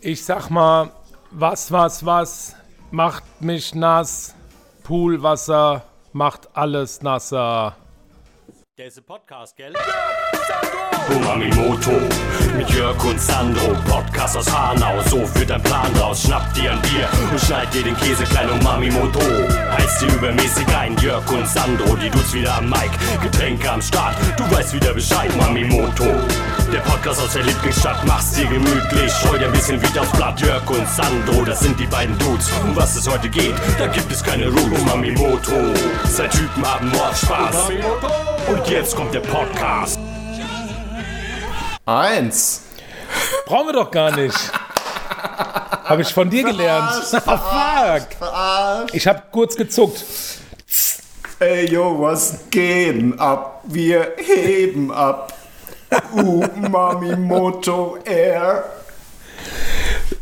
ich sag mal, was, was, was macht mich nass? Poolwasser macht alles nasser. Der ist ein Podcast, gell? Umamimoto mit Jörg und Sandro. Podcast aus Hanau, so führt ein Plan raus. Schnapp dir ein Bier und schneid dir den Käse klein. um Umamimoto heißt sie übermäßig ein. Jörg und Sandro, die Dudes wieder am Mic. Getränke am Start, du weißt wieder Bescheid. Umamimoto, der Podcast aus der Lieblingsstadt. Mach's dir gemütlich, scheu dir ein bisschen wieder aufs Blatt. Jörg und Sandro, das sind die beiden Dudes. Um was es heute geht, da gibt es keine Ruhe. Umamimoto, zwei Typen haben Mordspaß. Und jetzt kommt der Podcast. Eins. Brauchen wir doch gar nicht. Habe ich von dir gelernt. Ah, Fuck. Verarscht. Ich habe kurz gezuckt. Ey, yo, was gehen ab? Wir heben ab. Umami Moto Air.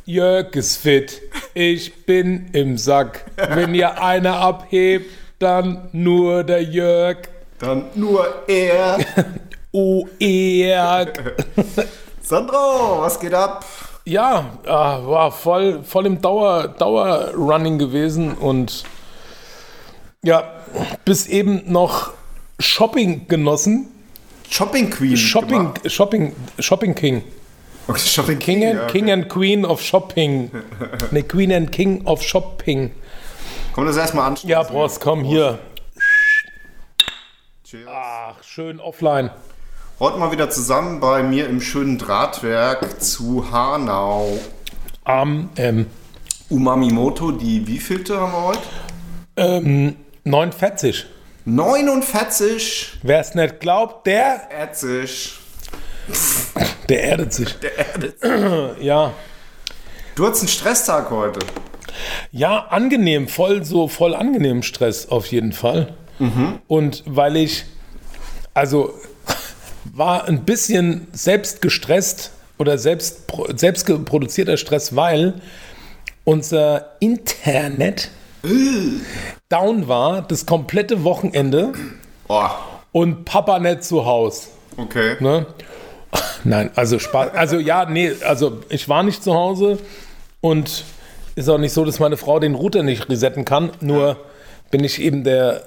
Jörg ist fit. Ich bin im Sack. Wenn ihr einer abhebt, dann nur der Jörg. Dann nur Air. Oh, Jörg. Sandro, was geht ab? Ja, ah, war voll, voll im Dauer, Dauer-Running gewesen und ja, bis eben noch Shopping genossen. Shopping Queen. Shopping, gemacht. Shopping, Shopping King. Okay, Shopping King and, ja, okay. King and Queen of Shopping. Ne, Queen and King of Shopping. Komm, das erstmal an. Ja, Prost, komm hier. Cheers. Ach, schön offline. Heute mal wieder zusammen bei mir im schönen Drahtwerk zu Hanau. Am ähm, Umami Moto, die wievielte haben wir heute? ähm, 49. 49. Wer es nicht glaubt, der, Ätzig. der erdet sich. Der Erde. Ja. Du hattest einen Stresstag heute. Ja, angenehm, voll so voll angenehm Stress auf jeden Fall. Und weil ich also war ein bisschen selbst gestresst oder selbst pro- selbst produzierter Stress, weil unser Internet down war das komplette Wochenende Boah, und Papa nicht zu Hause. Oh, okay. Ne? Nein, also Spaß. Also ja, nee, also ich war nicht zu Hause und ist auch nicht so, dass meine Frau den Router nicht resetten kann. Nur bin ich eben der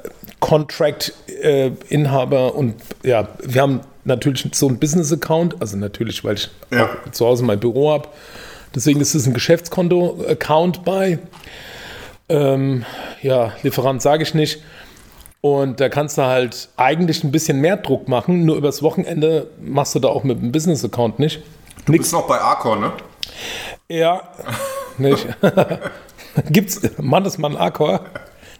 Contract-Inhaber und ja, wir haben natürlich so einen Business-Account, also natürlich, weil ich Ja. auch zu Hause mein Büro habe. Deswegen ist es ein Geschäftskonto-Account bei. Ähm, ja, Lieferant sage ich nicht. Und da kannst du halt eigentlich ein bisschen mehr Druck machen, nur übers Wochenende machst du da auch mit dem Business-Account nicht. Du bist noch bei Arcor, ne? Ja, nicht. Gibt's, Mann ist Mann Accor.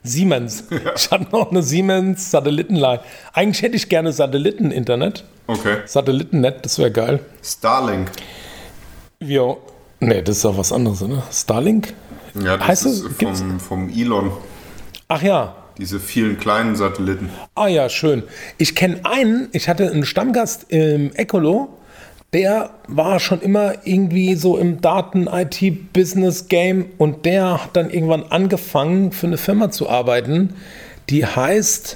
Siemens. Ich hatte noch eine Siemens Satellitenline. Eigentlich hätte ich gerne Satelliten-Internet. Okay. Satellitennet, das wäre geil. Starlink. Jo. Nee, das ist ja was anderes, oder? Starlink? Ja, das Heißt es- ist gibt's- vom, vom Elon. Ach ja, Diese vielen kleinen Satelliten. Ah ja, schön. Ich kenne einen, ich hatte einen Stammgast im Ecolo, der war schon immer irgendwie so im Daten-IT-Business-Game und der hat dann irgendwann angefangen, für eine Firma zu arbeiten, die heißt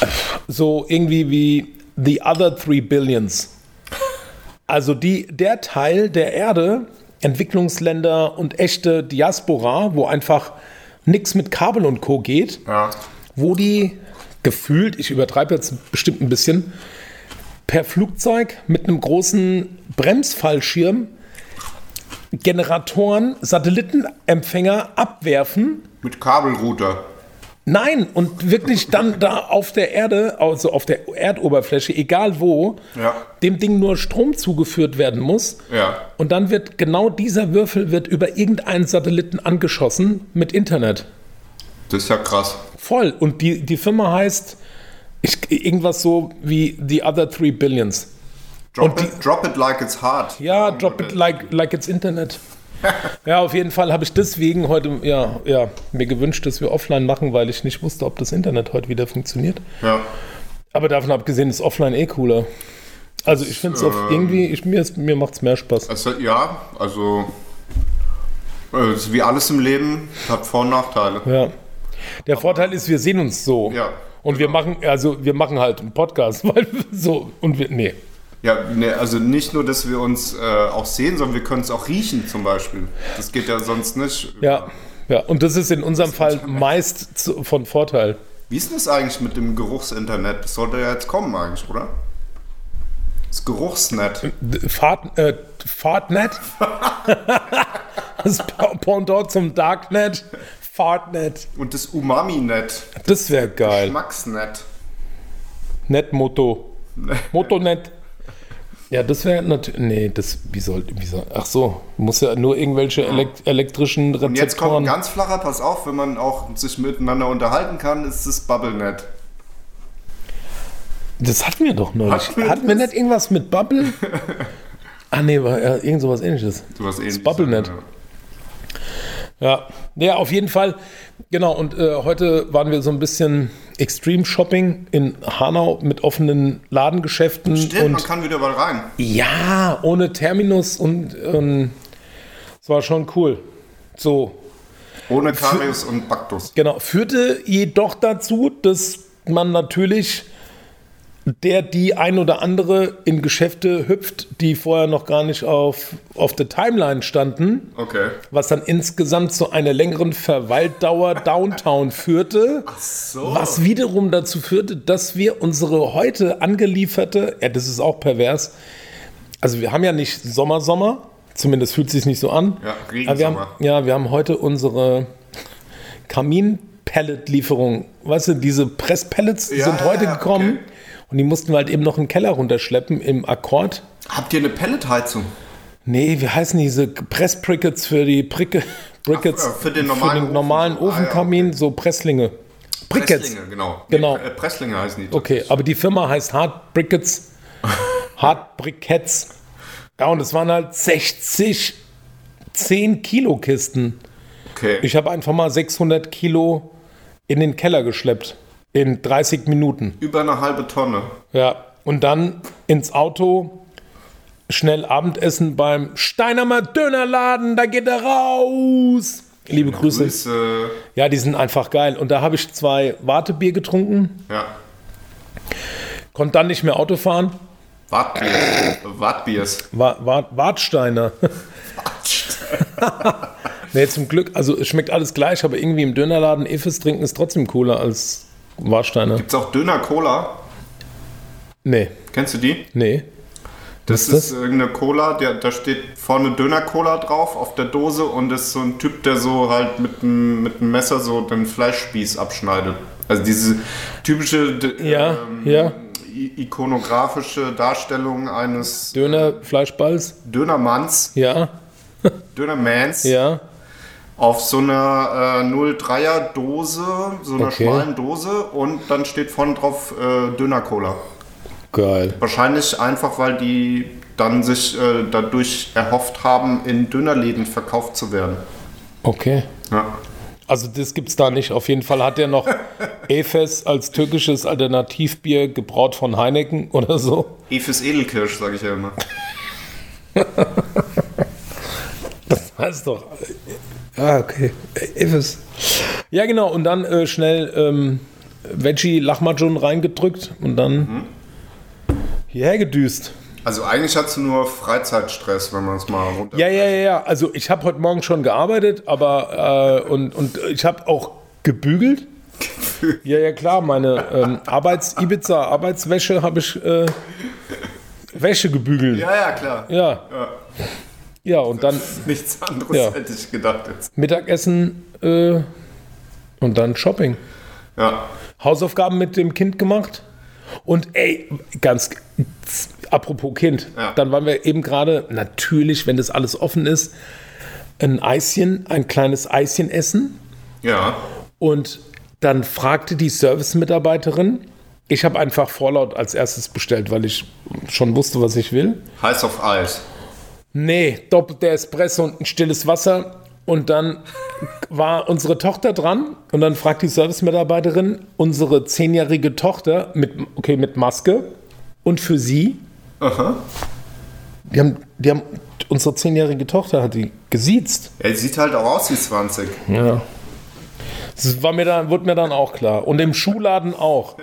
äh, so irgendwie wie The Other Three Billions. Also die, der Teil der Erde, Entwicklungsländer und echte Diaspora, wo einfach nichts mit Kabel und Co geht Ja. wo die gefühlt, ich übertreibe jetzt bestimmt ein bisschen, per Flugzeug mit einem großen Bremsfallschirm Generatoren, Satellitenempfänger abwerfen. Mit Kabelrouter. Nein, und wirklich dann da auf der Erde, also auf der Erdoberfläche, egal wo, Ja. dem Ding nur Strom zugeführt werden muss. Ja. Und dann wird genau dieser Würfel wird über irgendeinen Satelliten angeschossen mit Internet. Das ist ja krass. Voll. Und die, die Firma heißt ich, irgendwas so wie The Other Three Billions. Drop, Und it, drop it like it's hard. Ja, drop it like, like it's Internet. ja, auf jeden Fall habe ich deswegen heute ja, ja, mir gewünscht, dass wir offline machen, weil ich nicht wusste, ob das Internet heute wieder funktioniert. Ja. Aber davon abgesehen ist offline eh cooler. Also ich finde es irgendwie, ich, mir, ist- mir macht es mehr Spaß. Ähm. Also, ja, also. äh, Es ist wie alles im Leben. Hat Vor- und Nachteile. Ja. Der Vorteil ist, wir sehen uns so. Ja. genau. Und wir machen, also wir machen halt einen Podcast, weil wir so und wir, nee, Ja, ne, also nicht nur, dass wir uns äh, auch sehen, sondern wir können es auch riechen zum Beispiel. Das geht ja sonst nicht. Ja, ja. Und das ist in unserem Fall meist zu, von Vorteil. Wie ist denn das eigentlich mit dem Geruchsinternet? Das sollte ja jetzt kommen eigentlich, oder? Das Geruchsnet. D- Fahrt, äh, Fahrtnet? das Pa- Pendant zum Darknet? Fahrtnet. Und das Umami-Net. Das wäre geil. Schmacksnet. Netmoto. Motonet. Ja, das wäre natürlich. Nee, das. Wie soll. Wie soll ach so, muss ja nur irgendwelche elekt elektrischen Rezeptoren. Und jetzt kommt ein ganz flacher, pass auf, wenn man auch sich miteinander unterhalten kann, ist das Bubblenet. Das hatten wir doch neulich. Hatten wir hatten wir das? nicht irgendwas mit Bubble? ah, nee, war ja, irgend sowas ähnliches. Sowas ähnliches. Bubblenet. Ja. Ja, ja, auf jeden Fall. Genau, und äh, heute waren wir so ein bisschen Extreme Shopping in Hanau mit offenen Ladengeschäften. Stimmt, man und kann wieder mal rein. ja, ohne Terminus und ähm, es war schon cool. So, Ohne Karius und Baktus. Genau, führte jedoch dazu, dass man natürlich der die ein oder andere in Geschäfte hüpft, die vorher noch gar nicht auf, auf der Timeline standen, Okay. was dann insgesamt zu einer längeren Verweildauer Downtown führte, So. was wiederum dazu führte, dass wir unsere heute angelieferte, ja, das ist auch pervers, also wir haben ja nicht Sommersommer, zumindest fühlt es sich nicht so an. Ja, Aber wir haben, Regensommer. ja, wir haben heute unsere Kamin-Pellet-Lieferung. Weißt du, diese Press-Pellets die Ja, sind heute ja, gekommen okay. und die mussten wir halt eben noch in den Keller runterschleppen im Akkord. Habt ihr eine Pelletheizung? Nee, wie heißen diese Press-Prickets für die Pricke, Brickets? Ach, für den normalen für den Ofen. normalen Ah, ja, Ofenkamin, so Presslinge. Brickets. Presslinge, genau. Genau. Nee, äh, Presslinge heißen die. Okay, aber die Firma heißt Hard Brickets. Hard Brickets. Ja, und es waren halt 60 10-Kilo-Kisten. Okay. Ich habe einfach mal 600 Kilo in den Keller geschleppt. In 30 Minuten. Über eine halbe Tonne. Ja. Und dann ins Auto, schnell Abendessen beim Steinermer Dönerladen, da geht er raus. Liebe Grüße. Grüße. Ja, die sind einfach geil. Und da habe ich zwei Wartebier getrunken, Ja. konnte dann nicht mehr Auto fahren. Wartbiers. Wartbiers. Wa- Wa- Wartsteiner. nee, zum Glück, also es schmeckt alles gleich, aber irgendwie im Dönerladen Efes trinken ist trotzdem cooler als Warsteiner. Gibt's auch Döner Cola? Nee, Kennst du die? nee. Das ist das? ist irgendeine Cola, der, da steht vorne Döner Cola drauf auf der Dose und das ist so ein Typ, der so halt mit dem, mit dem Messer so den Fleischspieß abschneidet. Also diese typische d- äh, Ja, ja. i- ikonografische Darstellung eines Döner, Fleischballs, Dönermanns, ja, Dönermans ja. auf so einer äh, 03er Dose, so einer Okay. schmalen Dose und dann steht vorne drauf äh, Döner Cola. Geil. Wahrscheinlich einfach, weil die dann sich äh, dadurch erhofft haben, in Dönerläden verkauft zu werden. Okay. Ja. Also das gibt's da nicht. Auf jeden Fall hat er noch Efes als türkisches Alternativbier gebraut von Heineken oder so. Efes Edelkirsch, sage ich ja immer. Das heißt doch. Ah, okay. Ifes. Ja, genau. Und dann äh, schnell ähm, Veggie Lachmajun reingedrückt und dann hierher gedüst. Also eigentlich hast du nur Freizeitstress, wenn man es mal runter... Ja, ja, ja, ja. Also ich habe heute Morgen schon gearbeitet, aber äh, und, und ich habe auch gebügelt. Ja, ja, klar. Meine ähm, Arbeits Ibiza Arbeitswäsche habe ich äh, Wäsche gebügelt. ja, ja, klar. Ja. ja. und dann Nichts anderes Ja. hätte ich gedacht jetzt. Mittagessen äh, und dann Shopping. Ja. Hausaufgaben mit dem Kind gemacht. Und ey, ganz apropos Kind, Ja. dann waren wir eben gerade, natürlich, wenn das alles offen ist, ein Eischen, ein kleines Eischen essen. Ja. Und dann fragte die Service-Mitarbeiterin, ich habe einfach Vorlaut als erstes bestellt, weil ich schon wusste, was ich will. Heiß auf Eis. Nee, doppelter Espresso und ein stilles Wasser. Und dann war unsere Tochter dran und dann fragt die Servicemitarbeiterin unsere zehnjährige Tochter mit, okay, mit Maske und für sie, Aha. die haben, die haben, unsere zehnjährige Tochter hat die gesiezt. Er sieht halt auch aus wie 20. Ja. Das war mir dann, wurde mir dann auch klar. Und im Schuhladen auch.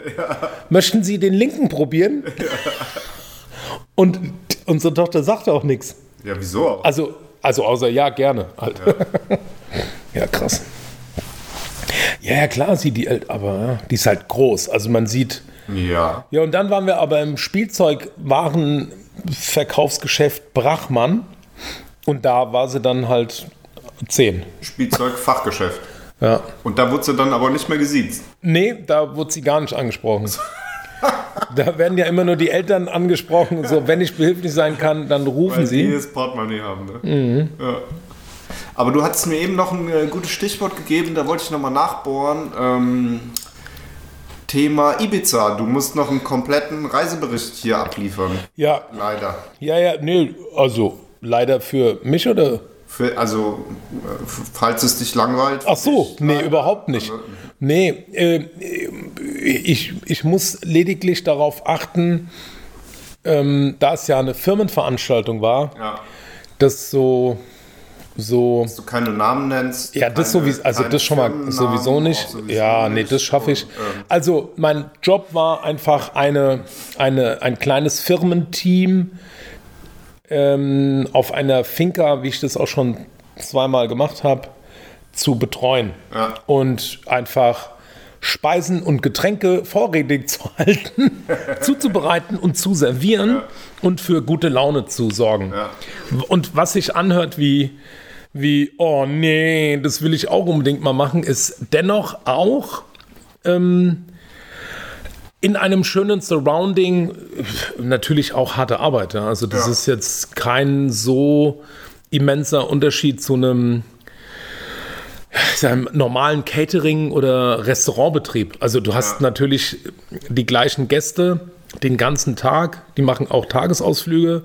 Möchten Sie den linken probieren? Und unsere Tochter sagte auch nichts. Ja, wieso auch? Also, also außer ja, gerne. Halt. Ja. krass. Ja, ja, klar sieht die alt, aber ja, die ist halt groß. Also man sieht. ja. Ja, und dann waren wir aber im Spielzeugwarenverkaufsgeschäft Brachmann. Und da war sie dann halt zehn. Spielzeugfachgeschäft. Ja. Und da wurde sie dann aber nicht mehr gesiezt. Nee, da wurde sie gar nicht angesprochen. Da werden ja immer nur die Eltern angesprochen. So, wenn ich behilflich sein kann, dann rufen Weil die sie. Mhm. das Portemonnaie haben, ne? Ja. Aber du hattest mir eben noch ein äh, gutes Stichwort gegeben, da wollte ich nochmal nachbohren. Ähm, Thema Ibiza. Du musst noch einen kompletten Reisebericht hier abliefern. Ja, Leider. ja, ja, nee, also leider für mich oder? Für, also, äh, falls es dich langweilt. Ach so, ich- nee, Nein. überhaupt nicht. Also- Nee, äh, ich, ich muss lediglich darauf achten, ähm, da es ja eine Firmenveranstaltung war, Ja. dass so, so, Dass du keine Namen nennst. ja, das keine- sowieso, also keine das schon mal Firmennamen, sowieso nicht. auch sowieso ja, nee, nicht. das schaffe ich. Und, ähm, Also mein Job war einfach eine, eine, ein kleines Firmenteam ähm, auf einer Finca, wie ich das auch schon zweimal gemacht habe, zu betreuen Ja. und einfach Speisen und Getränke vorrätig zu halten, zuzubereiten und zu servieren und für gute Laune zu sorgen. Ja. Und was sich anhört wie, wie, oh nee, das will ich auch unbedingt mal machen, ist dennoch auch ähm, in einem schönen Surrounding äh, natürlich auch harte Arbeit. Ja? Also das Ja. ist jetzt kein so immenser Unterschied zu einem ich sag mal, normalen Catering oder Restaurantbetrieb. Also du hast natürlich die gleichen Gäste den ganzen Tag, die machen auch Tagesausflüge.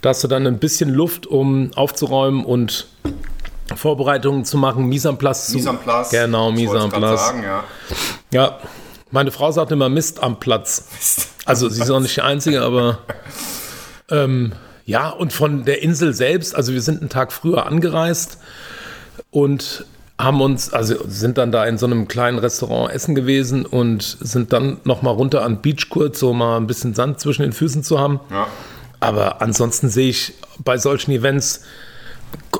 Da hast du dann ein bisschen Luft, um aufzuräumen und Vorbereitungen zu machen, Mise en place zu. Mise en place. Genau, Ich Mise wollte en grad place. sagen, ja. Ja, meine Frau sagt immer Mist am Platz. Also sie ist auch nicht die Einzige, aber ähm, ja, und von der Insel selbst, also wir sind einen Tag früher angereist und haben uns, also sind dann da in so einem kleinen Restaurant essen gewesen und sind dann nochmal runter an den Beach kurz, so mal ein bisschen Sand zwischen den Füßen zu haben. ja. Aber ansonsten sehe ich bei solchen Events,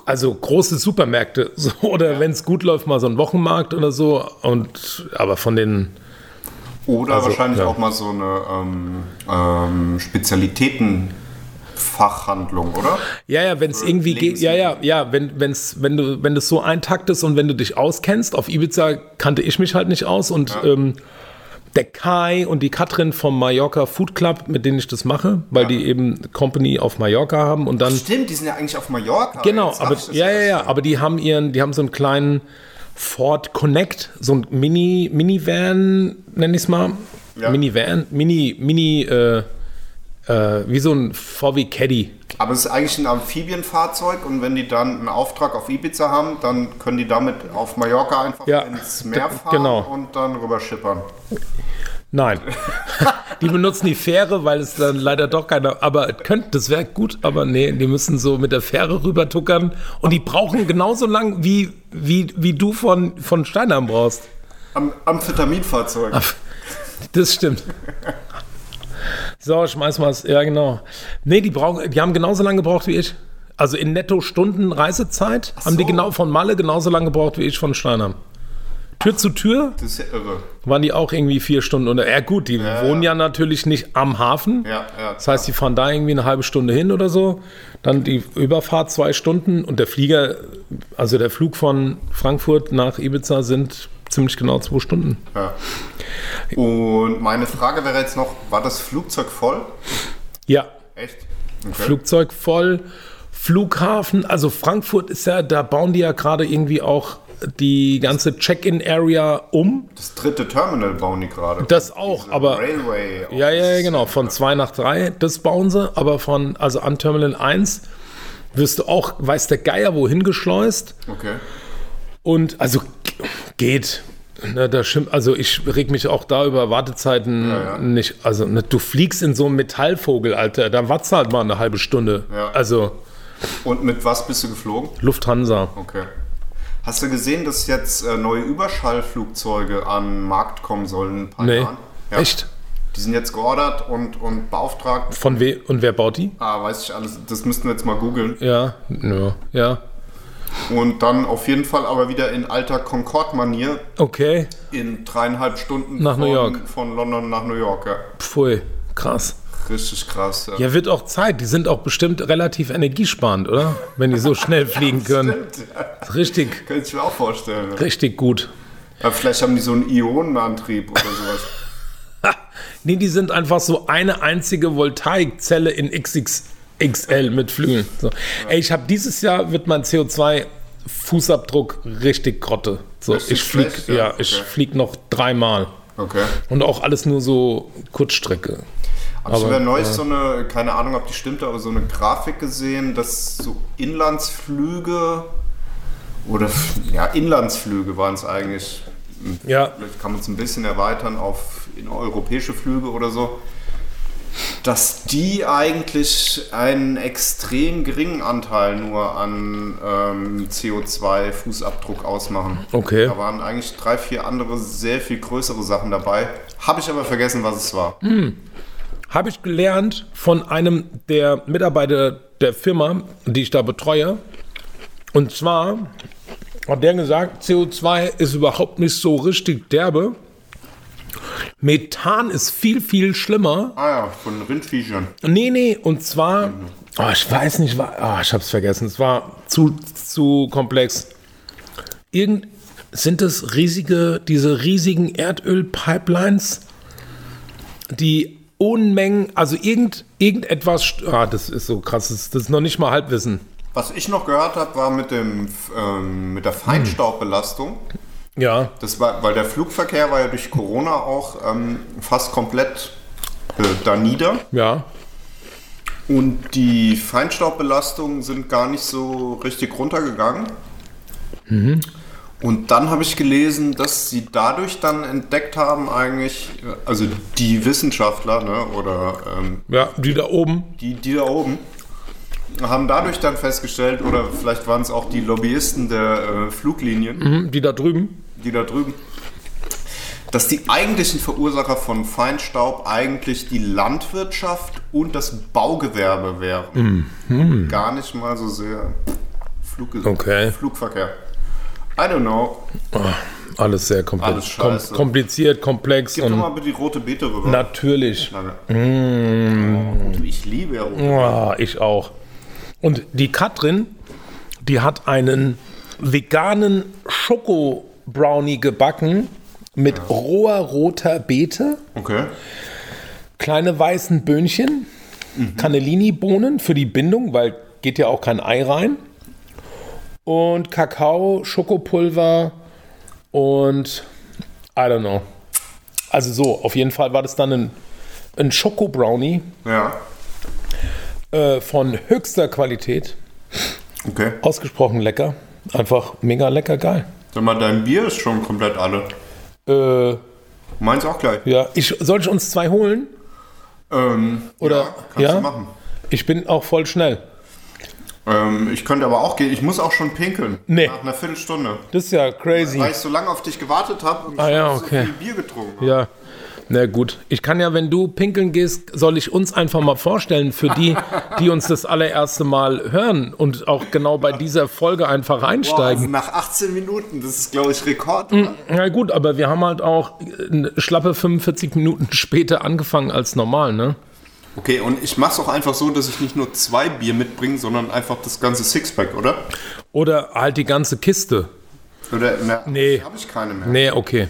also große Supermärkte, so, oder wenn es gut läuft, mal so ein Wochenmarkt oder so. Und aber von den Oder Also, wahrscheinlich ja. auch mal so eine ähm, ähm, Spezialitätenfachhandlung, oder? Ja, ja, wenn es Äh, irgendwie geht. Ja, ja, ja, wenn, wenn's, wenn du, wenn das so eintaktest und wenn du dich auskennst, auf Ibiza kannte ich mich halt nicht aus und ähm, der Kai und die Katrin vom Mallorca Food Club, mit denen ich das mache, weil die eben Company auf Mallorca haben und dann. Also Stimmt, die sind ja eigentlich auf Mallorca. Genau, Jetzt hab aber ich das ja, ja, erst. ja, aber die haben ihren, die haben so einen kleinen Ford Connect, so ein Mini, Minivan, nenn ich es mal. Ja. Minivan, Mini, Mini, äh, äh, wie so ein VW Caddy. Aber es ist eigentlich ein Amphibienfahrzeug und wenn die dann einen Auftrag auf Ibiza haben, dann können die damit auf Mallorca einfach Ja, ins Meer d- fahren genau. und dann rüberschippern. Nein. die benutzen die Fähre, weil es dann leider doch keiner. Aber es könnte, das wäre gut, aber nee, die müssen so mit der Fähre rübertuckern. Und die brauchen genauso lang, wie, wie, wie du von, von Steinheim brauchst. Am Amphetaminfahrzeug. Das stimmt. So, schmeiß mal. Ja, genau. Nee, die, brauchen, die haben genauso lange gebraucht wie ich. Also in netto Stunden Reisezeit haben die so. genau von Malle genauso lange gebraucht wie ich von Steinheim. Tür zu Tür Das ist ja irre. waren die auch irgendwie vier Stunden. Oder, ja gut, die wohnen ja natürlich nicht am Hafen. Ja, ja. Das heißt, die fahren da irgendwie eine halbe Stunde hin oder so. Dann die Überfahrt zwei Stunden und der Flieger, also der Flug von Frankfurt nach Ibiza sind ziemlich genau zwei Stunden. ja. Und meine Frage wäre jetzt noch, war das Flugzeug voll? Ja, Echt? Okay. Flugzeug voll, Flughafen, also Frankfurt ist ja, da bauen die ja gerade irgendwie auch die ganze Check-in-Area um. das dritte Terminal bauen die gerade. Das auch, aber... Railway. Ja, ja, ja, genau. Von 2 nach 3, das bauen sie. Aber von, also an Terminal 1 wirst du auch, weiß der Geier, wohin geschleust. Okay. Und also g- geht. Ne, da schimm, also ich reg mich auch da über Wartezeiten ja. nicht. Also ne, du fliegst in so einem Metallvogel, Alter. Da wartest du halt mal eine halbe Stunde. Ja. Also Und mit was bist du geflogen? Lufthansa. Okay. Hast du gesehen, dass jetzt äh, neue Überschallflugzeuge an den Markt kommen sollen? in ein paar Nee. Jahren? Ja. Echt? Die sind jetzt geordert und, und beauftragt. Von we und wer baut die? Ah, weiß ich alles. Das müssten wir jetzt mal googeln. Ja, ja, ja. Und dann auf jeden Fall aber wieder in alter Concorde-Manier Okay, in dreieinhalb Stunden Nach von, New York. von London nach New York. Ja. pfui, krass. Richtig krass. Ja. Ja, wird auch Zeit. Die sind auch bestimmt relativ energiesparend, oder? Wenn die so schnell fliegen können. Richtig, Könnte ich mir auch vorstellen. ne? richtig gut. Ja, vielleicht haben die so einen Ionenantrieb oder sowas. Nee, die sind einfach so eine einzige Voltaikzelle in XXXL mit Flügeln. So. Ey, ich habe dieses Jahr wird mein CO2-Fußabdruck richtig grotte. So, Richtig ich flieg, schlecht, ja, ja, ich okay. flieg noch dreimal. Okay. Und auch alles nur so Kurzstrecke. Hab ich Aber, äh, über neulich so eine, keine Ahnung, ob die stimmte, aber so eine Grafik gesehen, dass so Inlandsflüge oder ja, Inlandsflüge waren es eigentlich. Ja, Vielleicht kann man es ein bisschen erweitern auf in europäische Flüge oder so. Dass die eigentlich einen extrem geringen Anteil nur an ähm, CO2-Fußabdruck ausmachen. Okay. Da waren eigentlich drei, vier andere sehr viel größere Sachen dabei. Habe ich aber vergessen, was es war. habe ich gelernt von einem der Mitarbeiter der Firma, die ich da betreue. Und zwar hat der gesagt, CO2 ist überhaupt nicht so richtig derbe. Methan ist viel, viel schlimmer. Ah ja, von Rindviechern. Nee, nee, und zwar, oh, ich weiß nicht, wa- oh, ich hab's vergessen, es war zu, zu komplex. Irgend, sind es riesige, diese riesigen Erdöl-Pipelines, die Unmengen, also irgend, irgendetwas, st- ah, das ist so krass, das, das ist noch nicht mal Halbwissen. Was ich noch gehört habe, war mit, dem, ähm, mit der Feinstaubbelastung. Ja, Das war, weil der Flugverkehr war ja durch Corona auch ähm, fast komplett äh, da nieder. ja, Und die Feinstaubbelastungen sind gar nicht so richtig runtergegangen. Und dann habe ich gelesen, dass sie dadurch dann entdeckt haben, eigentlich, äh, also die Wissenschaftler ne, oder ähm, ja, die da oben, die, die da oben haben dadurch dann festgestellt, oder vielleicht waren es auch die Lobbyisten der äh, Fluglinien, hm, die da drüben. die da drüben, dass die eigentlichen Verursacher von Feinstaub eigentlich die Landwirtschaft und das Baugewerbe wären. Gar nicht mal so sehr Flugge- Mhm. Okay. Flugverkehr. I don't know. Alles sehr komplex, Alles scheiße. kom kompliziert, komplex Gib doch mal und bitte die rote Beete rüber. natürlich. Lange. Mm. Ich liebe ja rote Beete. Ah, ich auch. Und die Katrin, die hat einen veganen Schoko-Brownie gebacken mit roher roter Beete, Okay. kleine weißen Böhnchen, Cannellini-Bohnen für die Bindung, weil geht ja auch kein Ei rein. Und Kakao, Schokopulver und I don't know. Also so, auf jeden Fall war das dann ein, ein Schoko-Brownie Ja. äh, von höchster Qualität. Okay. Ausgesprochen lecker. Einfach mega lecker geil. Sag mal, dein Bier ist schon komplett alle. Äh, Meins auch gleich. ja, ich, soll ich uns zwei holen? Ähm, Oder- ja, kannst ja? du machen. Ich bin auch voll schnell. Ähm, ich könnte aber auch gehen. Ich muss auch schon pinkeln. Nee. Nach einer Viertelstunde. Das ist ja crazy. Weil ich so lange auf dich gewartet habe und Ah schon ja, so okay. viel Bier getrunken habe. Ja. Na gut. Ich kann ja, wenn du pinkeln gehst, soll ich uns einfach mal vorstellen, für die, die uns das allererste Mal hören und auch genau bei dieser Folge einfach Boah, also einsteigen. nach 18 Minuten, das ist, glaube ich, Rekord. Na gut, aber wir haben halt auch äh, schlappe 45 Minuten später angefangen als normal, ne? Okay, und ich mache es auch einfach so, dass ich nicht nur zwei Bier mitbringe, sondern einfach das ganze Sixpack, oder? Oder halt die ganze Kiste. Oder, na, Nee. habe ich keine mehr. Nee, okay.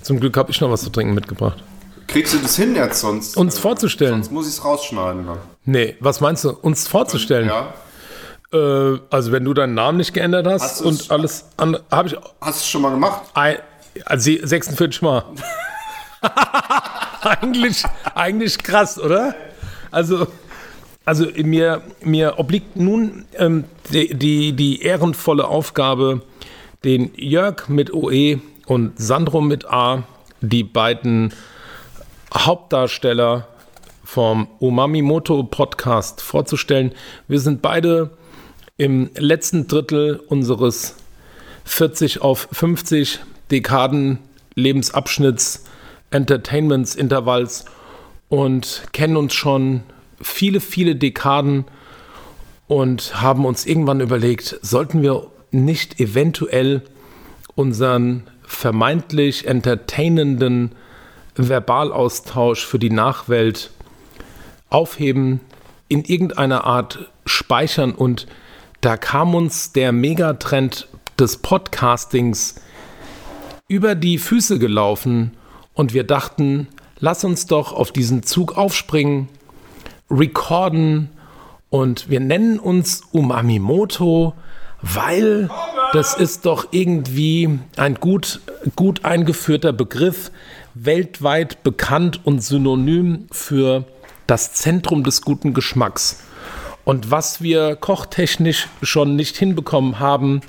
Zum Glück habe ich noch was zu trinken mitgebracht. Kriegst du das hin jetzt sonst? Uns äh, vorzustellen. Sonst muss ich es rausschneiden. Dann. Nee, was meinst du? Uns vorzustellen? Ja? Äh, also wenn du deinen Namen nicht geändert hast, Hast du's- und alles andere... Habe ich Hast du es schon mal gemacht? ein, also 46 Mal. eigentlich, eigentlich krass, oder? Also, also mir, mir obliegt nun ähm, die, die, die ehrenvolle Aufgabe, den Jörg mit OE und Sandro mit A, die beiden Hauptdarsteller vom Umamimoto Podcast vorzustellen. Wir sind beide im letzten Drittel unseres 40 auf 50 Dekaden Lebensabschnitts Entertainments Intervalls und kennen uns schon viele, viele Dekaden und haben uns irgendwann überlegt, sollten wir nicht eventuell unseren vermeintlich entertainenden Verbalaustausch für die Nachwelt aufheben, in irgendeiner Art speichern und da kam uns der Megatrend des Podcastings über die Füße gelaufen und wir dachten, lass uns doch auf diesen Zug aufspringen, recorden und wir nennen uns Umamimoto, weil das ist doch irgendwie ein gut, gut eingeführter Begriff, weltweit bekannt und synonym für das Zentrum des guten Geschmacks. Und was wir kochtechnisch schon nicht hinbekommen haben,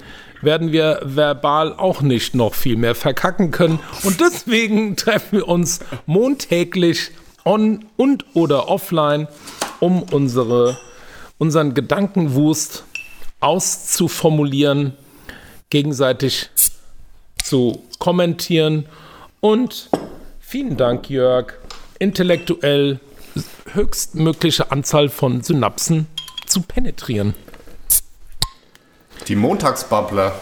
werden wir verbal auch nicht noch viel mehr verkacken können. Und deswegen treffen wir uns montäglich on und oder offline, um unsere, unseren Gedankenwust auszuformulieren, gegenseitig zu kommentieren. Und vielen Dank, Jörg, intellektuell höchstmögliche Anzahl von Synapsen zu penetrieren. Die Montagsbubbler.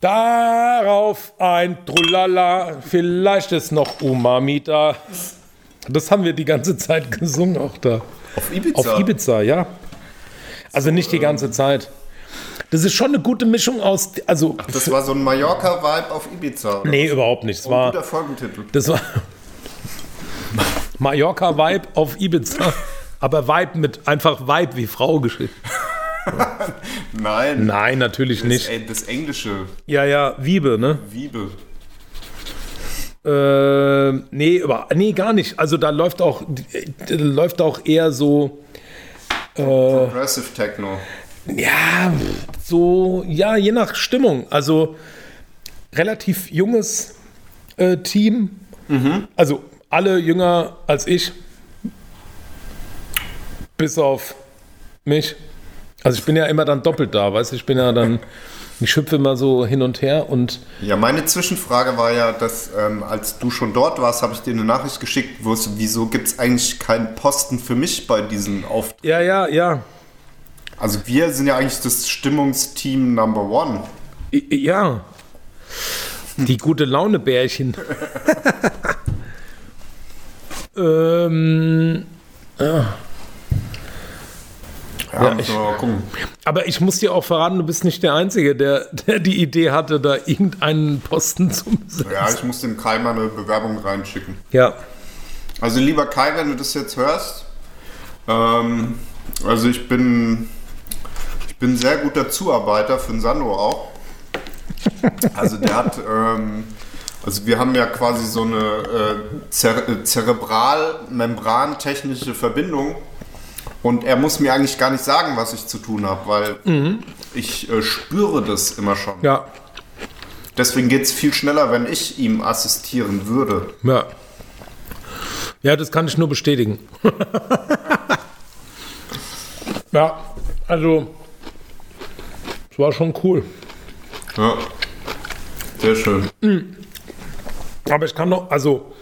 Darauf ein Trulala, vielleicht ist noch Umami da. Das haben wir die ganze Zeit gesungen auch da. Auf Ibiza. ähm, Auf Ibiza, ja. Also nicht die ganze Zeit. Das ist schon eine gute Mischung aus, also Ach, das war so ein Mallorca-Vibe auf Ibiza. Oder? nee, überhaupt nicht. Es Ein war, guter Folgentitel. das war Mallorca-Vibe auf Ibiza, aber Vibe mit einfach Vibe wie Frau geschrieben. Nein. Nein, natürlich Das, nicht. äh, das englische Ja, ja, Wiebe, ne? Wiebe. Äh, nee, über, nee, gar nicht. Also da läuft auch, äh, läuft auch eher so, Progressive Techno. ja, so, ja, je nach Stimmung. Also relativ junges äh, Team. Also alle jünger als ich. Bis auf mich. Also ich bin ja immer dann doppelt da, weißt du? Ich bin ja dann, ich hüpfe immer so hin und her und Ja, meine Zwischenfrage war ja, dass ähm, als du schon dort warst, habe ich dir eine Nachricht geschickt, wo es, wieso gibt es eigentlich keinen Posten für mich bei diesen Auftritten? ja, ja, ja. Also wir sind ja eigentlich das Stimmungsteam Number One. I- Ja. Die gute Laune-Bärchen. ähm, Ja, müssen wir mal gucken. aber ich muss dir auch verraten, du bist nicht der Einzige, der, der die Idee hatte, da irgendeinen Posten zu besetzen. ja, ich muss dem Kai mal eine Bewerbung reinschicken. Ja. Also lieber Kai, wenn du das jetzt hörst, ähm, also ich bin, ich bin ein sehr guter Zuarbeiter für den Sandro auch. Also der hat, ähm, also wir haben ja quasi so eine äh, Zer äh, zerebral-membrantechnische Verbindung und er muss mir eigentlich gar nicht sagen, was ich zu tun habe, weil ich äh, spüre das immer schon. Ja. Deswegen geht es viel schneller, wenn ich ihm assistieren würde. Ja. Ja, das kann ich nur bestätigen. ja, also, es war schon cool. Ja. Sehr schön. Aber ich kann noch, also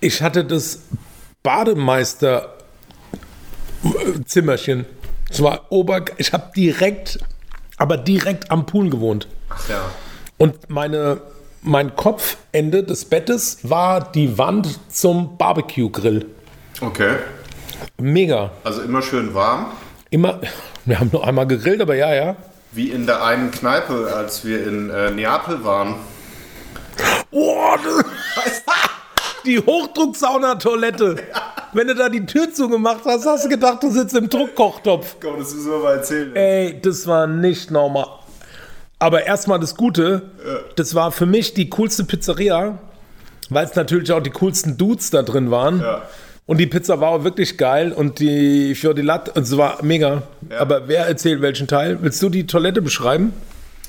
ich hatte das Bademeister-Zimmerchen. Es war Ober, ich habe direkt, aber direkt am Pool gewohnt. Ja. Und meine, mein Kopfende des Bettes war die Wand zum Barbecue-Grill. Okay. Mega. Also immer schön warm. Immer, wir haben nur einmal gegrillt, aber ja, ja. Wie in der einen Kneipe, als wir in äh, Neapel waren. Oh, das, die Hochdrucksaunatoilette. Wenn du da die Tür zugemacht hast, hast du gedacht, du sitzt im Druckkochtopf. Komm, das müssen wir mal erzählen. Ey, das war nicht normal. Aber erstmal das Gute, das war für mich die coolste Pizzeria, weil es natürlich auch die coolsten Dudes da drin waren. Ja. Und die Pizza war auch wirklich geil und die Fior di Latte, und es war mega. Aber wer erzählt welchen Teil? Willst du die Toilette beschreiben?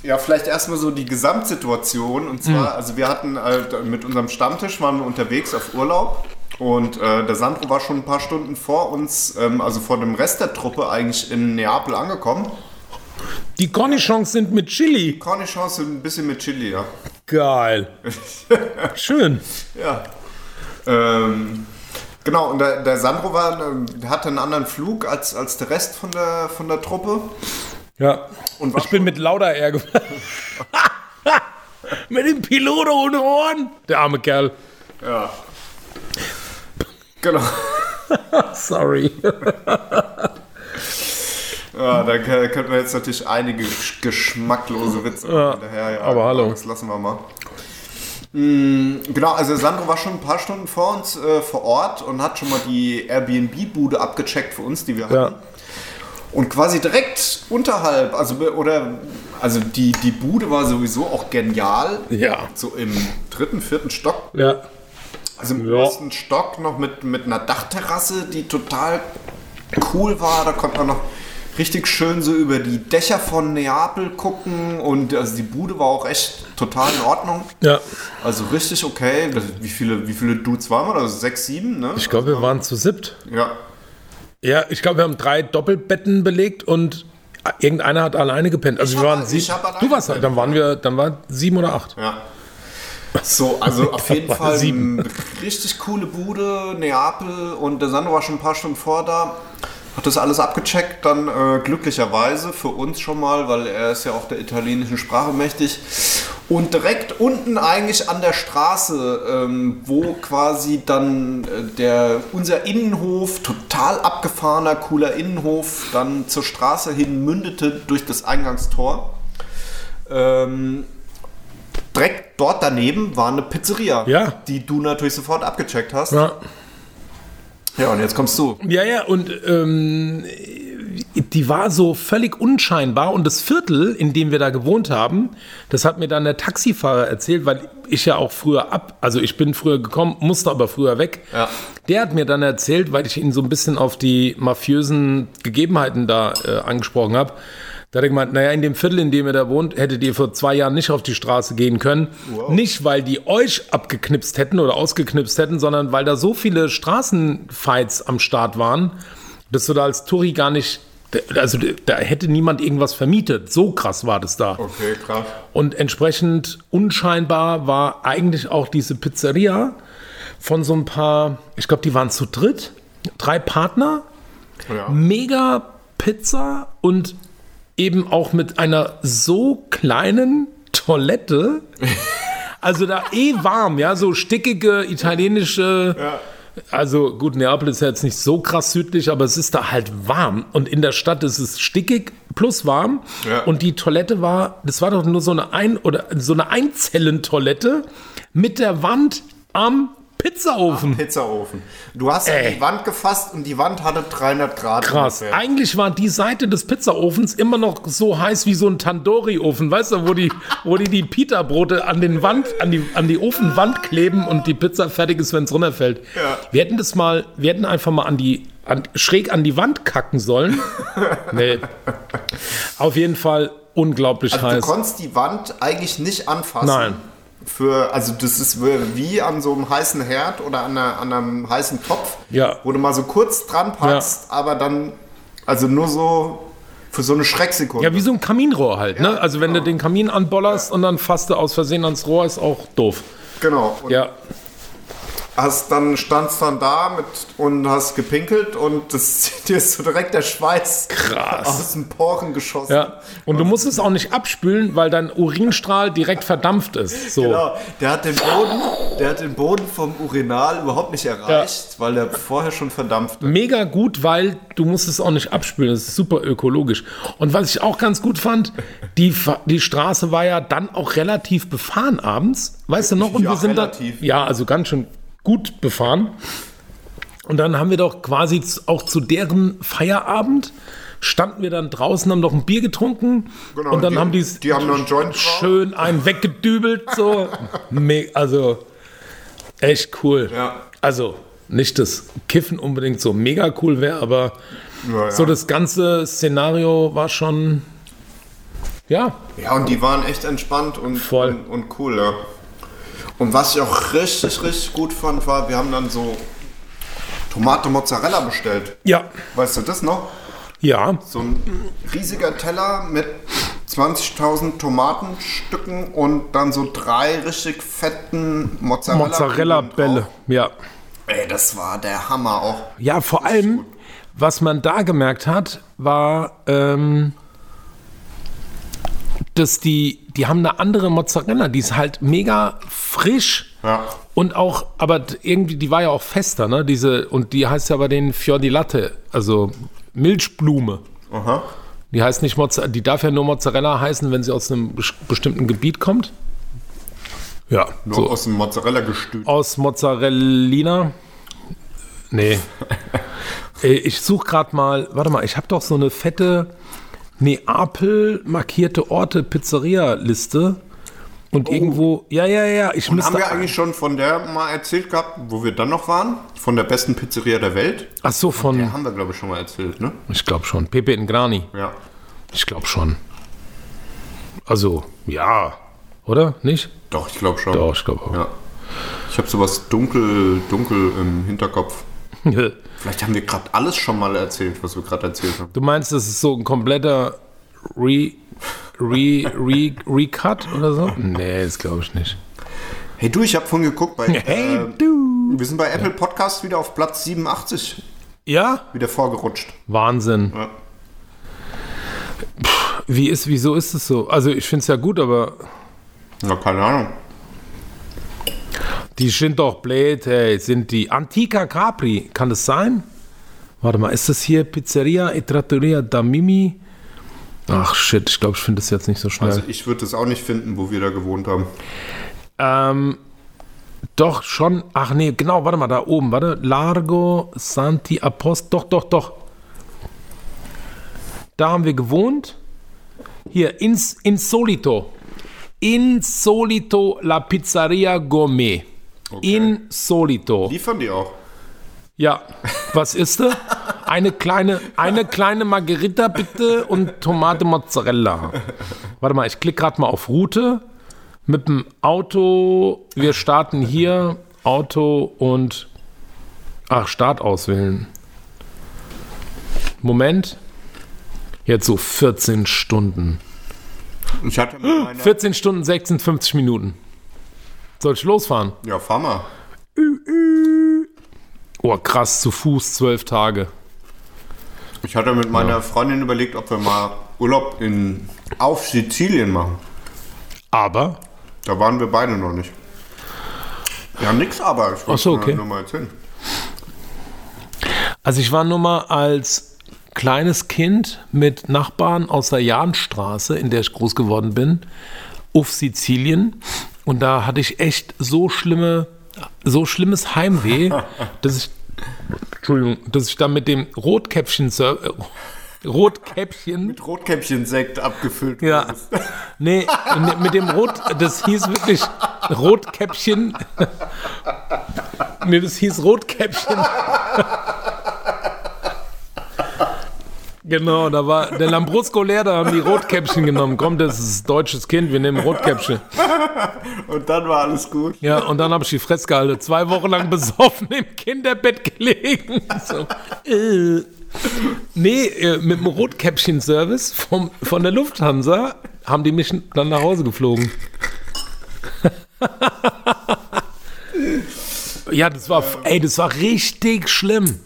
Ja, vielleicht erstmal so die Gesamtsituation. Und zwar, also wir hatten halt mit unserem Stammtisch, waren wir unterwegs auf Urlaub. Und äh, der Sandro war schon ein paar Stunden vor uns, ähm, also vor dem Rest der Truppe eigentlich in Neapel angekommen. Die Cornichons sind mit Chili. Cornichons sind ein bisschen mit Chili, ja. Geil. Schön. Ja. Ähm, Genau, und der, der Sandro war, äh, hatte einen anderen Flug als, als der Rest von der, von der Truppe. Ja. Und ich bin mit lauter R gefahren. mit dem Pilot ohne Ohren. Der arme Kerl. Ja. Genau. Sorry. Ja, da k- könnten wir jetzt natürlich einige gesch- geschmacklose Witze Ja, hinterher. Ja, aber hallo. Das lassen wir mal. Mm, Genau, also Sandro war schon ein paar Stunden vor uns äh, vor Ort und hat schon mal die Airbnb-Bude abgecheckt für uns, die wir hatten. Ja. Und quasi direkt unterhalb, also be- oder also die, die Bude war sowieso auch genial. Ja. So im dritten, vierten Stock, Ja. also im Ja. ersten Stock noch mit, mit einer Dachterrasse, die total cool war. Da konnte man noch richtig schön so über die Dächer von Neapel gucken und also die Bude war auch echt total in Ordnung. Ja. Also richtig okay. Das, wie, viele, wie viele Dudes waren wir? da? Also sechs, sieben, ne? Ich glaube, wir waren zu siebt. ja. Ja, ich glaube, wir haben drei Doppelbetten belegt und irgendeiner hat alleine gepennt. Also Ich wir hab- waren ich sieben. hab alleine Du warst halt, dann waren wir, dann waren sieben oder acht. Ja. So, also auf jeden War Fall sieben. eine richtig coole Bude, Neapel und der Sandro war schon ein paar Stunden vor da, hat das alles abgecheckt, dann äh, glücklicherweise für uns schon mal, weil er ist ja auch der italienischen Sprache mächtig. Und direkt unten eigentlich an der Straße, ähm, wo quasi dann äh, der, unser Innenhof, total abgefahrener, cooler Innenhof, dann zur Straße hin mündete durch das Eingangstor. Ähm, direkt dort daneben war eine Pizzeria, Ja. die du natürlich sofort abgecheckt hast. Ja, Ja, und jetzt kommst du. ja, ja und ähm, die war so völlig unscheinbar und das Viertel, in dem wir da gewohnt haben, das hat mir dann der Taxifahrer erzählt, weil ich ja auch früher ab, also ich bin früher gekommen, musste aber früher weg. Ja. Der hat mir dann erzählt, weil ich ihn so ein bisschen auf die mafiösen Gegebenheiten da äh, angesprochen habe. Da hat er gemeint, naja, in dem Viertel, in dem ihr da wohnt, hättet ihr vor zwei Jahren nicht auf die Straße gehen können. Nicht, weil die euch abgeknipst hätten oder ausgeknipst hätten, sondern weil da so viele Straßenfights am Start waren, dass du da als Touri gar nicht, also da hätte niemand irgendwas vermietet. So krass war das da. Okay, krass. Und entsprechend unscheinbar war eigentlich auch diese Pizzeria von so ein paar, ich glaube, die waren zu dritt, drei Partner, Ja. mega Pizza und eben auch mit einer so kleinen Toilette. Also da eh warm, ja, so stickige italienische. Also gut, Neapel ist ja jetzt nicht so krass südlich, aber es ist da halt warm. Und in der Stadt ist es stickig plus warm. Ja. Und die Toilette war, das war doch nur so eine Ein- oder so eine Einzellentoilette mit der Wand am Pizzaofen. Pizzaofen. Du hast an die Wand gefasst und die Wand hatte 300 Grad. Krass. ungefähr. Eigentlich war die Seite des Pizzaofens immer noch so heiß wie so ein Tandoori-Ofen, weißt du, wo die, wo die, die Pita-Brote an, den Wand, an, die, an die Ofenwand kleben und die Pizza fertig ist, wenn es runterfällt. Wir hätten das mal, wir hätten einfach mal an die, an, schräg an die Wand kacken sollen. nee. Auf jeden Fall unglaublich Also Du heiß. konntest die Wand eigentlich nicht anfassen. Nein. Für, also das ist wie an so einem heißen Herd oder an, einer, an einem heißen Topf, Ja. wo du mal so kurz dran packst, aber dann, also nur so für so eine Schrecksekunde. Ja, wie so ein Kaminrohr halt, ne? Also wenn genau. du den Kamin anbollerst und dann fasst du aus Versehen ans Rohr, ist auch doof. genau. Und Ja. hast dann standst dann da mit und hast gepinkelt und das zieht dir so direkt der Schweiß Krass. aus den Poren geschossen. Ja, und du musst es auch nicht abspülen, weil dein Urinstrahl direkt verdampft ist. So. Genau, der hat den Boden, der hat den Boden vom Urinal überhaupt nicht erreicht, weil der vorher schon verdampft ist. Mega gut, weil du musst es auch nicht abspülen. Das ist super ökologisch. Und was ich auch ganz gut fand, die, Fa- die Straße war ja dann auch relativ befahren abends. Weißt du noch? Und Ja, wir sind relativ. dann. Ja, also ganz schön gut befahren. Und dann haben wir doch quasi z- auch zu deren Feierabend standen wir dann draußen, haben noch ein Bier getrunken Genau, und dann die- haben die die haben noch einen Joint geraucht. schön einen weggedübelt so. Me also echt cool. Ja. Also nicht das Kiffen unbedingt so mega cool wäre, aber Ja, so das ganze Szenario war schon ja, ja, und die waren echt entspannt und, Voll. und, und cool, ja. Und was ich auch richtig, richtig gut fand, war, wir haben dann so Tomate Mozzarella bestellt. ja, Weißt du das noch? ja, So ein riesiger Teller mit 20.000 Tomatenstücken und dann so drei richtig fetten Mozzarella. Mozzarella Bälle, ja. Ey, das war der Hammer auch. Ja, vor allem, was man da gemerkt hat, war, ähm, dass die, die haben eine andere Mozzarella, die ist halt mega frisch. Ja. Und auch, aber irgendwie, die war ja auch fester, ne? Diese, und die heißt ja bei denen Fior di Latte, also Milchblume. Aha. Die heißt nicht Mozzarella, die darf ja nur Mozzarella heißen, wenn sie aus einem besch- bestimmten Gebiet kommt. Ja, Nur so aus dem Mozzarella gestülpt. aus Mozzarellina. Nee. Äh, ich suche gerade mal, warte mal, ich habe doch so eine fette Neapel markierte Orte Pizzeria Liste und irgendwo ja ja ja, ich Oh. Haben müsste wir eigentlich schon von der mal erzählt gehabt, wo wir dann noch waren? Von der besten Pizzeria der Welt? Ach so von Haben wir, glaube ich, schon mal erzählt, ne? ich glaube schon Pepe in Grani. Ja. Ich glaube schon. Also, ja, oder? Nicht? Doch, ich glaube schon. Doch, ich glaube auch. Ja. Ich habe sowas dunkel, dunkel im Hinterkopf. Vielleicht haben wir gerade alles schon mal erzählt, was wir gerade erzählt haben. Du meinst, das ist so ein kompletter Re Re Re Recut oder so? Nee, das glaube ich nicht. Hey du, ich habe vorhin geguckt, bei, Hey, äh, du. wir sind bei Apple Podcast wieder auf Platz 87 Ja? wieder vorgerutscht. Wahnsinn. Ja. Pff, Wie ist, wieso ist es so? Also ich finde es ja gut, aber Na, keine Ahnung. die sind doch blöd, hey, sind die. Antica Capri, kann das sein? Warte mal, ist das hier Pizzeria e Trattoria da Mimi? Ach shit, ich glaube, ich finde das jetzt nicht so schnell. Also ich würde es auch nicht finden, wo wir da gewohnt haben. Ähm, doch schon. Ach nee, genau, warte mal, da oben, warte. Largo Santi Apost. Doch, doch, doch. Da haben wir gewohnt. Hier, ins, Insolito. Insolito la Pizzeria Gourmet. Insolito. Liefern die auch? Ja, was ist das? Eine kleine, eine kleine Margherita bitte und Tomate Mozzarella. Warte mal, ich klicke gerade mal auf Route mit dem Auto. Wir starten hier. Auto und. Ach, Start auswählen. Moment. Jetzt so 14 Stunden. Ich hatte mal meine... 14 Stunden 56 Minuten. Soll ich losfahren? Ja, fahr mal. Oh, krass, zu Fuß 12 Tage. Ich hatte mit meiner Freundin überlegt, ob wir mal Urlaub in, auf Sizilien machen. Aber Da waren wir beide noch nicht. Ja, nix, aber ich wollte so, okay. nur mal erzählen. Also ich war nur mal als kleines Kind mit Nachbarn aus der Jahnstraße, in der ich groß geworden bin, auf Sizilien. Und da hatte ich echt so schlimme, so schlimmes Heimweh, dass ich, Entschuldigung, dass ich da mit dem Rotkäppchen, äh, Rotkäppchen, Rotkäppchen-Sekt abgefüllt. ja, nee, nee, mit dem Rot, das hieß wirklich Rotkäppchen, nee, das hieß Rotkäppchen. Genau, da war der Lambrusco leer, da haben die Rotkäppchen genommen. Komm, das ist deutsches Kind, wir nehmen Rotkäppchen. Und dann war alles gut. Ja, und dann habe ich die Fresse gehalten. Zwei Wochen lang besoffen im Kinderbett gelegen. So, äh. Nee, äh, mit dem Rotkäppchen-Service vom, von der Lufthansa haben die mich dann nach Hause geflogen. ja, das war, ey, das war richtig schlimm.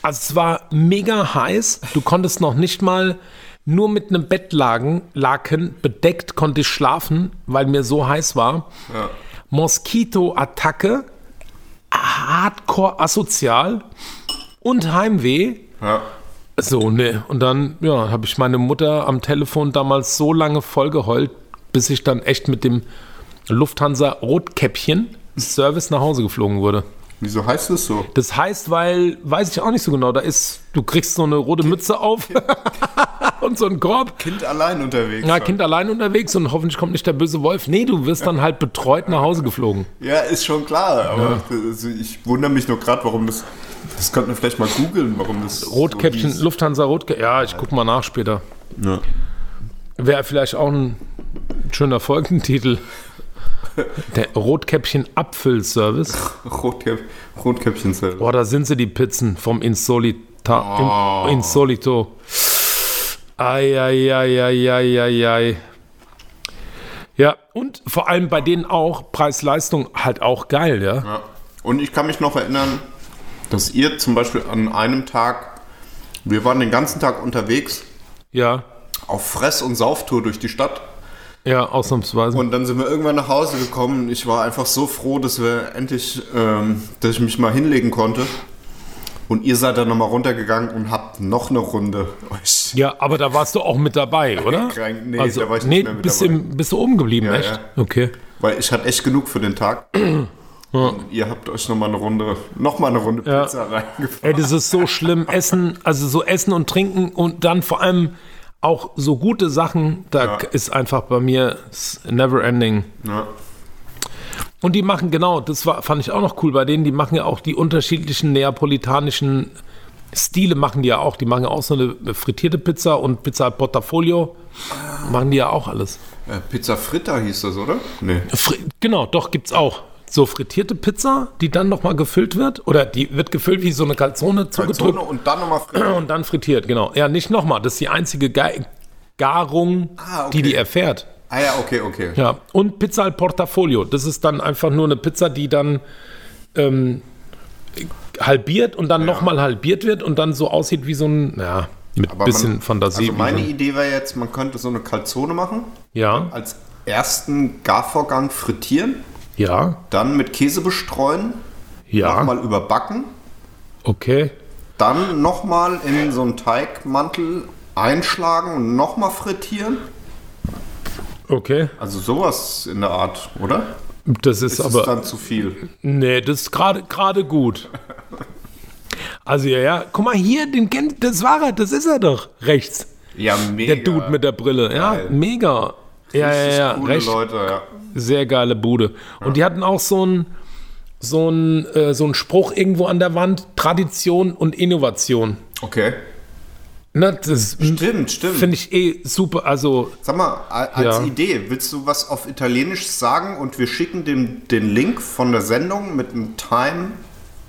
Also es war mega heiß. Du konntest noch nicht mal nur mit einem Bettlaken Laken bedeckt konnte ich schlafen, weil mir so heiß war. Moskito-Attacke, Hardcore asozial und Heimweh. Ja. So, ne. Und dann, ja, habe ich meine Mutter am Telefon damals so lange vollgeheult, bis ich dann echt mit dem Lufthansa Rotkäppchen Service nach Hause geflogen wurde. Wieso heißt es so? Das heißt, weil, weiß ich auch nicht so genau, da ist, du kriegst so eine rote Mütze auf und so einen Korb. Kind allein unterwegs. Ja, sein. Kind allein unterwegs und hoffentlich kommt nicht der böse Wolf. Nee, du wirst dann halt betreut nach Hause geflogen. Ja, ist schon klar. Aber also ich wundere mich nur gerade, warum das. Das könnten wir vielleicht mal googeln, warum das. so Rotkäppchen, hieß. Lufthansa Rotkäppchen. Ja, ich guck mal nach später. Ja. Wäre vielleicht auch ein schöner Folgentitel. Der Rotkäppchen Apfelservice. Rotkäpp Rotkäppchen selber. Boah, da sind sie die Pizzen vom Insolita, Oh. in, Insolito. Eieieiei. Ja, und vor allem bei denen auch Preis-Leistung halt auch geil, ja. Ja. Und ich kann mich noch erinnern, dass ihr zum Beispiel an einem Tag, wir waren den ganzen Tag unterwegs, Ja, auf Fress- und Sauftour durch die Stadt. ja, ausnahmsweise. Und dann sind wir irgendwann nach Hause gekommen. Ich war einfach so froh, dass wir endlich, ähm, dass ich mich mal hinlegen konnte. Und ihr seid dann nochmal runtergegangen und habt noch eine Runde euch. ja, aber da warst du auch mit dabei, oder? Krank- nee, also, da war ich nee, nicht mehr mit bist, dabei. Im, bist du oben geblieben, Ja, echt? ja. Okay. Weil ich hatte echt genug für den Tag. Und ihr habt euch nochmal eine Runde, nochmal eine Runde Ja. Pizza reingefahren. Ey, das ist so schlimm. Essen, also so Essen und Trinken und dann vor allem auch so gute Sachen, da Ja. k- ist einfach bei mir s- never ending. Ja. Und die machen genau, das war, fand ich auch noch cool bei denen, die machen ja auch die unterschiedlichen neapolitanischen Stile machen die ja auch. Die machen ja auch so eine frittierte Pizza und Pizza al Portafolio. Machen die ja auch alles. Äh, Pizza Fritta hieß das, oder? Nee. Fri genau, doch, gibt's auch. So frittierte Pizza, die dann nochmal gefüllt wird. Oder die wird gefüllt wie so eine Calzone zugedrückt. Calzone und dann nochmal Fritta. Und dann frittiert, genau. Ja, nicht nochmal. Das ist die einzige Ga- Garung, Ah, okay. die die erfährt. Ah ja, okay, okay. Ja. Und Pizza al Portafolio. Das ist dann einfach nur eine Pizza, die dann ähm, halbiert und dann nochmal halbiert wird und dann so aussieht wie so ein, ja, mit Aber bisschen man- Fantasie. Also wie meine so ein, Idee wäre jetzt, man könnte so eine Calzone machen, ja, als ersten Garvorgang frittieren, ja, dann mit Käse bestreuen, ja, nochmal überbacken, okay. dann nochmal in so einen Teigmantel einschlagen und nochmal frittieren. Okay, Also sowas in der Art, oder? das ist, Ist es aber, dann zu viel? nee, das ist gerade gerade gut. Also ja, ja, guck mal hier, den kennt, das war er, das ist er doch, rechts. Ja, mega. Der Dude mit der Brille, ja, Geil. mega. Ja, ja, ja, Coole recht, Leute, ja. sehr geile Bude. Und die hatten auch so einen so einen, äh, so einen Spruch irgendwo an der Wand, Tradition und Innovation. Okay. Ne, das Stimmt, stimmt. finde ich eh super, also Sag mal, a- als Ja. Idee, willst du was auf Italienisch sagen und wir schicken dem den Link von der Sendung mit einem Time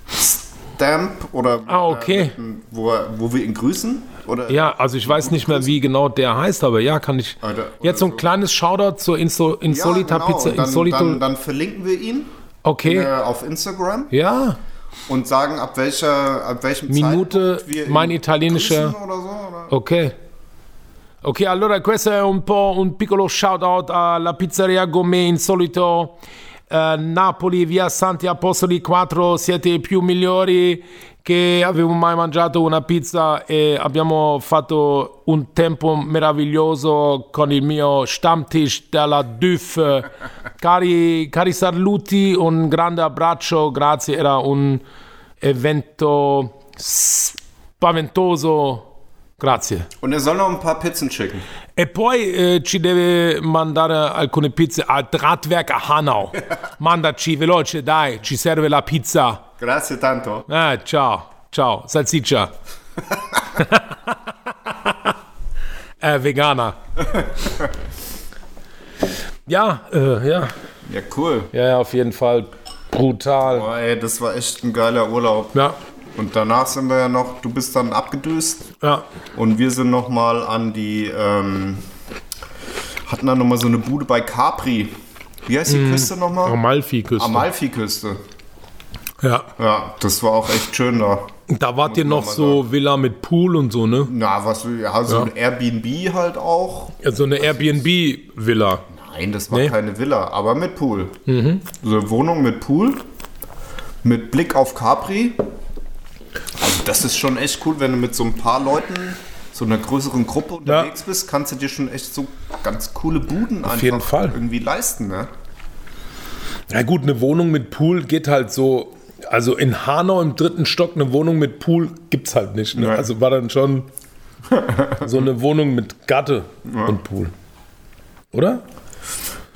Stamp oder äh, Ah, okay. mit einem, wo, er- wo wir ihn grüßen? Oder ja, also ich weiß nicht mehr, wie genau der heißt, aber ja, kann ich. Oder- oder Jetzt so ein so. kleines Shoutout zur Inso, Ja, Insolita genau. Pizza, Und dann, Insolito. Dann, dann verlinken wir ihn äh, okay, auf Instagram ja, und sagen, ab welcher ab welchem Minute, Zeitpunkt wir ihn mein italienischer- grüßen oder so, oder? Ok. Ok, allora questo è un po' un piccolo shout out alla pizzeria Gourmet Insolito eh, Napoli, via Santi Apostoli 4. Siete i più migliori che avevo mai mangiato una pizza e abbiamo fatto un tempo meraviglioso con il mio stammtisch della DUF. Cari, cari saluti, un grande abbraccio, grazie, era un evento spaventoso. Grazie. Und er soll noch ein paar Pizzen schicken. E poi eh, ci deve mandare alcune pizze a Drahtwerk a Hanau. Mandaci veloce, dai, ci serve la pizza. Grazie tanto. Eh, ciao, ciao, salsiccia. äh, Veganer. ja, äh, ja. Ja, cool. Ja, ja, auf jeden Fall brutal. Boah, ey, das war echt ein geiler Urlaub. Ja, Und danach sind wir ja noch, du bist dann abgedüst ja. Und wir sind nochmal an die, ähm, hatten dann nochmal so eine Bude bei Capri. Wie heißt die Küste nochmal? Mhm. Amalfi-Küste. Amalfi-Küste. ja. Ja, das war auch echt schön da. Da wart ihr noch man mal so Villa mit Pool und so, ne? Na, was, ja, so Ja. ein Airbnb halt auch. Ja, So eine Airbnb-Villa. Nein, das war Nee. keine Villa, aber mit Pool. So eine Wohnung mit Pool, mit Blick auf Capri. Also das ist schon echt cool, wenn du mit so ein paar Leuten, so einer größeren Gruppe unterwegs bist, kannst du dir schon echt so ganz coole Buden einfach jeden Fall. irgendwie leisten. Ne? Na gut, eine Wohnung mit Pool geht halt so. Also in Hanau im dritten Stock eine Wohnung mit Pool gibt's halt nicht. Ne? Nein. Also war dann schon so eine Wohnung mit Gatte und Pool. Oder?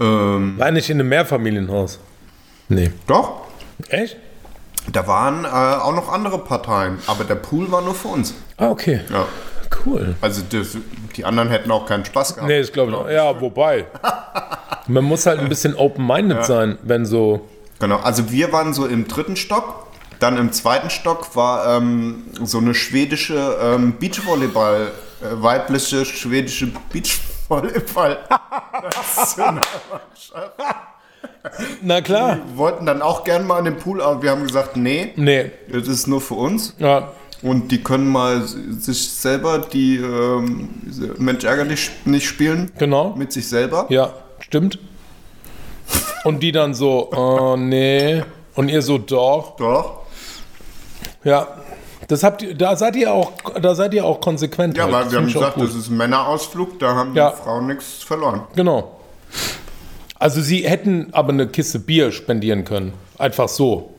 Ähm, War nicht in einem Mehrfamilienhaus. Nee. doch, Echt? da waren äh, auch noch andere Parteien, aber der Pool war nur für uns. Ah, okay. Ja. Cool. Also das, die anderen hätten auch keinen Spaß gehabt. Nee, das glaube ich auch. Ja, wobei. Man muss halt ein bisschen open-minded sein, wenn so. Genau, also wir waren so im dritten Stock. Dann im zweiten Stock war ähm, so eine schwedische ähm, Beachvolleyball, äh, weibliche schwedische Beachvolleyball. Na klar. Wir wollten dann auch gerne mal an den Pool, aber wir haben gesagt, nee, Nee. das ist nur für uns. Ja. Und die können mal sich selber die ähm, diese Mensch ärgerlich nicht spielen. Genau. Mit sich selber. Ja, stimmt. Und die dann so, oh nee. Und ihr so, doch. Doch. Ja. Das habt ihr, da seid ihr auch, da seid ihr auch konsequent. Ja, halt. weil Das wir haben find ich auch gesagt, gut. das ist ein Männerausflug, da haben Ja. die Frauen nichts verloren. Genau. Also sie hätten aber eine Kiste Bier spendieren können. Einfach so.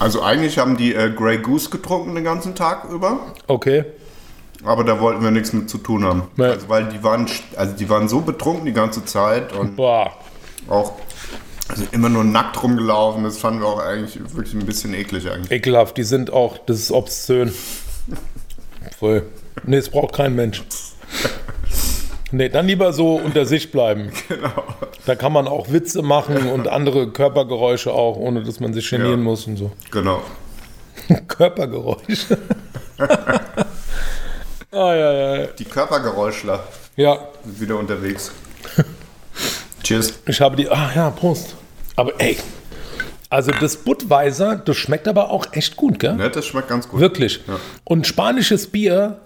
Also eigentlich haben die äh, Grey Goose getrunken den ganzen Tag über, Okay. aber da wollten wir nichts mit zu tun haben. Nee. Also, weil die waren, st- also die waren so betrunken die ganze Zeit und Boah. auch also immer nur nackt rumgelaufen. Das fanden wir auch eigentlich wirklich ein bisschen eklig eigentlich. Ekelhaft. Die sind auch, das ist obszön. Voll. Nee, es braucht kein Mensch. Nee, dann lieber so unter sich bleiben. Genau. Da kann man auch Witze machen und andere Körpergeräusche auch, ohne dass man sich genieren Ja. muss und so. Genau. Körpergeräusche. ah, ja, ja, ja. Die Körpergeräuschler Ja, sind wieder unterwegs. Cheers. Ich habe die. Ah ja, Prost. Aber ey. Also das Budweiser, das schmeckt aber auch echt gut, gell? Ne, das schmeckt ganz gut. Wirklich. Ja. Und spanisches Bier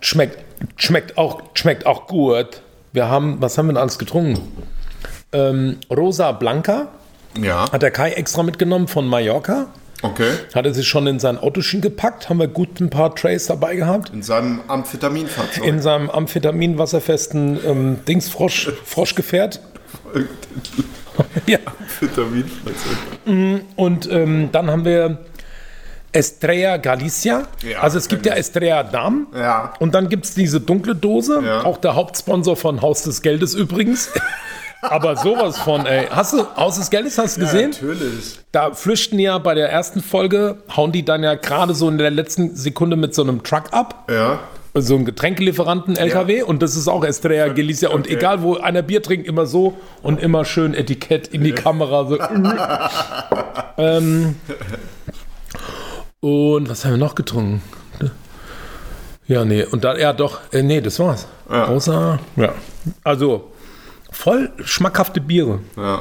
schmeckt, schmeckt, auch, schmeckt auch gut. Wir haben, was haben wir denn alles getrunken? Ähm, Rosa Blanca Ja. hat der Kai extra mitgenommen von Mallorca. Okay. Hat er sich schon in sein Autoschen gepackt, haben wir gut ein paar Trays dabei gehabt. In seinem Amphetaminfahrzeug. In seinem Amphetamin-wasserfesten ähm, Dingsfrosch, Froschgefährt. ja. Amphetaminfahrzeug. Und ähm, dann haben wir Estrella Galicia. Ja, also es gibt ja Estrella Dam. Ja. Und dann gibt es diese dunkle Dose. Ja. Auch der Hauptsponsor von Haus des Geldes übrigens. Aber sowas von, ey. Hast du Haus des Geldes hast du gesehen? Natürlich. Da flüchten ja bei der ersten Folge, hauen die dann ja gerade so in der letzten Sekunde mit so einem Truck ab. Ja. So einem Getränkelieferanten LKW. Und das ist auch Estrella Galicia. Und Okay. egal, wo einer Bier trinkt, immer so und immer schön Etikett in die Kamera. So. Ähm, Und was haben wir noch getrunken? Ja, nee, und dann, ja doch, äh, nee, das war's. Ja. Außer, ja. Also, voll schmackhafte Biere. Ja.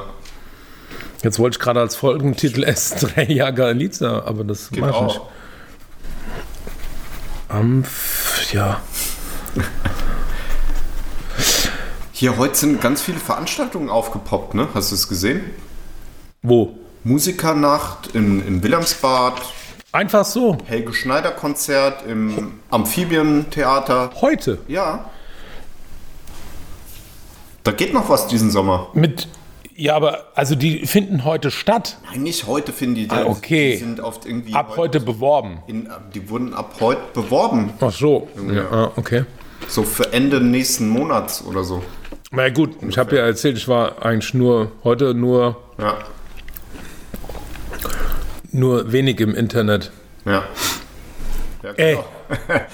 Jetzt wollte ich gerade als Folgentitel Estrella Galicia, aber das Geht mach ich nicht. auch. Ampf, ja. Hier heute sind ganz viele Veranstaltungen aufgepoppt, ne? Hast du es gesehen? Wo? Musikernacht im, im Wilhelmsbad, Einfach so. Helge Schneider Konzert im Amphibientheater. Heute. Ja. Da geht noch was diesen Sommer. Mit, ja, aber, also die finden heute statt. Nein, nicht heute finden die. Ah, okay. Die sind oft irgendwie. Ab heute beworben. In, die wurden ab heute beworben. Ach so. Ja, ah, okay. So für Ende nächsten Monats oder so. Na gut, ich habe ja erzählt, ich war eigentlich nur, heute nur Ja. Nur wenig im Internet. Ja. Ja, Ey.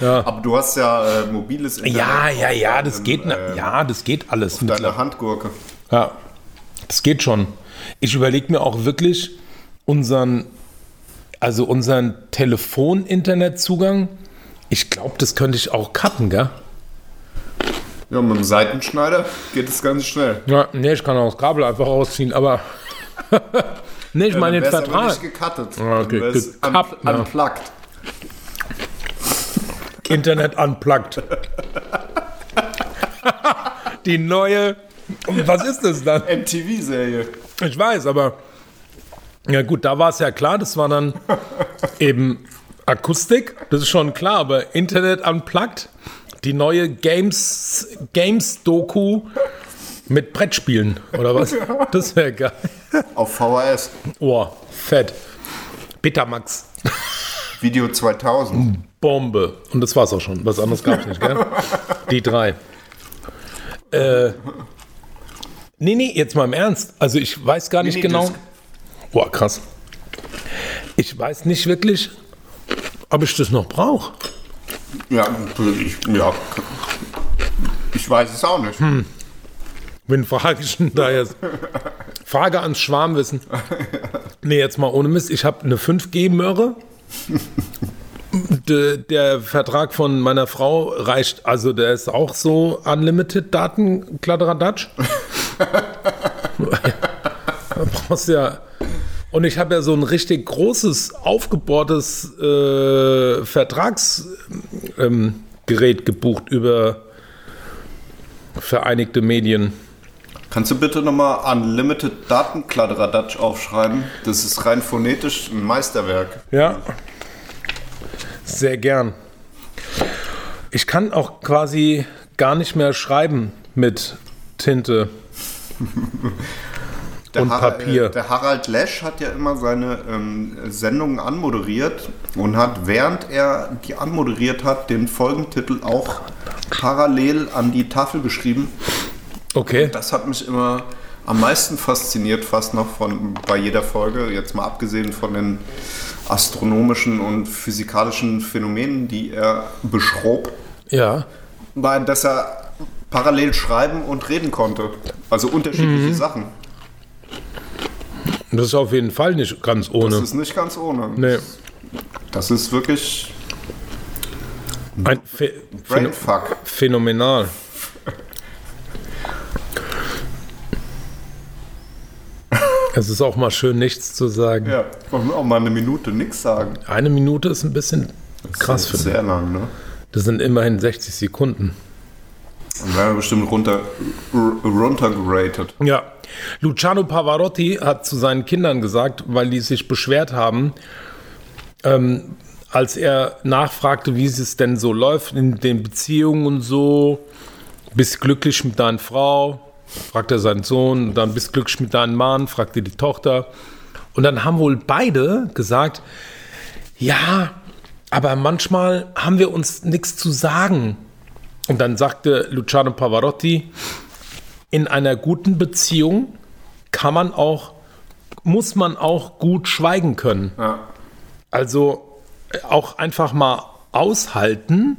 genau. Aber du hast ja äh, mobiles Internet. Äh, Ja, ja, ja, das Ähm, geht. na- ähm, Ja, das geht alles. Deine Handgurke. Ja, das geht schon. Ich überlege mir auch wirklich unseren, also unseren Telefon-Internetzugang. Ich glaube, das könnte ich auch cutten, gell? Ja, mit dem Seitenschneider geht es ganz schnell. Ja, nee, ich kann auch das Kabel einfach ausziehen, aber. nee, ich meine den Äh, Dann wär's aber Vertrag. nicht gecuttet. Ah, okay, Dann wär's un gekappt, ja. unplugged. Internet unplugged. Die neue. Was ist das dann? MTV-Serie. Ich weiß, aber ja gut, da war es ja klar, das war dann eben Akustik, das ist schon klar, aber Internet unplugged, die neue Games Games Doku mit Brettspielen oder was? Das wäre geil. Auf VHS. Oh, fett. Bittermax. Video 2000. Bombe. Und das war's auch schon. Was anderes gab's nicht, gell? Die drei. Äh, nee, nee, jetzt mal im Ernst. Also ich weiß gar nicht genau. Minidisc. Boah, krass. Ich weiß nicht wirklich, ob ich das noch brauche. Ja, ich, ja. Ich weiß es auch nicht. Hm. Wenn frage ich denn da jetzt? Frage ans Schwarmwissen. Nee, jetzt mal ohne Mist. Ich habe eine 5G-Möhre. De, der Vertrag von meiner Frau reicht, also der ist auch so unlimited Daten, Kladderadatsch. brauchst ja. Und ich habe ja so ein richtig großes, aufgebohrtes äh, Vertragsgerät ähm, Gerät gebucht über Vereinigte Medien. Kannst du bitte nochmal Unlimited Datenkladderadatsch aufschreiben? Das ist rein phonetisch ein Meisterwerk. Ja. Sehr gern. Ich kann auch quasi gar nicht mehr schreiben mit Tinte. Der Und Harald- Papier. Der Harald Lesch hat ja immer seine ähm, Sendungen anmoderiert und hat, während er die anmoderiert hat, den Folgentitel auch parallel an die Tafel geschrieben. Okay. Das hat mich immer am meisten fasziniert, fast noch von bei jeder Folge, jetzt mal abgesehen von den astronomischen und physikalischen Phänomenen, die er beschrob, Ja. war, dass er parallel schreiben und reden konnte. Also unterschiedliche Mhm. Sachen. Das ist auf jeden Fall nicht ganz ohne. Das ist nicht ganz ohne. nee. Das ist wirklich Ein Ph Phäno Brainfuck. phänomenal. Es ist auch mal schön, nichts zu sagen. Ja, wollen wir auch mal eine Minute nichts sagen. Eine Minute ist ein bisschen krass für mich. Sehr lang, ne? Das sind immerhin 60 Sekunden. Dann werden wir bestimmt runter, r- runtergeratet. Ja. Luciano Pavarotti hat zu seinen Kindern gesagt, weil die sich beschwert haben, ähm, als er nachfragte, wie es denn so läuft in den Beziehungen und so, bist glücklich mit deiner Frau, fragte er seinen Sohn, und dann bist glücklich mit deinem Mann, fragte die Tochter. Und dann haben wohl beide gesagt, ja, aber manchmal haben wir uns nichts zu sagen. Und dann sagte Luciano Pavarotti, in einer guten Beziehung kann man auch, muss man auch gut schweigen können. Ja. Also äh, auch einfach mal aushalten,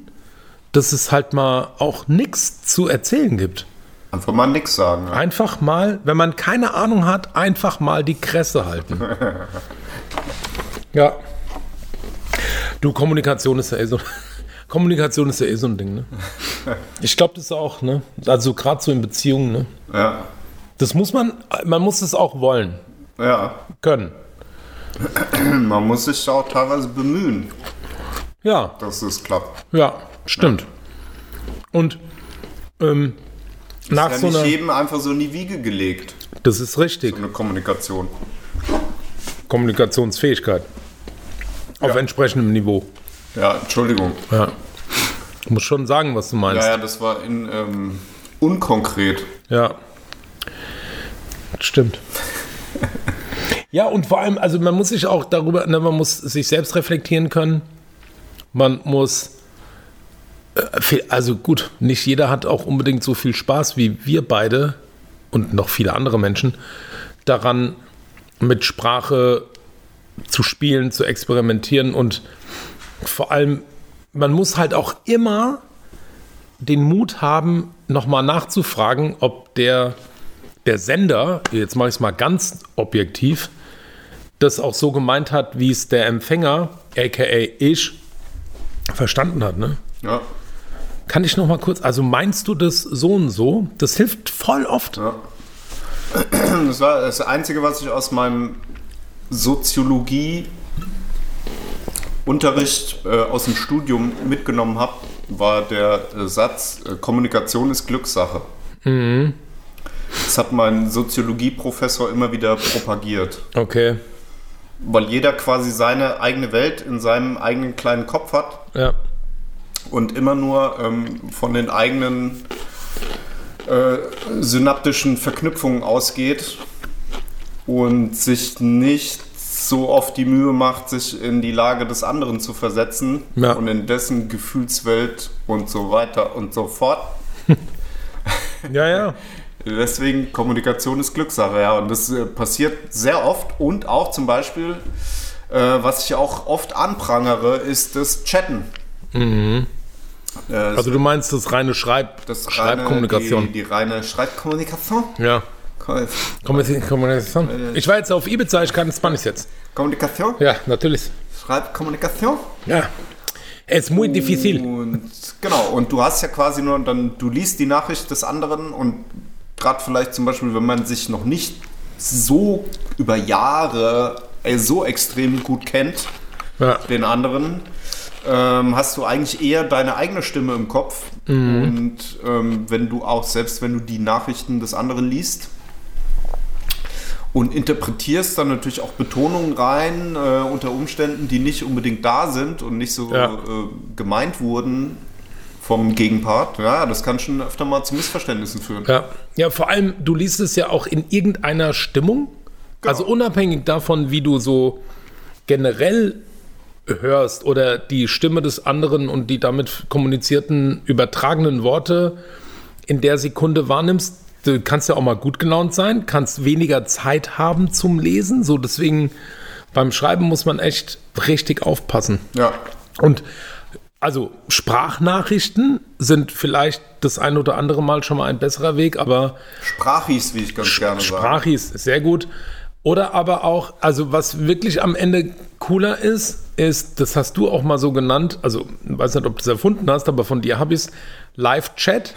dass es halt mal auch nichts zu erzählen gibt. Einfach mal nichts sagen. Ne? Einfach mal, wenn man keine Ahnung hat, einfach mal die Kresse halten. ja. Du, Kommunikation ist ja eh so. Kommunikation ist ja eh so ein Ding, ne? Ich glaube, das auch, ne? Also gerade so in Beziehungen, ne? Ja. Das muss man, man muss es auch wollen, Ja. können. Man muss sich da auch teilweise bemühen, Ja, dass es klappt. ja, stimmt. Und ähm, nach Ist so ne. ja einer, nicht jedem einfach so in die Wiege gelegt, das ist richtig, eine Kommunikation. Kommunikationsfähigkeit auf entsprechendem Niveau. Ja, Entschuldigung. Ja. Du musst schon sagen, was du meinst. Ja, ja, das war in, ähm, unkonkret. Ja. Stimmt. ja, und vor allem, also man muss sich auch darüber, ne, man muss sich selbst reflektieren können. Man muss. äh, viel- Also gut, nicht jeder hat auch unbedingt so viel Spaß wie wir beide und noch viele andere Menschen daran, mit Sprache zu spielen, zu experimentieren und vor allem, man muss halt auch immer den Mut haben, nochmal nachzufragen, ob der, der Sender, jetzt mache ich es mal ganz objektiv, das auch so gemeint hat, wie es der Empfänger, aka ich, verstanden hat. Ne? Ja. Kann ich nochmal kurz, also meinst du das so und so? Das hilft voll oft. Das war das Einzige, was ich aus meinem Soziologie-Unterricht äh, aus dem Studium mitgenommen habe, war der äh, Satz: äh, Kommunikation ist Glückssache. Das hat mein Soziologieprofessor immer wieder propagiert, Okay, weil jeder quasi seine eigene Welt in seinem eigenen kleinen Kopf hat ja. und immer nur ähm, von den eigenen äh, synaptischen Verknüpfungen ausgeht und sich nicht so oft die Mühe macht, sich in die Lage des anderen zu versetzen Ja. und in dessen Gefühlswelt und so weiter und so fort. Ja, ja. Deswegen Kommunikation ist Glückssache, ja. Und das äh, passiert sehr oft und auch zum Beispiel, äh, was ich auch oft anprangere, ist das Chatten. Äh, Also du meinst das reine Schreib Das Schreibkommunikation. Reine, die, die reine Schreibkommunikation. ja. Ko- Kommunikation. Kommunikation. Ich war jetzt auf Ibiza, ich kann Spanisch jetzt. Kommunikation? Ja, natürlich. Schreibkommunikation? Ja. Es muy difícil. Und genau, und du hast ja quasi nur dann, du liest die Nachricht des anderen und gerade vielleicht zum Beispiel, wenn man sich noch nicht so über Jahre äh, so extrem gut kennt, Ja. den anderen, ähm, hast du eigentlich eher deine eigene Stimme im Kopf. Mhm. Und ähm, wenn du auch, selbst wenn du die Nachrichten des anderen liest und interpretierst dann natürlich auch Betonungen rein, äh, unter Umständen, die nicht unbedingt da sind und nicht so Ja. äh, gemeint wurden vom Gegenpart, ja, das kann schon öfter mal zu Missverständnissen führen. Ja. ja, vor allem, du liest es ja auch in irgendeiner Stimmung. Also unabhängig davon, wie du so generell hörst oder die Stimme des anderen und die damit kommunizierten, übertragenen Worte in der Sekunde wahrnimmst. Du kannst ja auch mal gut gelaunt sein, kannst weniger Zeit haben zum Lesen. So, deswegen beim Schreiben muss man echt richtig aufpassen. Ja. Und also Sprachnachrichten sind vielleicht das ein oder andere Mal schon mal ein besserer Weg, aber Sprachis, wie ich ganz gerne sage. Sprachis ist sehr gut. Oder aber auch, also was wirklich am Ende cooler ist, ist, das hast du auch mal so genannt, also weiß nicht, ob du es erfunden hast, aber von dir habe ich es, Live-Chat.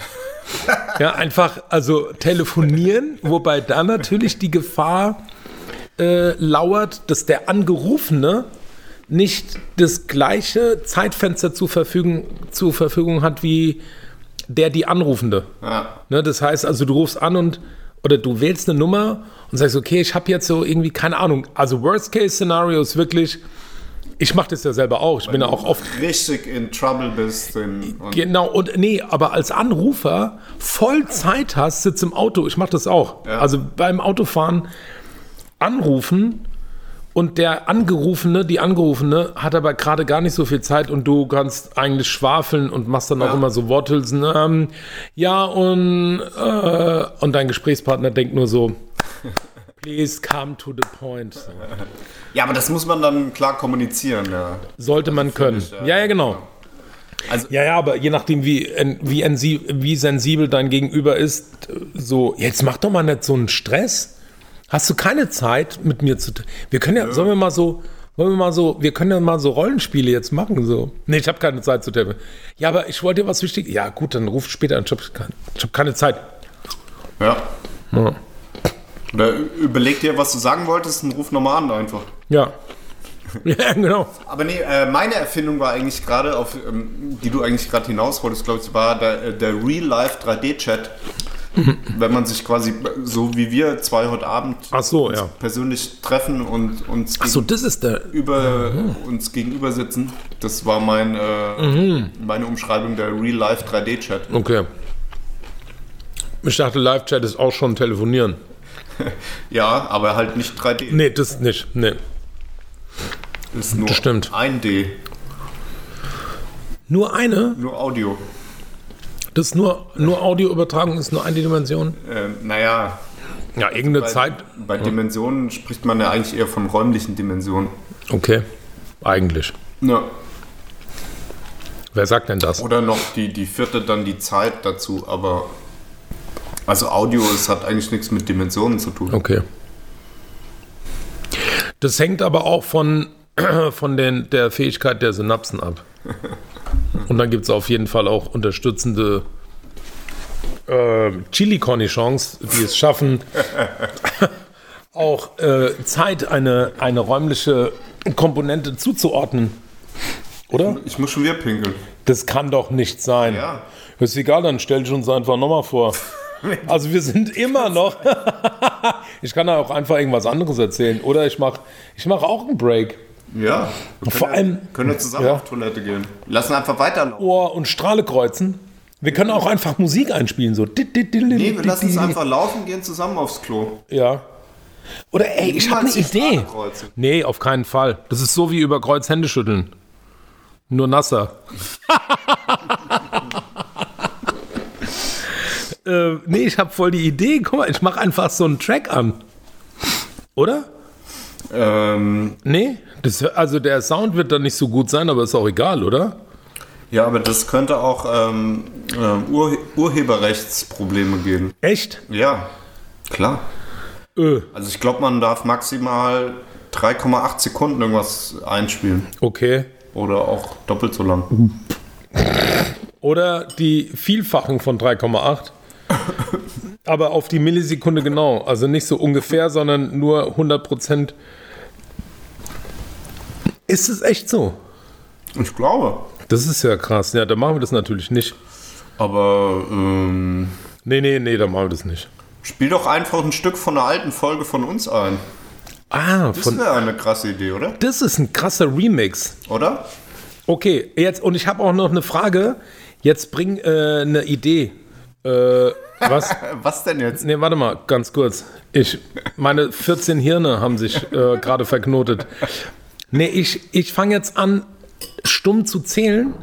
ja, einfach, also telefonieren, wobei da natürlich die Gefahr äh, lauert, dass der Angerufene nicht das gleiche Zeitfenster zur Verfügung, zur Verfügung hat wie der die Anrufende. Ja. Ne, das heißt also, du rufst an und oder du wählst eine Nummer und sagst, okay, ich habe jetzt so irgendwie keine Ahnung. Also Worst-Case-Szenario ist wirklich, ich mache das ja selber auch. Ich bin ja auch oft Richtig in Trouble bist. In, und Genau, und nee, aber als Anrufer voll Zeit hast, sitzt im Auto. Ich mache das auch. Ja. Also beim Autofahren anrufen und der Angerufene, die Angerufene, hat aber gerade gar nicht so viel Zeit und du kannst eigentlich schwafeln und machst dann auch immer so Worthülsen. Ähm, ja, und, äh, und dein Gesprächspartner denkt nur so. Please come to the point. So. Ja, aber das muss man dann klar kommunizieren. Ja. Sollte man können. Ja, ja, genau. Also- ja, ja, aber je nachdem, wie, en- wie, ensi- wie sensibel dein Gegenüber ist, so, jetzt mach doch mal nicht so einen Stress. Hast du keine Zeit, mit mir zu. t- Wir können ja, sollen wir mal so, wollen wir mal so, wir können ja mal so Rollenspiele jetzt machen, so. Nee, ich habe keine Zeit zu tippen. Ja, aber ich wollte dir was wichtig. Ja, gut, dann ruf später an. Ich habe hab keine Zeit. ja. Ja. Oder ü- überleg dir, was du sagen wolltest und ruf nochmal an einfach. Ja, ja genau. Aber nee, äh, meine Erfindung war eigentlich gerade, auf ähm, die du eigentlich gerade hinaus wolltest, glaube ich, war der, äh, der Real-Life 3D-Chat. Wenn man sich quasi, äh, so wie wir zwei heute Abend Ach so, uns ja. persönlich treffen und uns So, das ist der. gegenüber, uns gegenüber sitzen, das war mein, äh, meine Umschreibung der Real-Life 3D-Chat. Okay. Ich dachte, Live-Chat ist auch schon telefonieren. Ja, aber halt nicht 3D. Nee, das nicht. Nee. ist nur das stimmt. 1D, Nur eine? nur Audio. Das ist nur, nur Audioübertragung ist nur eine Dimension? Äh, naja, Ja, irgendeine bei, Zeit. bei Dimensionen spricht man ja eigentlich eher von räumlichen Dimensionen. Okay, eigentlich. Ja. Wer sagt denn das? Oder noch die, die vierte, dann die Zeit dazu, aber. Also Audio, es hat eigentlich nichts mit Dimensionen zu tun. Okay. Das hängt aber auch von, von den, der Fähigkeit der Synapsen ab. Und dann gibt es auf jeden Fall auch unterstützende äh, Chili-Cornichons, die es schaffen, auch äh, Zeit eine, eine räumliche Komponente zuzuordnen. Oder? Ich muss schon wieder pinkeln. Das kann doch nicht sein. Ja. Ist egal, dann stell dich uns einfach nochmal vor. Also wir sind immer noch. ich kann da auch einfach irgendwas anderes erzählen. Oder ich mache ich mach auch einen Break. Ja. Wir Vor können ja, allem- Können wir zusammen Ja. Oh, auf Toilette gehen. Lassen einfach weiterlaufen. Ohr und Strahle kreuzen. Wir können auch einfach Musik einspielen. So. Nee, wir lassen es einfach laufen, gehen zusammen aufs Klo. Ja. Oder ey, ich habe eine Niemals die Idee. Straßenkreuze. Nee, auf keinen Fall. Das ist so wie über Kreuz Hände schütteln. Nur nasser. äh, nee, ich habe voll die Idee. Guck mal, ich mache einfach so einen Track an. Oder? Ähm, Nee? Das, also der Sound wird dann nicht so gut sein, aber ist auch egal, oder? ja, aber das könnte auch ähm, ähm, Urhe Urheberrechtsprobleme geben. Echt? Ja, klar. Äh, Also ich glaube, man darf maximal 3,8 Sekunden irgendwas einspielen. okay. Oder auch doppelt so lang. Oder die Vielfachung von 3,8. aber auf die Millisekunde genau. Also nicht so ungefähr, sondern nur 100 Prozent. Ist es echt so? Ich glaube. Das ist ja krass. Ja, da machen wir das natürlich nicht. Aber ähm, Nee, nee, nee, da machen wir das nicht. spiel doch einfach ein Stück von einer alten Folge von uns ein. Ah, Das von, wäre eine krasse Idee, oder? das ist ein krasser Remix. Oder? Okay, jetzt, und ich habe auch noch eine Frage. Jetzt bring äh, eine Idee. Äh, was? Äh, Was denn jetzt? Nee, warte mal, ganz kurz. Ich, meine 14 Hirne haben sich äh, gerade verknotet. Nee, ich, ich fange jetzt an, stumm zu zählen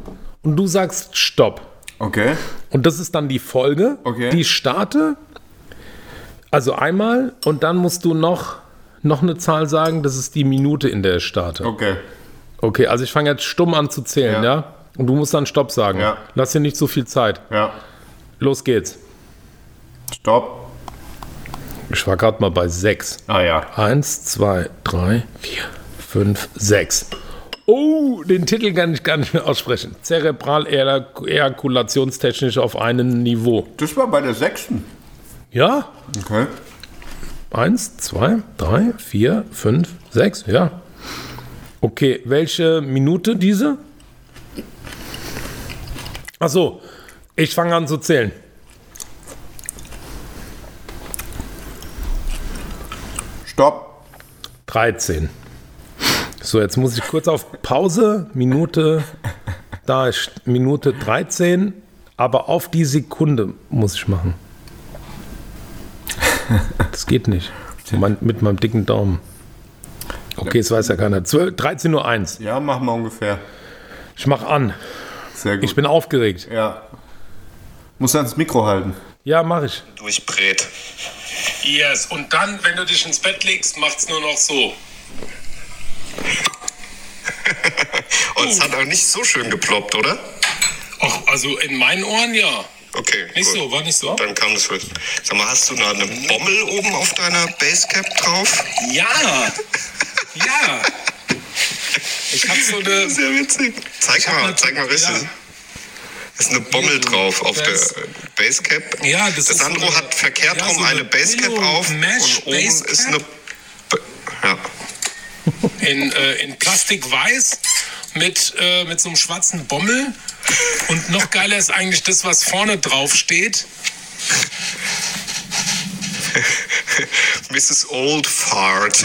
und du sagst Stopp. Okay. Und das ist dann die Folge. Okay. Die ich starte. Also einmal und dann musst du noch, noch eine Zahl sagen. Das ist die Minute, in der ich starte. Okay. Okay, also ich fange jetzt stumm an zu zählen, ja? Ja. Und du musst dann Stopp sagen. Ja. Lass dir nicht so viel Zeit. Ja. Los geht's. Stopp. Ich war gerade mal bei 6. Ah ja. 1, 2, 3, 4, 5, 6. Oh, den Titel kann ich gar nicht mehr aussprechen. Zerebral ejakulationstechnisch auf einem Niveau. Das war bei der sechsten. Ja? Okay. Eins, zwei, drei, vier, fünf, sechs, ja. Okay, welche Minute diese? Ach so, ich fange an zu zählen. Stopp. 13. So, jetzt muss ich kurz auf Pause. Minute, da ist Minute 13, aber auf die Sekunde muss ich machen. Das geht nicht. Mein, mit meinem dicken Daumen. Okay, es weiß ja keiner. 12, 13.01 Uhr. Ja, machen wir ungefähr. Ich mach an. Sehr gut. Ich bin aufgeregt. ja. Muss ans Mikro halten. Ja, mach ich. durchbrät. Yes, und dann, wenn du dich ins Bett legst, macht's nur noch so. Und Oh, Hm. es hat auch nicht so schön geploppt, oder? Ach, also in meinen Ohren ja. Okay. gut. war nicht so. Dann kam das wohl. Sag mal, hast du da eine Bommel oben auf deiner Basecap drauf? Ja! Ja! Ich hab so eine. Sehr witzig. Zeig hab mal, eine- zeig mal richtig. ja. Ist eine Bommel drauf auf der Das- Basecap. Ja, das ist so Sandro eine- hat verkehrt ja, rum so eine eine Basecap Pillow auf Mesh und oben Basecap. ist eine. B ja. in, äh, in Plastikweiß mit, äh, mit so einem schwarzen Bommel. Und noch geiler ist eigentlich das, was vorne drauf steht. Mrs. Old Fart.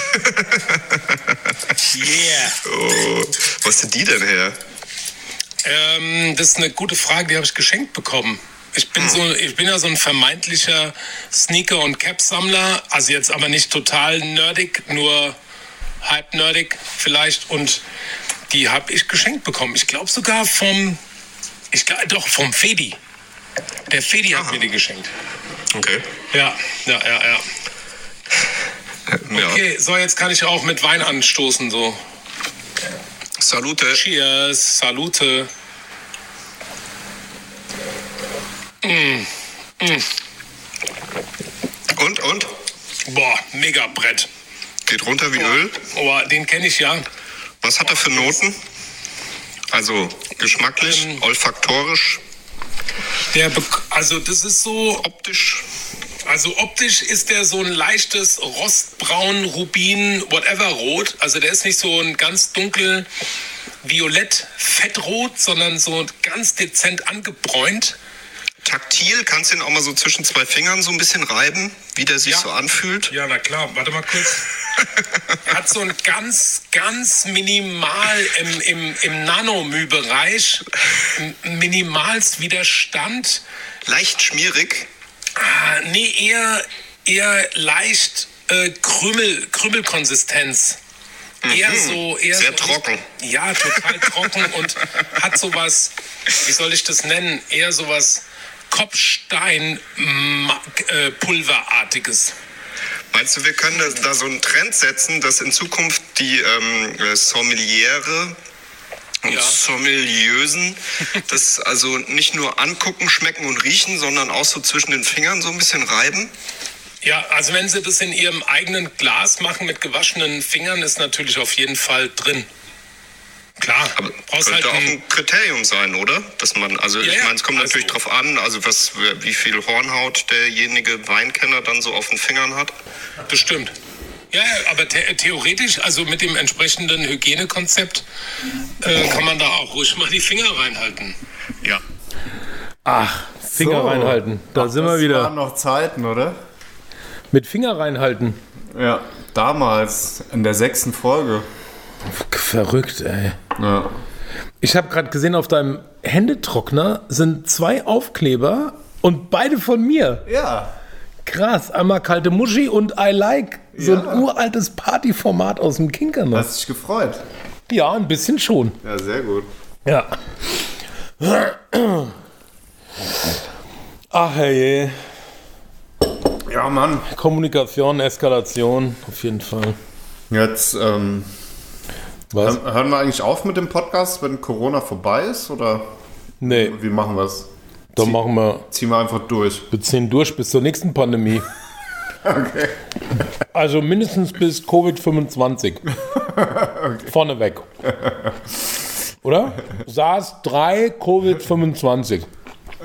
Yeah. Oh, wo hast du die denn her? Ähm, das ist eine gute Frage, die habe ich geschenkt bekommen. Ich bin, so, ich bin ja so ein vermeintlicher Sneaker- und Cap-Sammler, also jetzt aber nicht total nerdig, nur halb nerdig vielleicht. Und die habe ich geschenkt bekommen. Ich glaube sogar vom, ich glaub, doch vom Fedi. Der Fedi hat Aha. mir die geschenkt. Okay. Ja, ja, ja, ja. Ja. Okay, so jetzt kann ich auch mit Wein anstoßen so. Salute. Cheers, Salute. Und, und? Boah, mega Brett. Geht runter wie Öl. Boah, den kenne ich ja. Was hat er für Noten? Also geschmacklich, Ähm. olfaktorisch, Der bek- also das ist so, optisch. also optisch ist der so ein leichtes Rostbraun, Rubin, whatever Rot. Also der ist nicht so ein ganz dunkel violett fettrot, sondern so ganz dezent angebräunt. Taktil, kannst du ihn auch mal so zwischen zwei Fingern so ein bisschen reiben, wie der sich Ja. so anfühlt. Ja, na klar, warte mal kurz. Er hat so ein ganz, ganz minimal im, im, im Nanomü-Bereich, m- minimalst Widerstand. Leicht schmierig. Ah, nee, eher, eher leicht äh, Krümel, Krümelkonsistenz. Eher so, eher Mhm. Sehr so, trocken. Ja, total trocken und hat sowas, wie soll ich das nennen? Eher sowas mm, äh, Kopfstein-Pulverartiges. Meinst du, wir können da, da so einen Trend setzen, dass in Zukunft die ähm, äh, Sommeliere und Ja. Sommelieusen das also nicht nur angucken, schmecken und riechen, sondern auch so zwischen den Fingern so ein bisschen reiben? Ja, also wenn sie das in ihrem eigenen Glas machen mit gewaschenen Fingern, ist natürlich auf jeden Fall drin. Klar, Aber brauchst halt könnte auch einen, ein Kriterium sein, oder? Dass man, also Ja, ich ja. meine, es kommt Also- natürlich drauf an, also was, wie viel Hornhaut derjenige Weinkenner dann so auf den Fingern hat. bestimmt. Ja, ja, aber the theoretisch, also mit dem entsprechenden Hygienekonzept, äh, kann man da auch ruhig mal die Finger reinhalten. Ja. Ach, Finger So. reinhalten. Da sind wir das wieder. waren noch Zeiten, oder? Mit Finger reinhalten. Ja, damals, in der sechsten Folge. Verrückt, ey. Ja. Ich habe gerade gesehen, auf deinem Händetrockner sind zwei Aufkleber und beide von mir. Ja. Krass, einmal kalte Muschi und I like. So Ja. ein uraltes Partyformat aus dem Kinker noch. Hast dich gefreut. Ja, ein bisschen schon. Ja, sehr gut. Ja. Ach herrje. Ja, Mann. Kommunikation, Eskalation, auf jeden Fall. Jetzt, ähm, Was? hör- hören wir eigentlich auf mit dem Podcast, wenn Corona vorbei ist? Oder Nee, wie machen wir es? da machen wir, Ziehen wir einfach durch. wir ziehen durch bis zur nächsten Pandemie. Okay. Also mindestens bis Covid-25. Vorneweg. Oder? SARS-3, Covid-25.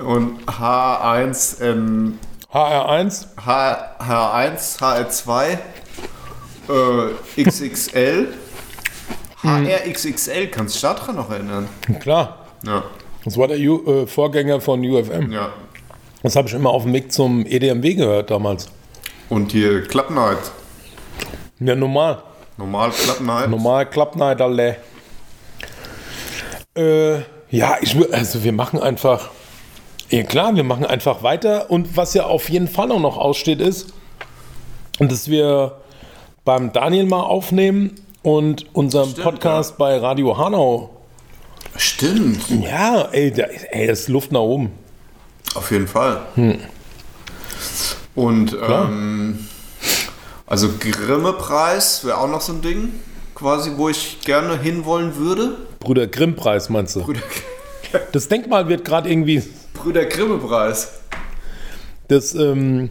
Und H1 in HR1, H, H1, HR2, äh, XXL. HRXXL, kannst du dich daran noch erinnern? klar. Ja, Das war der U äh, Vorgänger von UFM. ja. Das habe ich immer auf dem Weg zum E EDMW gehört damals. Und hier Klappenheit. Ja, normal. Normal halt. Klappenheit. Normal Klappneid, alle. Äh, ja, ich wür- also wir machen einfach. Ja klar, wir machen einfach weiter. Und was ja auf jeden Fall auch noch aussteht, ist, dass wir beim Daniel mal aufnehmen und unseren Podcast bei Radio Hanau. Stimmt. Ja, ey, da, ey, das ist Luft nach oben. Auf jeden Fall. Hm. Und ähm, also Grimme-Preis wäre auch noch so ein Ding, quasi, wo ich gerne hinwollen würde. Brüder Grimm-Preis, meinst du? Brüder, Das Denkmal wird gerade irgendwie. Brüder Grimme-Preis. Das ähm,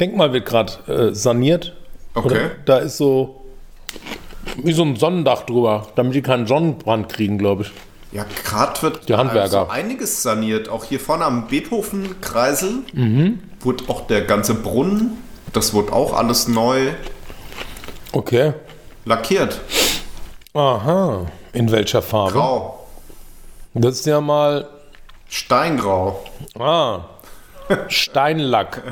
Denkmal wird gerade äh, saniert. Okay. Da ist so wie so ein Sonnendach drüber, damit die keinen Sonnenbrand kriegen, glaube ich. Ja, gerade wird Die Handwerker. also einiges saniert. Auch hier vorne am Beethoven-Kreisel Mhm. wurde auch der ganze Brunnen, das wurde auch alles neu Okay. lackiert. Aha. In welcher Farbe? Grau. Das ist ja mal Steingrau. ah, Steinlack.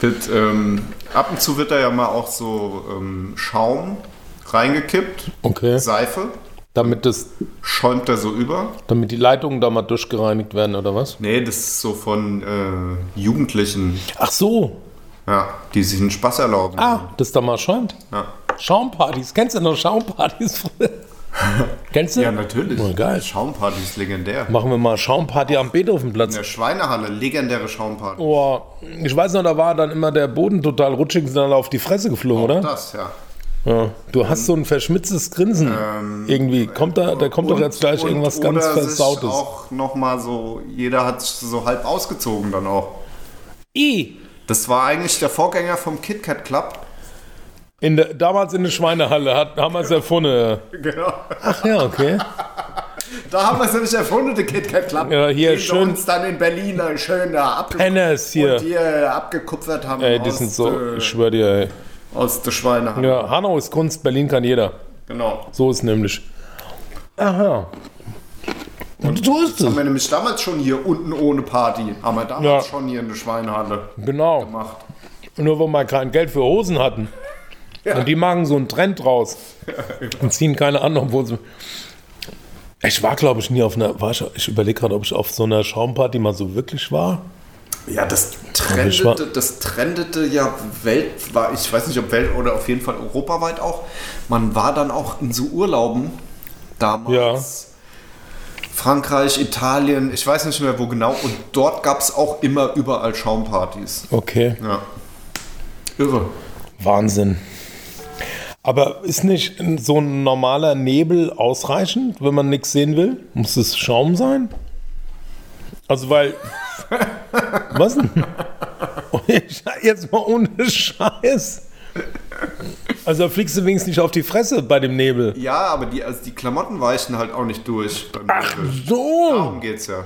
Wird, ähm, ab und zu wird da ja mal auch so ähm, Schaum reingekippt. Okay. Seife. Damit, das, Schäumt da so über. damit die Leitungen da mal durchgereinigt werden, oder was? Nee, das ist so von äh, Jugendlichen, Ach so. ja, die sich einen Spaß erlauben. Ah, das da mal schäumt. Ja. Schaumpartys. Kennst du noch Schaumpartys früher? Kennst du? ja, natürlich. Oh, geil. Schaumparty ist legendär. Machen wir mal Schaumparty am In Beethovenplatz. der Schweinehalle, legendäre Schaumparty. Boah, ich weiß noch, da war dann immer der Boden total rutschig und sind alle auf die Fresse geflogen, oder? Das, ja. Ja, du hast so ein verschmitztes Grinsen. Irgendwie kommt da, da kommt doch jetzt gleich Ähm, Und- irgendwas ganz oder Sich Versautes. auch nochmal so, jeder hat sich so halb ausgezogen dann auch. I. Das war eigentlich der Vorgänger vom Kit Kat Club. In der, damals in der Schweinehalle hat, haben wir es erfunden. äh. Genau. Ach ja, okay. Da haben wir es nämlich erfunden, der Kit Kat Club. Ja, hier den sie schön- uns dann in Berlin äh, schön da abge Penners hier. und hier abgekupfert haben. Ey, die aus äh, sind so, der- ich schwör dir, ey. aus der Schweinehalle. Ja, Hanau ist Kunst, Berlin kann jeder. Genau. So ist nämlich. Aha. Und so ist es. Haben wir nämlich damals schon hier unten ohne Party. Haben wir damals Ja. schon hier in der Schweinehalle Genau. gemacht. Nur weil wir kein Geld für Hosen hatten. Und die machen so einen Trend raus und ziehen keine an, obwohl sie. Ich war, glaube ich, nie auf einer. War ich ich überlege gerade, ob ich auf so einer Schaumparty mal so wirklich war. Ja, das ich war- trendete, das trendete ja weltweit, ich weiß nicht, ob welt oder auf jeden Fall europaweit auch. Man war dann auch in so Urlauben damals. Frankreich, Italien, ich weiß nicht mehr wo genau. Und dort gab es auch immer überall Schaumpartys. Okay. Ja. Irre. Wahnsinn. Aber ist nicht so ein normaler Nebel ausreichend, wenn man nichts sehen will? Muss es Schaum sein? Also, weil. Was Oh, denn? Jetzt mal ohne Scheiß. Also da fliegst du wenigstens nicht auf die Fresse bei dem Nebel. Ja, aber die, also die Klamotten weichen halt auch nicht durch. Beim Ach. So. Darum geht's ja.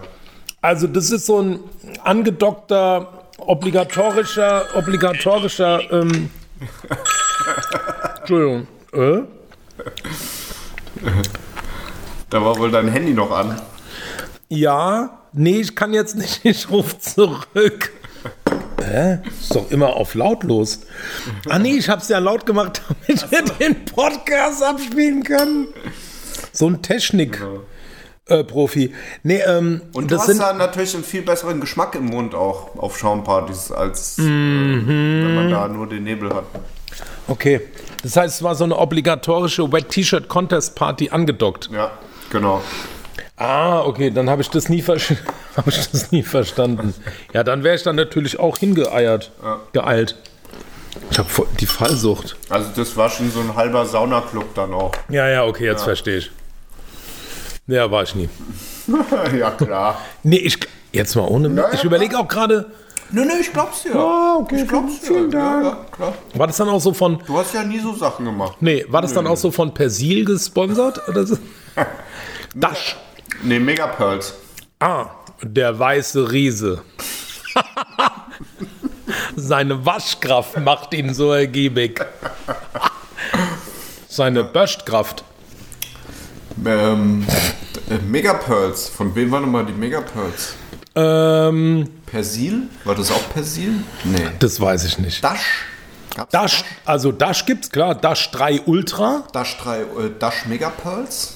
Also das ist so ein angedockter, obligatorischer, obligatorischer, ähm, Entschuldigung. Äh? Da war wohl dein Handy noch an. Ja, nee, ich kann jetzt nicht, ich rufe zurück. Hä? Ist doch immer auf lautlos. Ah nee, ich hab's ja laut gemacht, damit wir den Podcast abspielen können. So ein Technik-Profi. Äh, Profi. nee, ähm, Genau. Und du das hast sind da natürlich einen viel besseren Geschmack im Mund auch auf Schaumpartys, als äh, wenn man da nur den Nebel hat. okay. Das heißt, es war so eine obligatorische Wet T-Shirt Contest Party angedockt. Ja, genau. Ah, okay, dann habe ich das nie versch- hab ich das nie verstanden. Ja, dann wäre ich dann natürlich auch hingeeiert, geeilt. Ich habe die Fallsucht. Also das war schon so ein halber Saunaclub dann auch. Ja, ja, okay, jetzt verstehe ich. Ja, war ich nie. ja, klar. Nee, ich. Jetzt mal ohne. Ja, ja, ich überlege auch gerade, Nö, nö, ich glaub's dir. Ah, okay, ich glaub's dir. vielen Dank. Ja, ja, klar. war das dann auch so von. Du hast ja nie so Sachen gemacht. Nee, war das dann auch so von Persil gesponsert? Oder so? Das. Nee, Mega Pearls. Ah, der weiße Riese. Seine Waschkraft macht ihn so ergiebig. Seine Böschkraft. Ähm, äh, Mega Pearls. Von wem waren nochmal die Mega Pearls? Ähm, Persil? War das auch Persil? Nee. das weiß ich nicht. Dash? Gab's Dash, also Dash gibt's, klar. Dash 3 Ultra. Dash 3, äh, Dash Mega Pearls?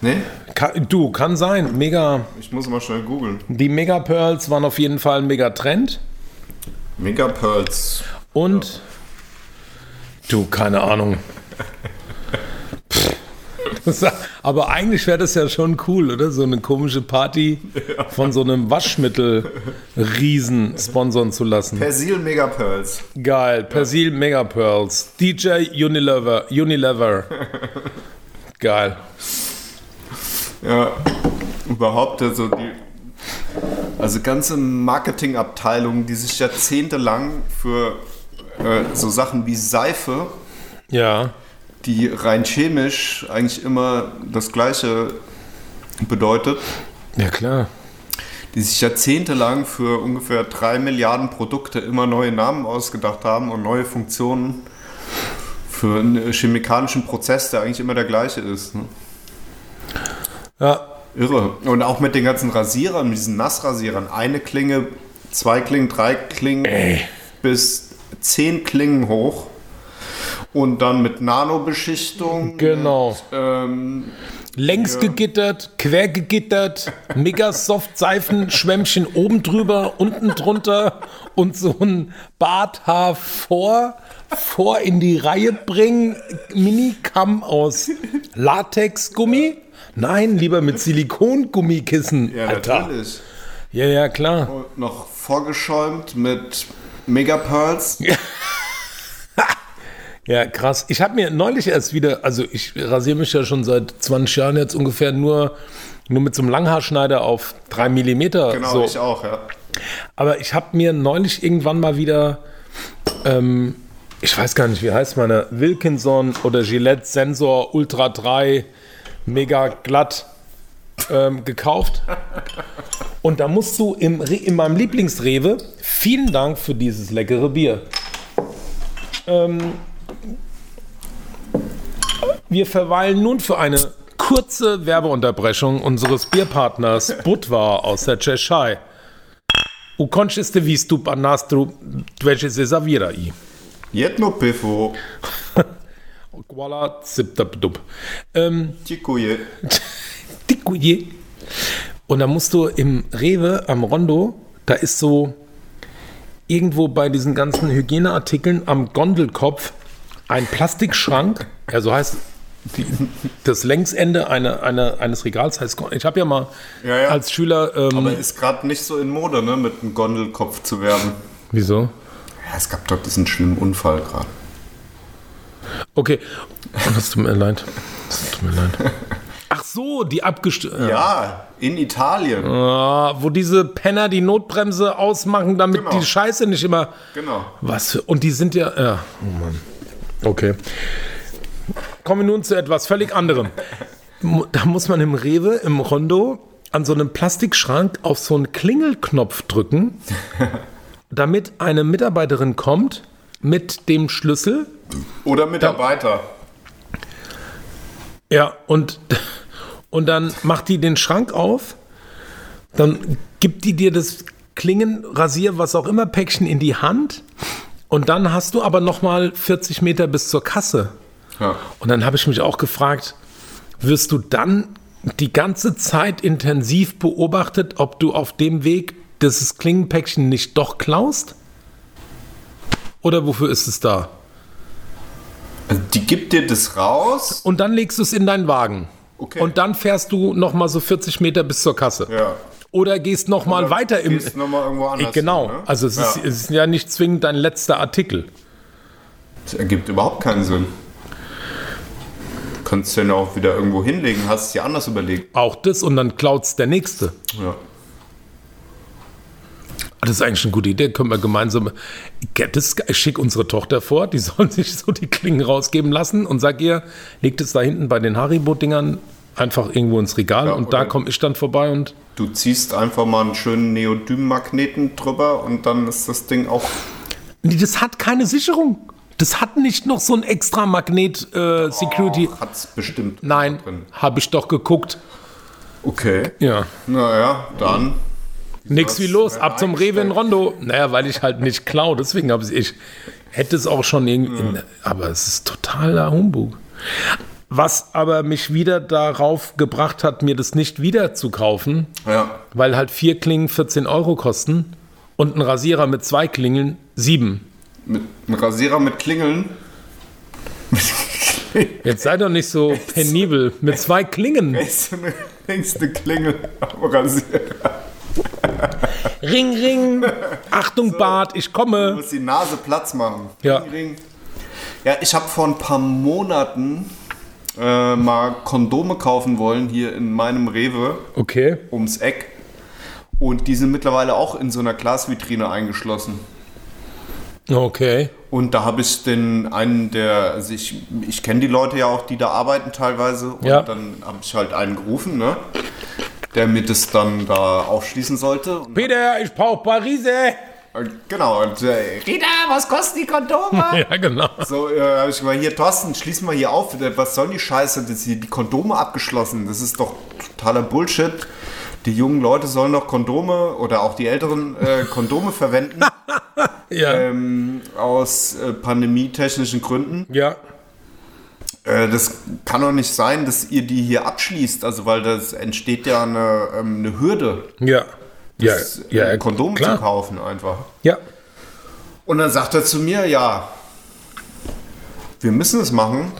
Nee? Ka- du, kann sein. Mega. Ich muss mal schnell googeln. Die Mega Pearls waren auf jeden Fall ein mega Trend. Mega Pearls. Und du, keine Ahnung. Pff. Das- Aber eigentlich wäre das ja schon cool, oder? So eine komische Party von so einem Waschmittel-Riesen sponsern zu lassen. Persil Mega Pearls. Geil. Persil Mega Pearls. DJ Unilever. Unilever. Geil. Ja. Überhaupt, also die. Also ganze Marketingabteilungen, die sich jahrzehntelang für äh, so Sachen wie Seife Ja. die rein chemisch eigentlich immer das Gleiche bedeutet, Ja, klar. die sich jahrzehntelang für ungefähr drei Milliarden Produkte immer neue Namen ausgedacht haben und neue Funktionen für einen chemikalischen Prozess, der eigentlich immer der gleiche ist. Ne? Ja. Irre. Und auch mit den ganzen Rasierern, mit diesen Nassrasierern. Eine Klinge, zwei Klingen, drei Klingen bis zehn Klingen hoch. Und dann mit Nanobeschichtung. Genau. Mit, ähm, Längs gegittert, quer gegittert, mega soft Seifenschwämmchen oben drüber, unten drunter und so ein Barthaar vor, vor in die Reihe bringen. Mini-Kamm aus Latexgummi? Nein, lieber mit Silikongummikissen. Ja, Alter. natürlich. Ja, ja, klar. Und noch vorgeschäumt mit Mega Pearls. Ja, krass. Ich habe mir neulich erst wieder, also ich rasiere mich ja schon seit 20 Jahren jetzt ungefähr nur, nur mit so einem Langhaarschneider auf 3 mm. Genau, so. ich auch, ja. Aber ich habe mir neulich irgendwann mal wieder, ähm, ich weiß gar nicht, wie heißt meine, Wilkinson oder Gillette Sensor Ultra 3 mega glatt ähm, gekauft. Und da musst du im, Re- in meinem Lieblingsrewe, vielen Dank für dieses leckere Bier. Ähm, wir verweilen nun für eine kurze Werbeunterbrechung unseres Bierpartners Budvar aus der Tschechei. U končiste výstup a nástup dveře se zavírají. Jedno pivo. Kvala ciptapdup. Ähm, Děkuji. Dikuji. Und da musst du im Rewe am Rondo, da ist so irgendwo bei diesen ganzen Hygieneartikeln am Gondelkopf ein Plastikschrank. Ja, so heißt die, das Längsende einer, einer, eines Regals heißt Gondel. Ich habe ja mal Ja, ja. als Schüler. Aber Ähm, ist gerade nicht so in Mode, ne, mit einem Gondelkopf zu werben. wieso? Ja, es gab doch diesen schlimmen Unfall gerade. Okay. Das tut mir leid. Das tut mir leid. Ach so, die abgestürzte. Ja, in Italien. Ah, wo diese Penner die Notbremse ausmachen, damit Genau. die Scheiße nicht immer. Genau. Was für. Und die sind ja. ja. Oh Mann. Okay. Kommen wir nun zu etwas völlig anderem. Mu- Da muss man im Rewe, im Rondo, an so einem Plastikschrank auf so einen Klingelknopf drücken, damit eine Mitarbeiterin kommt mit dem Schlüssel. Oder Mitarbeiter. Ja, und, und dann macht die den Schrank auf, dann gibt die dir das Klingen, Rasier, was auch immer, Päckchen in die Hand und dann hast du aber nochmal 40 Meter bis zur Kasse. Ja. Und dann habe ich mich auch gefragt, wirst du dann die ganze Zeit intensiv beobachtet, ob du auf dem Weg dieses Klingenpäckchen nicht doch klaust? Oder wofür ist es da? Also die gibt dir das raus. Und dann legst du es in deinen Wagen. Okay. Und dann fährst du noch mal so 40 Meter bis zur Kasse. Ja. Oder gehst noch mal weiter im... Gehst noch mal irgendwo anders. genau, hin, ne? also es, ja. Ist, es ist ja nicht zwingend dein letzter Artikel. Das ergibt überhaupt keinen Sinn. Kannst du den auch wieder irgendwo hinlegen, hast es dir anders überlegt. Auch das und dann klaut's der Nächste. Ja. Ah, Das ist eigentlich eine gute Idee, können wir gemeinsam. Get this guy- Ich schick unsere Tochter vor, die soll sich so die Klingen rausgeben lassen und sag ihr, legt es da hinten bei den Haribo-Dingern einfach irgendwo ins Regal Ja, und da oder- komme ich dann vorbei und Du ziehst einfach mal einen schönen Neodym-Magneten drüber und dann ist das Ding auch. Nee, das hat keine Sicherung. Das hat nicht noch so ein extra Magnet-Security. Hat es bestimmt. Nein, Drin. habe ich doch geguckt. Okay. Ja. Naja, dann. Nix wie los, ab zum Rewe in Rondo. Naja, weil ich halt nicht klau, deswegen habe ich. Ich hätte es auch schon irgendwie. Aber es ist totaler Humbug. Was aber mich wieder darauf gebracht hat, mir das nicht wieder zu kaufen, Ja. weil halt vier Klingen 14 Euro kosten und ein Rasierer mit zwei Klingeln sieben. Mit einem Rasierer mit Klingeln. Jetzt sei doch nicht so penibel. Mit zwei Klingen. Ist eine längste Klingel am Rasierer. Ring, ring. Achtung, Bart, ich komme. Muss die Nase Platz machen. Ja. Ring, ring. Ja, ich habe vor ein paar Monaten äh, mal Kondome kaufen wollen hier in meinem Rewe Okay. ums Eck. Und die sind mittlerweile auch in so einer Glasvitrine eingeschlossen. Okay. Und da habe ich den einen, der, also ich, ich kenne die Leute ja auch, die da arbeiten teilweise. Und Ja. dann habe ich halt einen gerufen, ne? Der mir das dann da aufschließen sollte. Und, Peter, ich brauche Parise. und genau, und äh, Rita, was kosten die Kondome? Ja, genau. so, äh, habe ich mal hier, Thorsten, schließ mal hier auf. Äh, Was soll die Scheiße? Das hier, die Kondome abgeschlossen. Das ist doch totaler Bullshit. Die jungen Leute sollen doch Kondome oder auch die älteren äh, Kondome verwenden Ja. aus äh, pandemietechnischen Gründen. ja. Äh, das kann doch nicht sein, dass ihr die hier abschließt, also weil das entsteht ja eine, ähm, eine Hürde, Ja. Ja, das, äh, ja, Kondom klar. zu kaufen einfach. Ja. Und dann sagt er zu mir, ja, wir müssen es machen.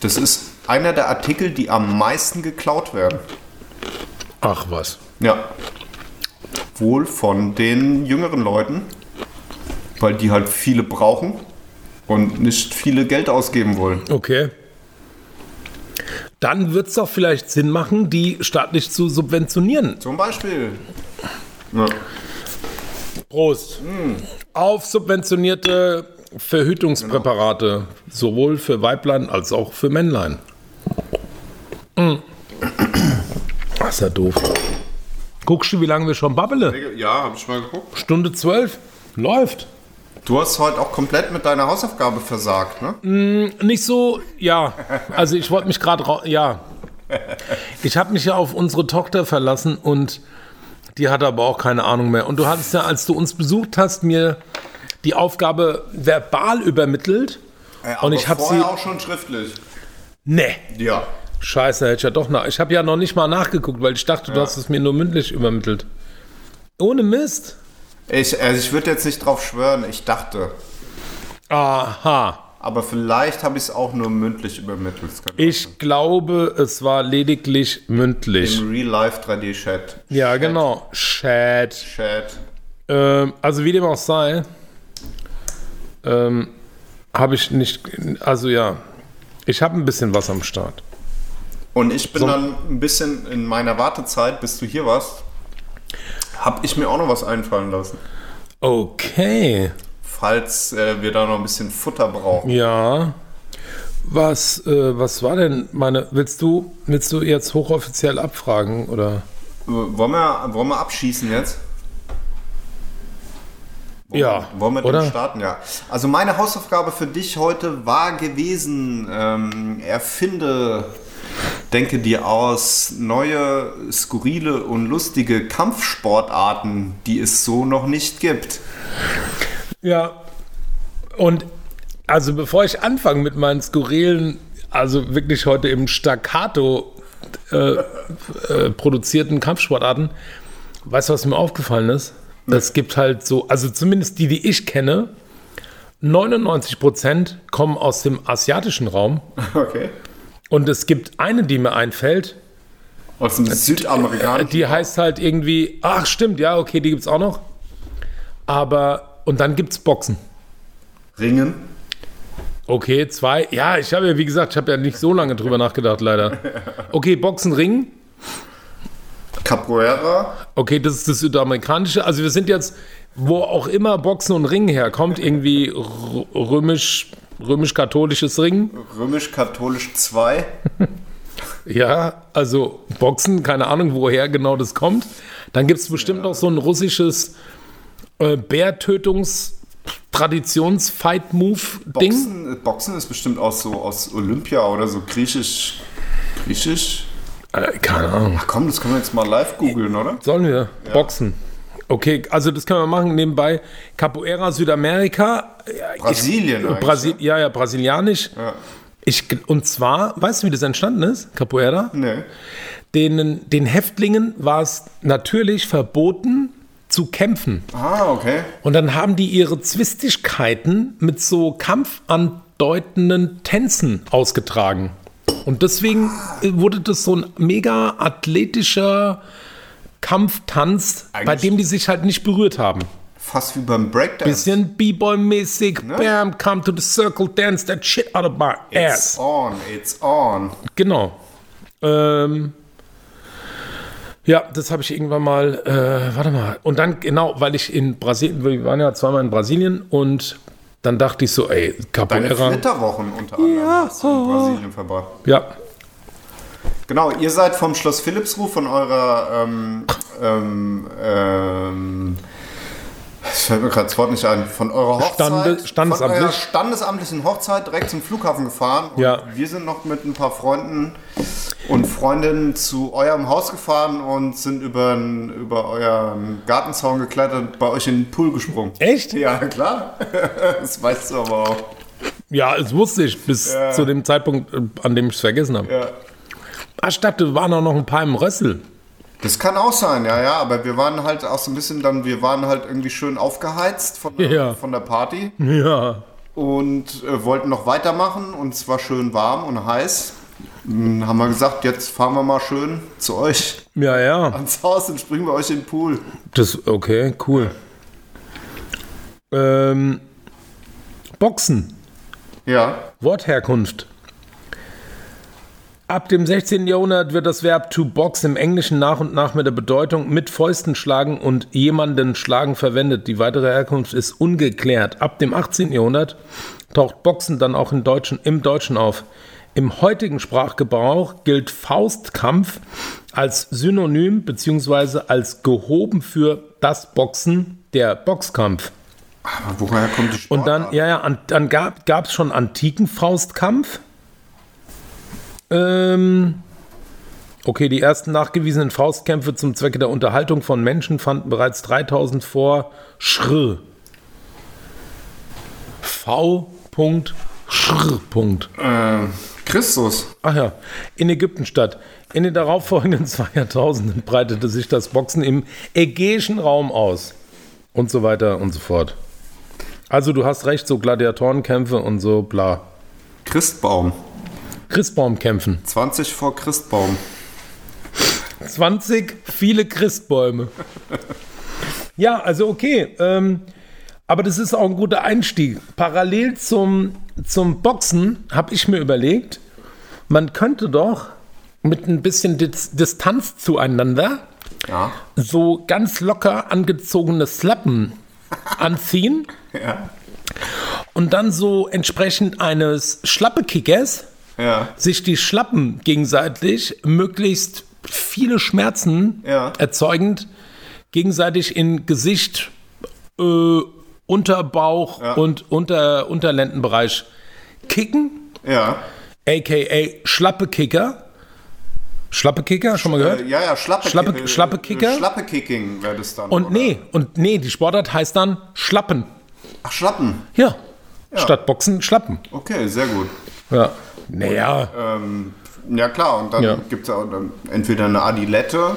Das ist einer der Artikel, die am meisten geklaut werden. Ach was. Ja. Wohl von den jüngeren Leuten, weil die halt viele brauchen und nicht viele Geld ausgeben wollen. Okay. Dann wird es doch vielleicht Sinn machen, die staatlich zu subventionieren. Zum Beispiel. Ja. Prost. Hm. Auf subventionierte Verhütungspräparate. Sowohl für Weiblein als auch für Männlein. Mm. Das ist ja doof. Guckst du, wie lange wir schon babbeln? Ja, hab ich mal geguckt. Stunde zwölf. Läuft. Du hast heute auch komplett mit deiner Hausaufgabe versagt, ne? Nicht so, ja. Also ich wollte mich gerade, rau- ja. Ich habe mich ja auf unsere Tochter verlassen und die hatte aber auch keine Ahnung mehr. Und du hattest ja, als du uns besucht hast, mir die Aufgabe verbal übermittelt. und ich habe sie, vorher auch schon schriftlich. nee, Ja. scheiße, hätte ich ja doch nach. Ich habe ja noch nicht mal nachgeguckt, weil ich dachte, du hast es mir nur mündlich übermittelt. Ohne Mist. Ich, also ich würde jetzt nicht drauf schwören, ich dachte. Aha. Aber vielleicht habe ich es auch nur mündlich übermittelt. Das kann Ich glaube, es war lediglich mündlich. Im Real-Life 3D-Chat. Ja, genau. Chat. Chat. Ähm, also wie dem auch sei, ähm, habe ich nicht, also ja, ich habe ein bisschen was am Start. Und ich bin dann ein bisschen in meiner Wartezeit, bis du hier warst, habe ich mir auch noch was einfallen lassen. Okay, Falls äh, wir da noch ein bisschen Futter brauchen. ja. was, äh, was war denn meine. Willst du, willst du jetzt hochoffiziell abfragen oder? Wollen wir, wollen wir abschießen jetzt? Wollen, Ja, Wollen wir oder? dann starten, ja. Also meine Hausaufgabe für dich heute war gewesen, ähm, erfinde, denke dir aus, neue, skurrile und lustige Kampfsportarten, die es so noch nicht gibt. Ja. Und also bevor ich anfange mit meinen skurrilen, also wirklich heute im Staccato äh, äh, produzierten Kampfsportarten, weißt du, was mir aufgefallen ist? Es gibt halt so, also zumindest die, die ich kenne, 99% kommen aus dem asiatischen Raum. Okay. Und es gibt eine, die mir einfällt, Aus dem Südamerikanischen. die heißt halt irgendwie, ach stimmt, ja, okay, die gibt es auch noch. Aber, und dann gibt es Boxen. Ringen. Okay, zwei. Ja, ich habe ja, wie gesagt, ich habe ja nicht so lange drüber nachgedacht, leider. Okay, Boxen, Ring. Capoeira. Okay, das ist das Südamerikanische. Also wir sind jetzt, wo auch immer Boxen und Ring herkommt, irgendwie rö- römisch, römisch-katholisches Ring. Römisch-katholisch 2. Ja, also Boxen, keine Ahnung, woher genau das kommt. Dann gibt es bestimmt noch so ein russisches äh, Bärtötungs-Traditions-Fight-Move-Ding. Boxen, Boxen ist bestimmt auch so aus Olympia oder so griechisch. Griechisch? Äh, keine Ahnung. Ach komm, das können wir jetzt mal live googeln, oder? Sollen wir? Boxen. Okay, also das können wir machen nebenbei. Capoeira Südamerika. Ja, ich- Brasilien eigentlich, ne? Brasi ja, ja, brasilianisch. Ich, gl- und zwar, weißt du, wie das entstanden ist, Capoeira? Nee. Denen, den Häftlingen war es natürlich verboten zu kämpfen. Ah, okay. Und dann haben die ihre Zwistigkeiten mit so kampfandeutenden Tänzen ausgetragen. Und deswegen äh, wurde das so ein mega athletischer Kampftanz, bei Eigentlich- dem die sich halt nicht berührt haben. Fast wie beim Breakdance. Bisschen B-Boy-mäßig, bam, come to the circle, dance that shit out of my It's ass. on, it's on. Genau. Ähm, ja, das habe ich irgendwann mal, äh, warte mal. Und dann, genau, weil ich in Brasilien, wir waren ja zweimal in Brasilien und dann dachte ich so, ey, Deine Capoeira. Flitterwochen unter anderem hast du in Brasilien verbracht. Ja, Genau, ihr seid vom Schloss Philippsruh, von eurer ähm, ähm, ähm, es fällt mir gerade das Wort nicht ein, von eurer Hochzeit, Stande- standesamtlich. von eurer standesamtlichen Hochzeit direkt zum Flughafen gefahren und Ja. wir sind noch mit ein paar Freunden und Freundinnen zu eurem Haus gefahren und sind über, über euren Gartenzaun geklettert und bei euch in den Pool gesprungen. echt? Ja, klar. Das weißt du aber auch. Ja, das wusste ich bis zu dem Zeitpunkt, äh, an dem ich es vergessen habe. Ja. Ah, ich dachte, waren auch noch ein paar im Rössel. Das kann auch sein, ja, ja, aber wir waren halt auch so ein bisschen dann, wir waren halt irgendwie schön aufgeheizt von der, Ja. von der Party Ja. und äh, wollten noch weitermachen und es war schön warm und heiß. Dann haben wir gesagt, jetzt fahren wir mal schön zu euch Ja, ja. ans Haus und springen wir euch in den Pool. Das, okay, cool. Ähm, Boxen. Ja, Wortherkunft. Ab dem 16. Jahrhundert wird das Verb to box im Englischen nach und nach mit der Bedeutung mit Fäusten schlagen und jemanden schlagen verwendet. Die weitere Herkunft ist ungeklärt. Ab dem 18. Jahrhundert taucht Boxen dann auch im Deutschen, im Deutschen auf. Im heutigen Sprachgebrauch gilt Faustkampf als Synonym bzw. als gehoben für das Boxen, der Boxkampf. aber woher kommt die Und dann, Sportart? ja, ja, an, dann gab es schon antiken Faustkampf. Ähm, okay, die ersten nachgewiesenen Faustkämpfe zum Zwecke der Unterhaltung von Menschen fanden bereits 3000 vor Schr. V. Punkt, Schr. Punkt. Ähm, Christus. Ach ja, in Ägypten statt. In den darauffolgenden zwei Jahrtausenden breitete sich das Boxen im ägäischen Raum aus. Und so weiter und so fort. Also du hast recht, so Gladiatorenkämpfe und so bla. Christbaum. Christbaumkämpfen. 20 vor Christbaum. 20 viele Christbäume. Ja, also okay. Ähm, aber das ist auch ein guter Einstieg. Parallel zum, zum Boxen habe ich mir überlegt, man könnte doch mit ein bisschen Diz Distanz zueinander Ja. so ganz locker angezogene Slappen anziehen. Ja. und dann so entsprechend eines Schlappekickers Ja. sich die Schlappen gegenseitig möglichst viele Schmerzen Ja. erzeugend gegenseitig in Gesicht, äh, Unterbauch und unter, Unterlendenbereich kicken, Ja. aka Schlappekicker. Schlappekicker, schon mal gehört? Äh, ja, ja, Schlappe, Schlappe- äh, Schlappe Kicker? Schlappe Kicking wäre das dann. Und oder? nee, und nee, die Sportart heißt dann Schlappen. Ach, Schlappen. Ja. Statt Boxen Schlappen. Okay, sehr gut. Ja. Naja, Ähm, ja, klar. Und dann Ja. gibt es auch dann entweder eine Adilette,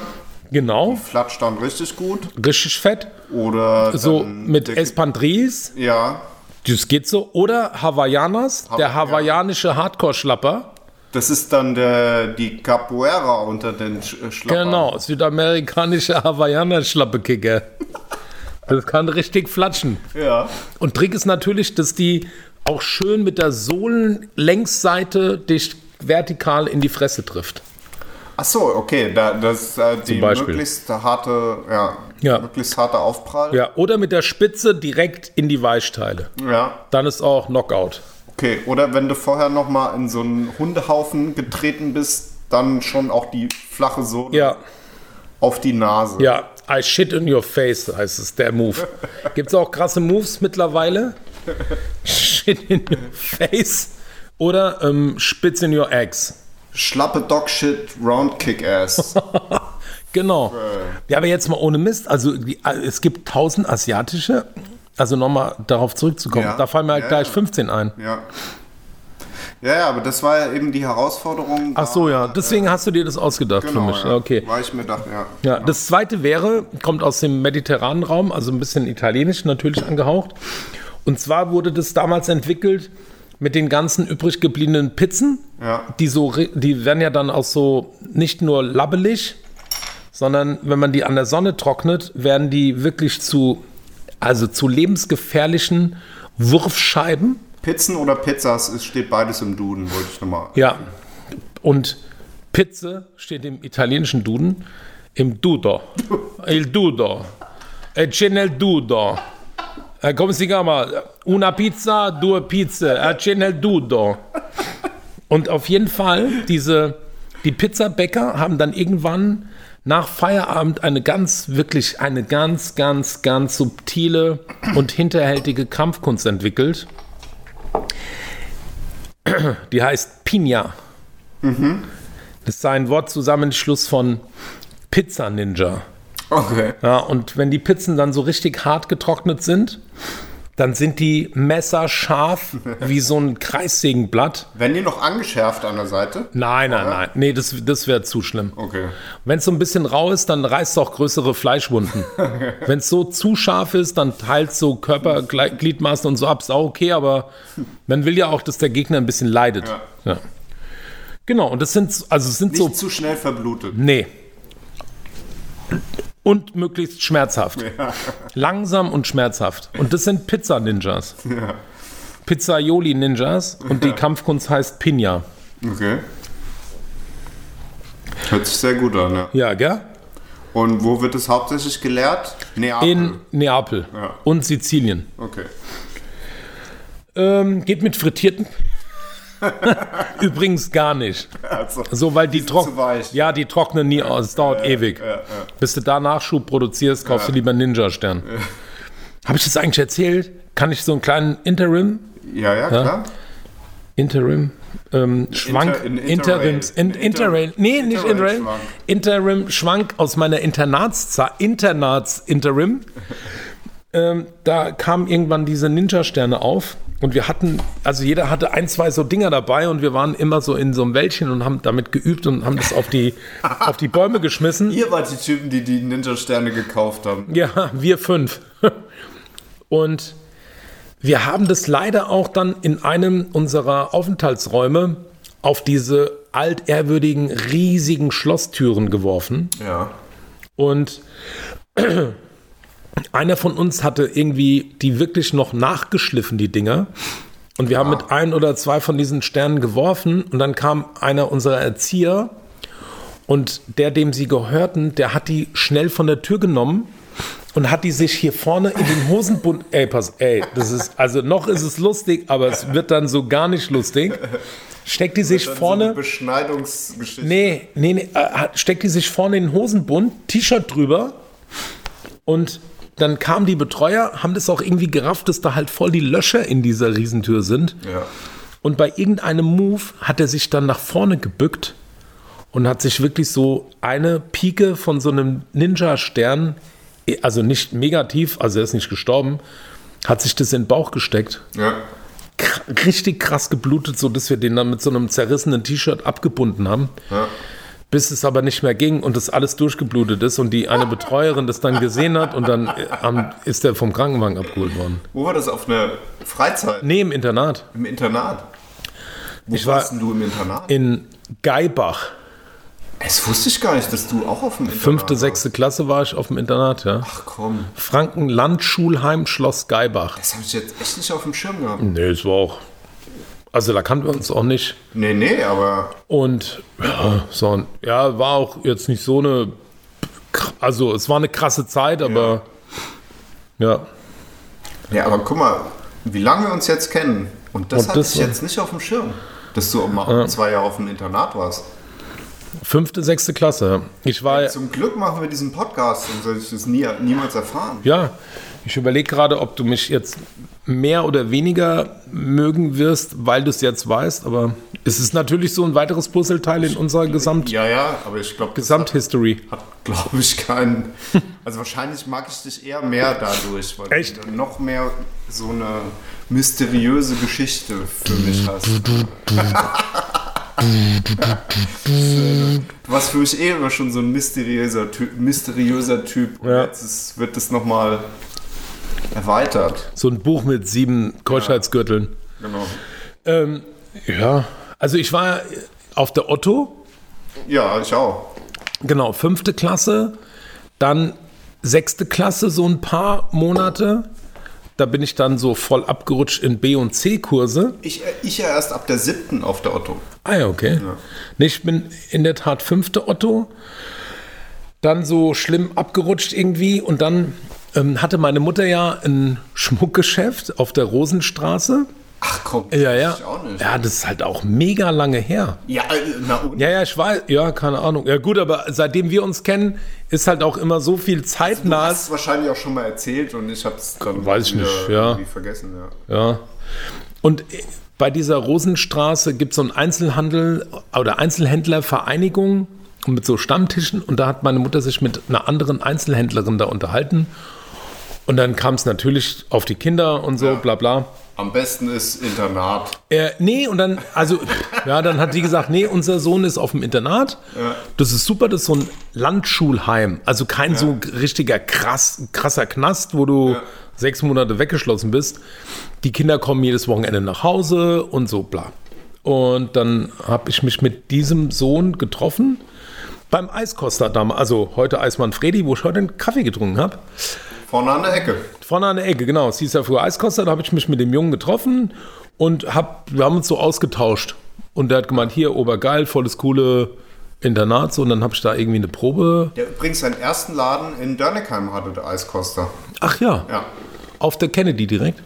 genau. flatscht dann richtig gut. Richtig fett. Oder. So dann mit der- Espandrilles, Ja. das geht so. Oder Hawaiianas, der ja. hawaiianische Hardcore-Schlapper. Das ist dann der, die Capoeira unter den Sch äh, Schlappern. Genau, südamerikanische Hawaiianer-Schlappekicker. Das kann richtig flatschen. Ja. Und Trick ist natürlich, dass die auch schön mit der Sohlenlängsseite dich vertikal in die Fresse trifft. Ach so, okay, da, das äh, die Beispiel. möglichst harte, ja, Ja. möglichst harte Aufprall. Ja, oder mit der Spitze direkt in die Weichteile. Ja, Dann ist auch Knockout. okay. Oder wenn du vorher noch mal in so einen Hundehaufen getreten bist, dann schon auch die flache Sohle Ja, auf die Nase. ja. I shit in your face heißt es, der Move. Gibt's auch krasse Moves mittlerweile? shit in your face. Oder ähm, Spitz in your ass. Schlappe Dogshit, Round Kick Ass. Genau. Ja, aber jetzt mal ohne Mist. Also die, es gibt tausend asiatische. Also nochmal darauf zurückzukommen. Ja. Da fallen mir halt Ja, gleich ja. 15 ein. ja. Ja, ja, aber das war ja eben die Herausforderung. Ach so, ja. Deswegen hast du dir das ausgedacht genau, für mich. ja. Okay. Weil ich mir dachte, ja. Ja, das zweite wäre, kommt aus dem mediterranen Raum, also ein bisschen italienisch natürlich angehaucht. Und zwar wurde das damals entwickelt mit den ganzen übrig gebliebenen Pizzen. Ja. Die, so, ri- die werden ja dann auch so nicht nur labbelig, sondern wenn man die an der Sonne trocknet, werden die wirklich zu, also zu lebensgefährlichen Wurfscheiben. Pizzen oder Pizzas, es steht beides im Duden, wollte ich nochmal. Ja. Und Pizza steht im italienischen Duden im Dudo. Il Dudo. E c'è nel Dudo. Eh, Come si chiama? Una pizza, due pizze. E c'è nel Dudo. Und auf jeden Fall, diese, die Pizzabäcker haben dann irgendwann nach Feierabend eine ganz, wirklich eine ganz, ganz, ganz subtile und hinterhältige Kampfkunst entwickelt. Die heißt Pina. Das ist ein Wortzusammenschluss von Pizza Ninja. Okay. Ja, und wenn die Pizzen dann so richtig hart getrocknet sind, dann sind die messerscharf wie so ein Kreissägenblatt. Werden die noch angeschärft an der Seite? Nein, nein, nein. Nee, das, das wäre zu schlimm. Okay. Wenn es so ein bisschen rau ist, dann reißt es auch größere Fleischwunden. Wenn es so zu scharf ist, dann teilt so Körper, Gle- Gliedmaßen und so ab. Ist auch okay, aber man will ja auch, dass der Gegner ein bisschen leidet. Ja. Genau, und das sind, also es sind Nicht so Hm. zu schnell verblutet. Nee. Und möglichst schmerzhaft. Langsam und schmerzhaft. Und das sind Pizza-Ninjas. Pizzaioli-Ninjas. Und die Kampfkunst heißt Pina. Okay. Hört sich sehr gut an, ja. Ja, gell? Und wo wird es hauptsächlich gelehrt? Neapel. In Neapel Ja. und Sizilien. okay. Ähm, geht mit frittierten. Übrigens gar nicht. Also, So, weil die, zu trocknen. weich. Ja, die trocknen nie aus. Es dauert ewig. Bis du da Nachschub produzierst, kaufst du lieber einen Ninja-Stern. Habe ich das eigentlich erzählt? Kann ich so einen kleinen Interim ja, ja, klar. Interim. Ähm, Schwank, in Interrail. Interims, in, In Interrail, nee, nicht Interrail, Interrail-Schwank. Interim, Schwank aus meiner Internatszeit, Internats, Interim. ähm, da kamen irgendwann diese Ninja-Sterne auf und wir hatten, also jeder hatte ein, zwei so Dinger dabei und wir waren immer so in so einem Wäldchen und haben damit geübt und haben das auf die, auf die Bäume geschmissen. Ihr wart die Typen, die die Ninja-Sterne gekauft haben. Ja, wir fünf. Und wir haben das leider auch dann in einem unserer Aufenthaltsräume auf diese altehrwürdigen, riesigen Schlosstüren geworfen. Ja. Und einer von uns hatte irgendwie die wirklich noch nachgeschliffen, die Dinger. Und wir haben mit ein oder zwei von diesen Sternen geworfen. Und dann kam einer unserer Erzieher. Und der, dem sie gehörten, der hat die schnell von der Tür genommen und hat die sich hier vorne in den Hosenbund. Ey, pass, ey, das ist, also noch ist es lustig, aber es wird dann so gar nicht lustig. Steckt die sich Dann vorne. So eine Beschneidungsgeschichte. Nee, nee, nee. äh, hat- Steckt die sich vorne in den Hosenbund, T-Shirt drüber. Und dann kamen die Betreuer, haben das auch irgendwie gerafft, dass da halt voll die Löcher in dieser Riesentür sind. Ja. Und bei irgendeinem Move hat er sich dann nach vorne gebückt und hat sich wirklich so eine Pike von so einem Ninja-Stern, also nicht negativ, also er ist nicht gestorben, hat sich das in den Bauch gesteckt ja. kr- richtig krass geblutet, so dass wir den dann mit so einem zerrissenen T-Shirt abgebunden haben. Bis es aber nicht mehr ging und das alles durchgeblutet ist und die eine Betreuerin das dann gesehen hat und dann äh, am- ist er vom Krankenwagen abgeholt worden. Wo war das? Auf einer Freizeit? Nee, im Internat. Im Internat? Wo Ich war warst denn du im Internat? in Geibach. Es wusste ich gar nicht, dass du auch auf dem Internat Fünfte, warst. sechste Klasse war ich auf dem Internat, ja. Ach komm, Frankenland-Schulheim Schloss Geibach. das habe ich jetzt echt nicht auf dem Schirm gehabt. Nee, es war auch. Also da kannten wir uns auch nicht. Nee, nee, aber Und ja, so, ja, war auch jetzt nicht so eine. Also, es war eine krasse Zeit, aber. Ja. Ja, aber guck mal, wie lange wir uns jetzt kennen. Und das Und hatte das ich war- jetzt nicht auf dem Schirm, dass du auch mal zwei Jahre auf dem Internat warst. Fünfte, sechste Klasse. Ich war. Zum Glück machen wir diesen Podcast, sonst hätte ich das nie, niemals erfahren. Ja, ich überlege gerade, ob du mich jetzt mehr oder weniger mögen wirst, weil du es jetzt weißt, aber es ist natürlich so ein weiteres Puzzleteil in unserer Gesamt Ja, ja, aber ich glaube, das hat, Gesamthistory. hat glaube ich, keinen. Also wahrscheinlich mag ich dich eher mehr dadurch, weil Echt? du dann noch mehr so eine mysteriöse Geschichte für mich hast. Du warst für mich eh immer schon so ein mysteriöser Typ. Mysteriöser typ. Und Ja. Jetzt ist, wird das nochmal erweitert. So ein Buch mit sieben Keuschheitsgürteln. Genau. Ähm, ja, also ich war auf der Otto. Ja, ich auch. Genau, fünfte Klasse, dann sechste Klasse, so ein paar Monate. Da bin ich dann so voll abgerutscht in B- und C-Kurse. Ich, äh, ich ja erst ab der siebten auf der Otto. Ah ja, okay. Nee, ich bin in der Tat fünfte Otto. Dann so schlimm abgerutscht irgendwie. Und dann ähm, hatte meine Mutter ja ein Schmuckgeschäft auf der Rosenstraße. Ach komm, Ja, ja. ich auch nicht. Ja, das ist halt auch mega lange her. Ja, äh, na und? Ja, ja, ich weiß. Ja, keine Ahnung. Ja, gut, aber seitdem wir uns kennen, ist halt auch immer so viel Du zeitnah. hast es wahrscheinlich auch schon mal erzählt und ich hab's dann Weiß ich wieder nicht, ja. irgendwie vergessen, ja. Ja. Und bei dieser Rosenstraße gibt es so einen Einzelhandel oder Einzelhändlervereinigung und mit so Stammtischen. Und da hat meine Mutter sich mit einer anderen Einzelhändlerin da unterhalten. Und dann kam es natürlich auf die Kinder und so, bla bla. Am besten ist Internat. Äh, nee, und dann, also, ja, dann hat die gesagt, nee, unser Sohn ist auf dem Internat. Das ist super, das ist so ein Landschulheim. Also kein so richtiger krass, krasser Knast, wo du sechs Monate weggeschlossen bist. Die Kinder kommen jedes Wochenende nach Hause und so, bla. Und dann habe ich mich mit diesem Sohn getroffen beim Eiskoster damals, also heute Eismann Fredi, wo ich heute einen Kaffee getrunken habe. Vorne an der Ecke. Vorne an der Ecke, genau. Es hieß ja früher Eiskoster. Da habe ich mich mit dem Jungen getroffen und hab, wir haben uns so ausgetauscht. Und der hat gemeint, hier, Obergeil, volles coole Internat. So, und dann habe ich da irgendwie eine Probe. Der übrigens seinen ersten Laden in Dörnekheim hatte, der Eiskoster. Ach ja, Ja. auf der Kennedy direkt.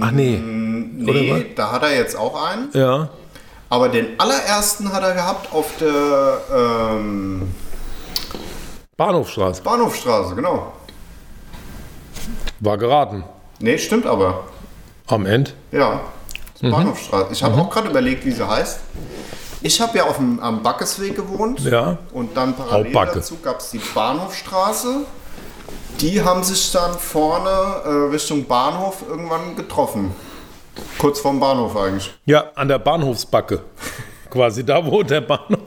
Ach nee. Oder Nee, da hat er jetzt auch einen. Ja. Aber den allerersten hat er gehabt auf der ähm, Bahnhofstraße. Bahnhofstraße, genau. War geraten. Nee, stimmt aber. Am Ende. Ja. Mhm. Bahnhofstraße. Ich habe auch gerade überlegt, wie sie heißt. Ich habe ja auf dem, am Backesweg gewohnt. Ja. Und dann parallel Hauptbacke. dazu gab es die Bahnhofstraße. Die haben sich dann vorne äh, Richtung Bahnhof irgendwann getroffen. Kurz vorm Bahnhof eigentlich. Ja, an der Bahnhofsbacke. Quasi Also da, wo der Bahnhof.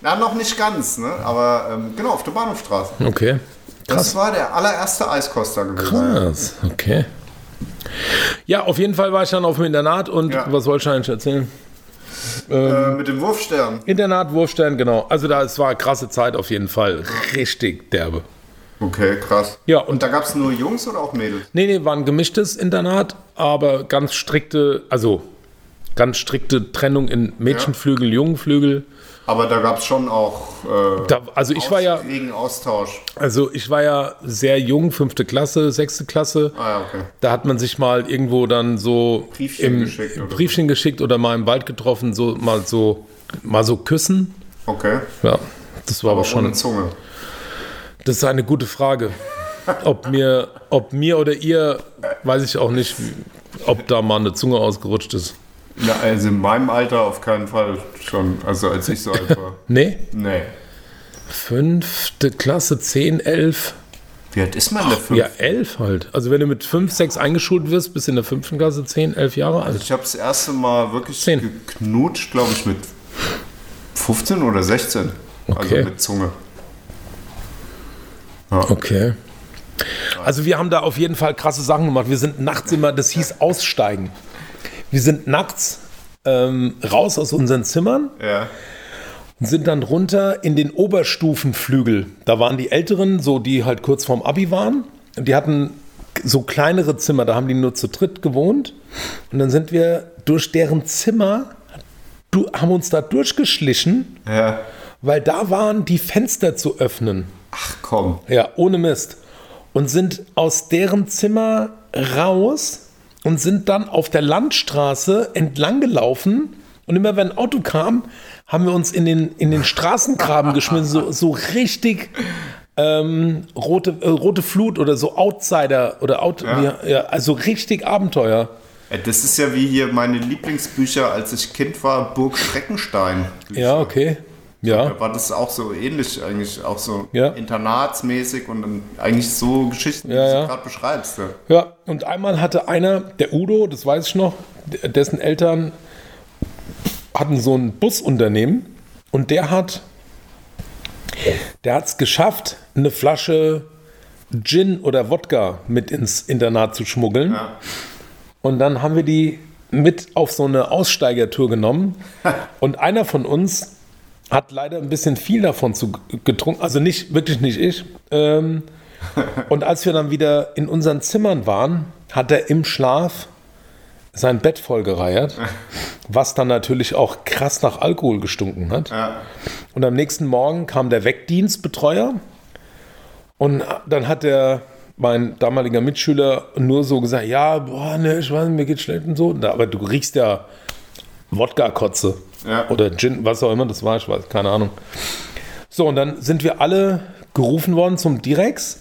Na, noch nicht ganz, ne? Aber ähm, genau, auf der Bahnhofstraße. Okay. Das war der allererste Eiskoster gewesen. Krass, okay. Ja, auf jeden Fall war ich dann auf dem Internat und Ja. was wollte ich eigentlich erzählen? Äh, mit dem Wurfstern. Internat, Wurfstern, genau. Also da, es war eine krasse Zeit auf jeden Fall. Richtig derbe. Okay, krass. Ja, Und und da gab es nur Jungs oder auch Mädels? nee, nee, war ein gemischtes Internat, aber ganz strikte, also ganz strikte Trennung in Mädchenflügel, Jungenflügel. Aber da gab es schon auch. Äh, Da- also ich war ja- Gegen Austausch. Also ich war ja sehr jung, fünfte Klasse, sechste Klasse. Ah, ja, okay. Da hat man sich mal irgendwo dann so Briefchen geschickt oder so. Briefchen geschickt oder mal im Wald getroffen, so mal so mal so küssen. Okay. Ja, das war aber, Ohne schon. Zunge. Das ist eine gute Frage. Ob mir, ob mir oder ihr, weiß ich auch nicht, wie- ob da mal eine Zunge ausgerutscht ist. Na, also in meinem Alter auf keinen Fall schon. Also als ich so alt war. Nee, Nee. fünfte Klasse, 10, 11. Wie alt ist man in der fünften? Ja, 11 halt. Also wenn du mit 5, 6 eingeschult wirst, bist du in der fünften Klasse 10, 11 Jahre alt. Ich habe das erste Mal wirklich Zehn. geknutscht, glaube ich, mit 15 oder 16. Also Okay. mit Zunge. Okay. Also wir haben da auf jeden Fall krasse Sachen gemacht. Wir sind nachts immer, das hieß Aussteigen. Wir sind nachts ähm, raus aus unseren Zimmern Ja. und sind dann runter in den Oberstufenflügel. Da waren die Älteren, so die halt kurz vorm Abi waren. Und die hatten so kleinere Zimmer, da haben die nur zu dritt gewohnt. Und dann sind wir durch deren Zimmer, du, haben uns da durchgeschlichen, Ja. weil da waren die Fenster zu öffnen. Komm. Ja, ohne Mist. Und sind aus deren Zimmer raus und sind dann auf der Landstraße entlang gelaufen. Und immer wenn ein Auto kam, haben wir uns in den, in den Straßengraben geschmissen, so, so richtig ähm, rote, äh, rote Flut oder so Outsider oder Out, ja. Ja, also richtig Abenteuer. Äh, Das ist ja wie hier meine Lieblingsbücher, als ich Kind war, Burg Schreckenstein. Ja, okay. Ja. Da war das auch so ähnlich eigentlich, auch so Ja. internatsmäßig und dann eigentlich so Geschichten, Ja, wie ja. du gerade beschreibst. Ja. Ja, und einmal hatte einer, der Udo, das weiß ich noch, d- dessen Eltern hatten so ein Busunternehmen und der hat der hat es geschafft, eine Flasche Gin oder Wodka mit ins Internat zu schmuggeln. Und dann haben wir die mit auf so eine Aussteigertour genommen. Und einer von uns hat leider ein bisschen viel davon zu getrunken. Also nicht, wirklich nicht ich. Ähm, und als wir dann wieder in unseren Zimmern waren, hat er im Schlaf sein Bett vollgereiert, was dann natürlich auch krass nach Alkohol gestunken hat. Und am nächsten Morgen kam der Wegdienstbetreuer und dann hat der mein damaliger Mitschüler nur so gesagt, ja, boah, ne, ich weiß nicht, mir geht's schlecht und so. Na, aber du riechst ja Wodka-Kotze Ja. oder Gin, was auch immer das war, ich weiß, keine Ahnung. So, und dann sind wir alle gerufen worden zum Direx.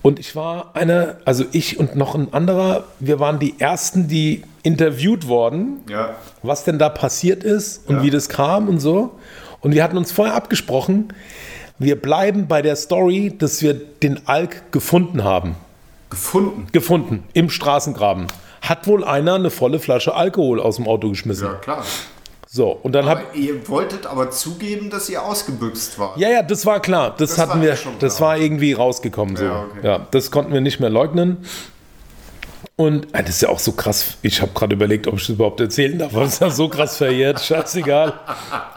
Und ich war einer, also ich und noch ein anderer, wir waren die Ersten, die interviewt wurden, Ja. was denn da passiert ist und wie das kam und so. Und wir hatten uns vorher abgesprochen, wir bleiben bei der Story, dass wir den Alk gefunden haben. Gefunden. Gefunden, im Straßengraben. Hat wohl einer eine volle Flasche Alkohol aus dem Auto geschmissen. Ja, klar. So, und dann habe Aber ihr wolltet aber zugeben, dass ihr ausgebüxt wart. Ja, ja, das war klar. Das, Das hatten war wir, ja schon das klar. war irgendwie rausgekommen. So. Ja, Ja, okay. das konnten wir nicht mehr leugnen. Und ah, das ist ja auch so krass. Ich habe gerade überlegt, ob ich das überhaupt erzählen darf. Das ist ja so krass verjährt. Scheißegal.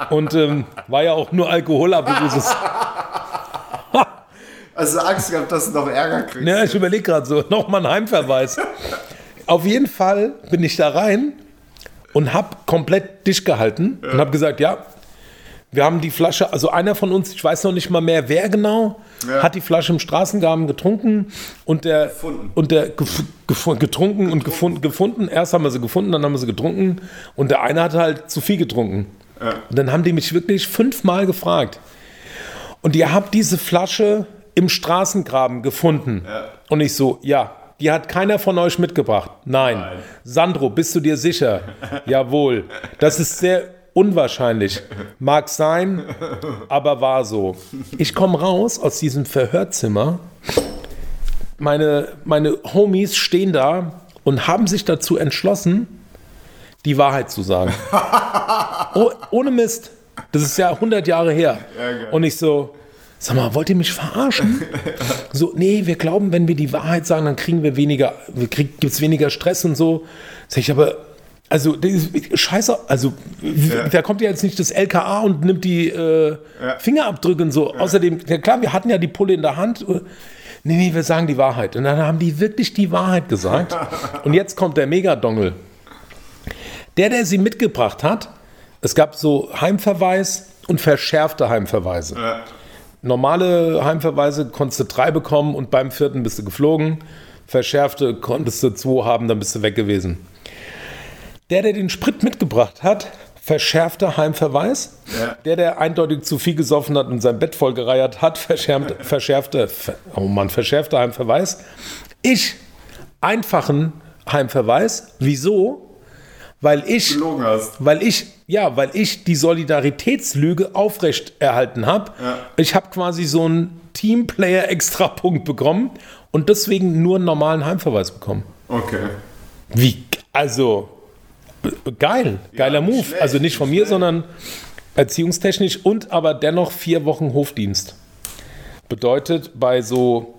Und ähm, war ja auch nur Alkoholabuses. Also Angst gehabt, dass du noch Ärger kriegst. Ja, Ne, ich überlege gerade so. Nochmal ein Heimverweis. Auf jeden Fall bin ich da rein und habe komplett dicht gehalten und habe gesagt, ja, wir haben die Flasche, also einer von uns, ich weiß noch nicht mal mehr, wer genau, hat die Flasche im Straßengraben getrunken und der, und der gef, gef, getrunken, und gefunden, gefunden. Erst haben wir sie gefunden, dann haben wir sie getrunken und der eine hat halt zu viel getrunken. Und dann haben die mich wirklich fünfmal gefragt. Und ihr habt diese Flasche im Straßengraben gefunden. Und ich so, ja. Die hat keiner von euch mitgebracht. Nein. Sandro, bist du dir sicher? Jawohl. Das ist sehr unwahrscheinlich. Mag sein, aber war so. Ich komme raus aus diesem Verhörzimmer. Meine, meine Homies stehen da und haben sich dazu entschlossen, die Wahrheit zu sagen. Oh, ohne Mist. Das ist ja 100 Jahre her. und ich so, sag mal, wollt ihr mich verarschen? so, nee, wir glauben, wenn wir die Wahrheit sagen, dann kriegen wir weniger, wir krieg, gibt's weniger Stress und so. Sag ich, aber, also, das ist- scheiße, also, w- da kommt ja jetzt nicht das LKA und nimmt die äh, Fingerabdrücke und so. Außerdem, ja klar, wir hatten ja die Pulle in der Hand. Äh, Nee, nee, wir sagen die Wahrheit. Und dann haben die wirklich die Wahrheit gesagt. Und jetzt kommt der Megadongel. Der, der sie mitgebracht hat, es gab so Heimverweis und verschärfte Heimverweise. Normale Heimverweise konntest du drei bekommen und beim vierten bist du geflogen. Verschärfte konntest du zwei haben, dann bist du weg gewesen. Der, der den Sprit mitgebracht hat, verschärfter Heimverweis. Der, der eindeutig zu viel gesoffen hat und sein Bett vollgereiert hat, verschärft, verschärfte, ver- oh Mann, verschärfter Heimverweis. Ich, einfachen Heimverweis. Wieso? Weil ich Gelogen hast. weil ich, ja, weil ich die Solidaritätslüge aufrechterhalten habe. Ich habe quasi so einen Teamplayer-Extrapunkt bekommen und deswegen nur einen normalen Heimverweis bekommen. Okay. Wie, also, äh, geil, geiler nicht Move. schlecht, also nicht von nicht mir, sondern erziehungstechnisch und aber dennoch vier Wochen Hofdienst. Bedeutet bei so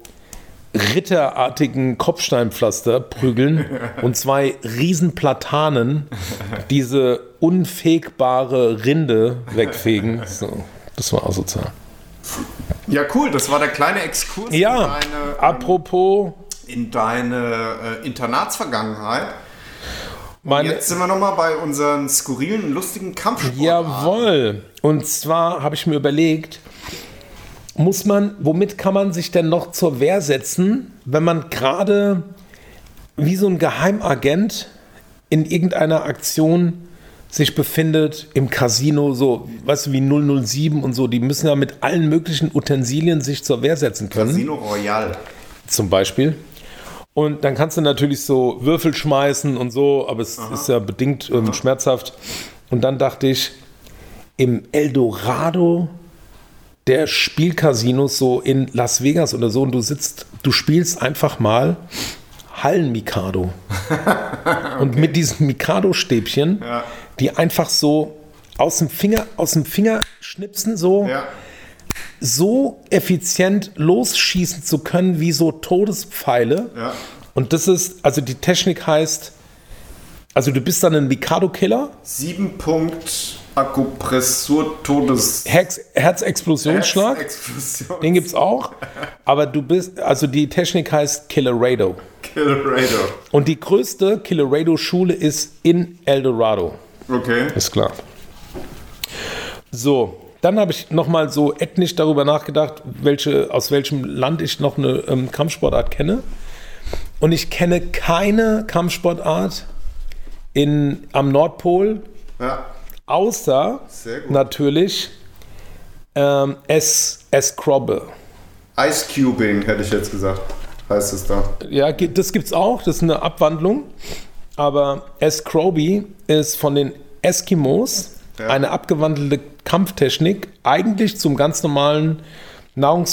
ritterartigen Kopfsteinpflaster prügeln und zwei riesen Platanen diese unfegbare Rinde wegfegen. So, das war asozial. Ja, cool. Das war der kleine Exkurs Ja, in deine, apropos in deine äh, Internatsvergangenheit. meine, Jetzt sind wir nochmal bei unseren skurrilen, lustigen Kampfsport. Jawohl. Und zwar habe ich mir überlegt, muss man, womit kann man sich denn noch zur Wehr setzen, wenn man gerade wie so ein Geheimagent in irgendeiner Aktion sich befindet im Casino, so, weißt du, wie 007 und so, die müssen ja mit allen möglichen Utensilien sich zur Wehr setzen können Casino Royale. zum Beispiel. Und dann kannst du natürlich so Würfel schmeißen und so, aber es ist ja bedingt ähm, schmerzhaft. Und dann dachte ich, im Eldorado der Spielcasinos, so in Las Vegas oder so, und du sitzt, du spielst einfach mal Hallen-Mikado. Und mit diesen Mikado-Stäbchen, die einfach so aus dem Finger, aus dem Finger schnipsen, so Ja. so effizient losschießen zu können wie so Todespfeile. Ja. Und das ist, also die Technik heißt, also du bist dann ein Mikado-Killer, 7 Punkt Akupressur Todes. Herz Herzexplosionsschlag, Explosion. den gibt's auch. Aber du bist, also die Technik heißt Killerado. Colorado. Und die größte Killerado-Schule ist in Eldorado. Okay. Ist klar. So, dann habe ich nochmal so ethnisch darüber nachgedacht, welche, aus welchem Land ich noch eine ähm, Kampfsportart kenne. Und ich kenne keine Kampfsportart in, am Nordpol, Ja. außer Sehr gut. natürlich ähm, es, Escrobble. Ice Cubing hätte ich jetzt gesagt. Heißt es da. Ja, ge- das gibt's auch, das ist eine Abwandlung. Aber Escroby ist von den Eskimos eine abgewandelte Kampftechnik, eigentlich zum ganz normalen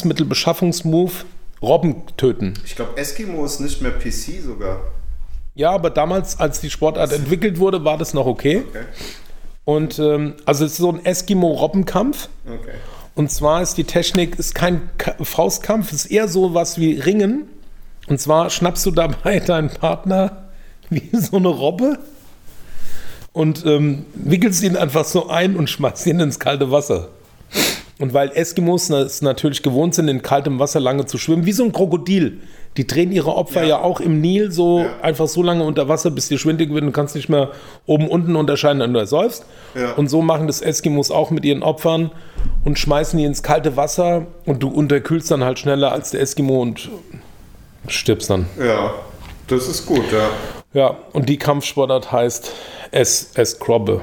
Nahrungsmittelbeschaffungsmove Robben töten. Ich glaube, Eskimo ist nicht mehr PC sogar. Ja, aber damals, als die Sportart entwickelt wurde, war das noch okay. Okay. Und ähm, also es ist so ein Eskimo-Robbenkampf. Okay. Und zwar ist die Technik, ist kein Ka Faustkampf, ist eher so was wie Ringen. Und zwar schnappst du dabei deinen Partner wie so eine Robbe und ähm, wickelst ihn einfach so ein und schmeißt ihn ins kalte Wasser. Und weil Eskimos na- es natürlich gewohnt sind, in kaltem Wasser lange zu schwimmen, wie so ein Krokodil. Die drehen ihre Opfer ja, auch im Nil so einfach so lange unter Wasser, bis dir schwindig wird und du kannst nicht mehr oben unten unterscheiden, wenn du säufst. Und so machen das Eskimos auch mit ihren Opfern und schmeißen die ins kalte Wasser und du unterkühlst dann halt schneller als der Eskimo und stirbst dann. Ja. Das ist gut, ja. Ja, und die Kampfsportart heißt es Eskrobbe.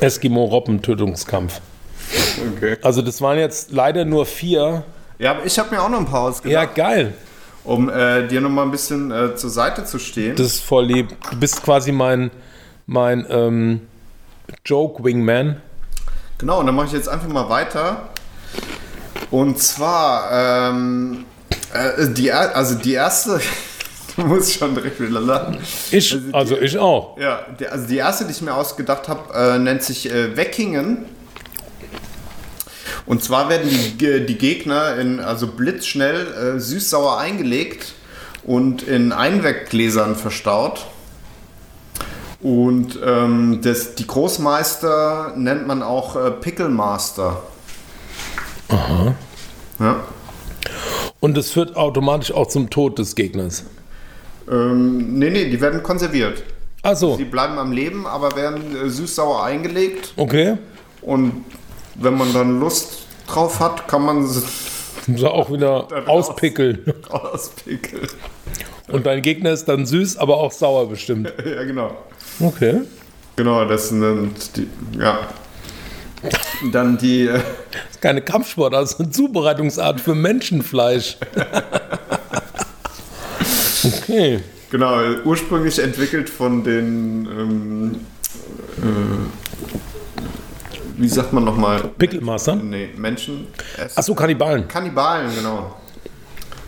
Eskimo-Robben-Tötungskampf. Okay. Also das waren jetzt leider nur vier. Ja, aber ich habe mir auch noch ein paar Ja, ausgedacht, geil. um äh, dir noch mal ein bisschen äh, zur Seite zu stehen. Das ist voll lieb. Du bist quasi mein, mein ähm, Joke-Wingman. Genau, und dann mache ich jetzt einfach mal weiter. Und zwar, ähm, äh, die, er- also die erste, du musst schon direkt wieder lachen. Ich, also ich auch. Ja, die, also die erste, die ich mir ausgedacht habe, äh, nennt sich äh, Weckingen. Und zwar werden die, Ge- die Gegner in, also blitzschnell äh, süß-sauer eingelegt und in Einweggläsern verstaut. Und ähm, das, die Großmeister nennt man auch äh, Pickelmaster. Aha. Und das führt automatisch auch zum Tod des Gegners. Ja. Ähm, nee, nee, die werden konserviert. Ach so, Die bleiben am Leben, aber werden äh, süß-sauer eingelegt. okay. Und wenn man dann Lust drauf hat, kann man sie Muss er auch wieder auspickeln. auspickeln. Und dein Gegner ist dann süß, aber auch sauer bestimmt. Ja, genau. Okay. Genau, das sind die. Ja. Dann die. äh, Das ist keine Kampfsport, das ist eine Zubereitungsart für Menschenfleisch. Okay. Genau, ursprünglich entwickelt von den. Ähm, äh, wie sagt man nochmal? Pickelmaster? Nee, Menschen. Ach Achso, Kannibalen. Kannibalen, genau.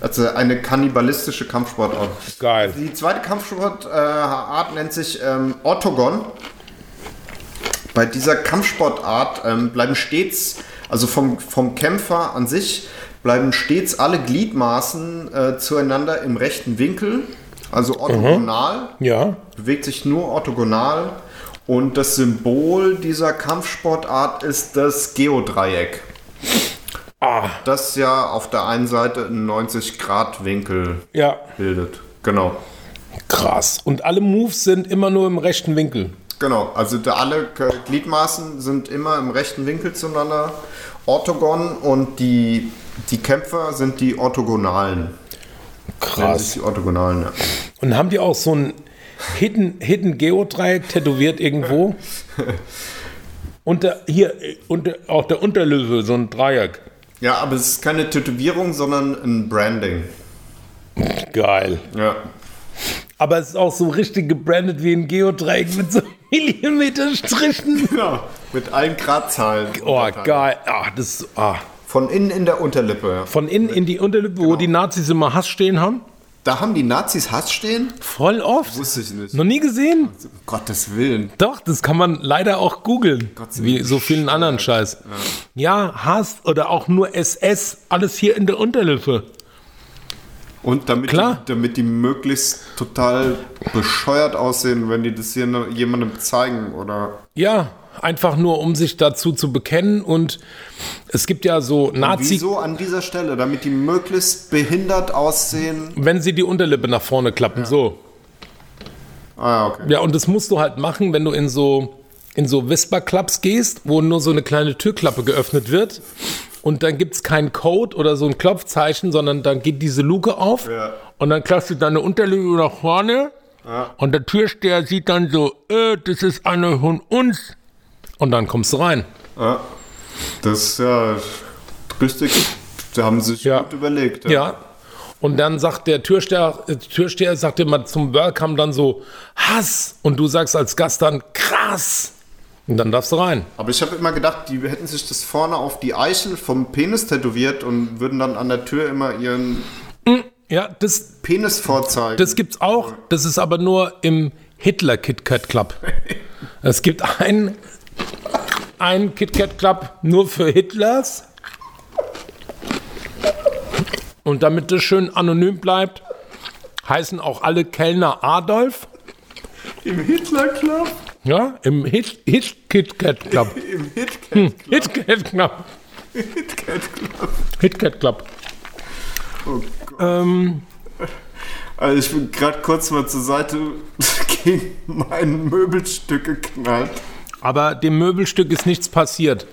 Also eine kannibalistische Kampfsportart. Geil. Die zweite Kampfsportart äh, nennt sich ähm, Orthogon. Bei dieser Kampfsportart ähm, bleiben stets, also vom, vom Kämpfer an sich, bleiben stets alle Gliedmaßen äh, zueinander im rechten Winkel, also orthogonal Ja. bewegt sich nur orthogonal und das Symbol dieser Kampfsportart ist das Geodreieck. Das ja auf der einen Seite einen 90-Grad-Winkel Ja. bildet. Genau. Krass. Und alle Moves sind immer nur im rechten Winkel. Genau. Also da alle K- Gliedmaßen sind immer im rechten Winkel zueinander. Orthogon und die, die Kämpfer sind die orthogonalen. Nennen sich Krass. Die orthogonalen, ja. Und haben die auch so ein Hidden, Hidden Geodreieck tätowiert irgendwo? Unter, hier, äh, unter, auch der Unterlöwe, so ein Dreieck. Ja, aber es ist keine Tätowierung, sondern ein Branding. Geil. Ja. Aber es ist auch so richtig gebrandet wie ein Geodreieck mit so Millimeterstrichen. Genau. Mit allen Gradzahlen. Oh, unterteilt. geil. Ah, das, ah. Von innen in der Unterlippe. Von innen in die Unterlippe, wo die Nazis immer Hass stehen haben. Da haben die Nazis Hass stehen? Voll oft. Wusste ich nicht. Noch nie gesehen? Um Gottes Willen. Doch, das kann man leider auch googeln. Wie so vielen anderen Scheiß. Ja. Hass oder auch nur SS, alles hier in der Unterlippe. Und damit, Klar. Die, damit die möglichst total bescheuert aussehen, wenn die das hier ne- jemandem zeigen oder. Ja, einfach nur, um sich dazu zu bekennen. Und es gibt ja so Nazi, Wieso an dieser Stelle? Damit die möglichst behindert aussehen. wenn sie die Unterlippe nach vorne klappen. So. Ah, ja, okay. Ja, und das musst du halt machen, wenn du in so, in so Whisper-Clubs gehst, wo nur so eine kleine Türklappe geöffnet wird. Und dann gibt es keinen Code oder so ein Klopfzeichen, sondern dann geht diese Luke auf Ja. und dann klappst du deine Unterlippe nach vorne und der Türsteher sieht dann so, äh, das ist einer von uns. Und dann kommst du rein. Ja. Das ist ja richtig. Da haben sie sich Ja. gut überlegt. Ja. Und dann sagt der Türsteher, äh, Türsteher sagt immer zum Welcome dann so, Hass. Und du sagst als Gast dann, krass. Und dann darfst du rein. Aber ich habe immer gedacht, die hätten sich das vorne auf die Eichel vom Penis tätowiert und würden dann an der Tür immer ihren Ja, das, Penis vorzeigen. Das gibt's auch, das ist aber nur im Hitler Kit Kat Club. Es gibt einen, einen Kit Kat Club nur für Hitlers. Und damit das schön anonym bleibt, heißen auch alle Kellner Adolf. Im Hitler Club? Ja, im Hit, Hit Kit Kat Club. Im Hitcat Hit Kat Club. Club. Hit Kat Club. ähm, Also ich bin gerade kurz mal zur Seite gegen mein Möbelstück geknallt. Aber dem Möbelstück ist nichts passiert.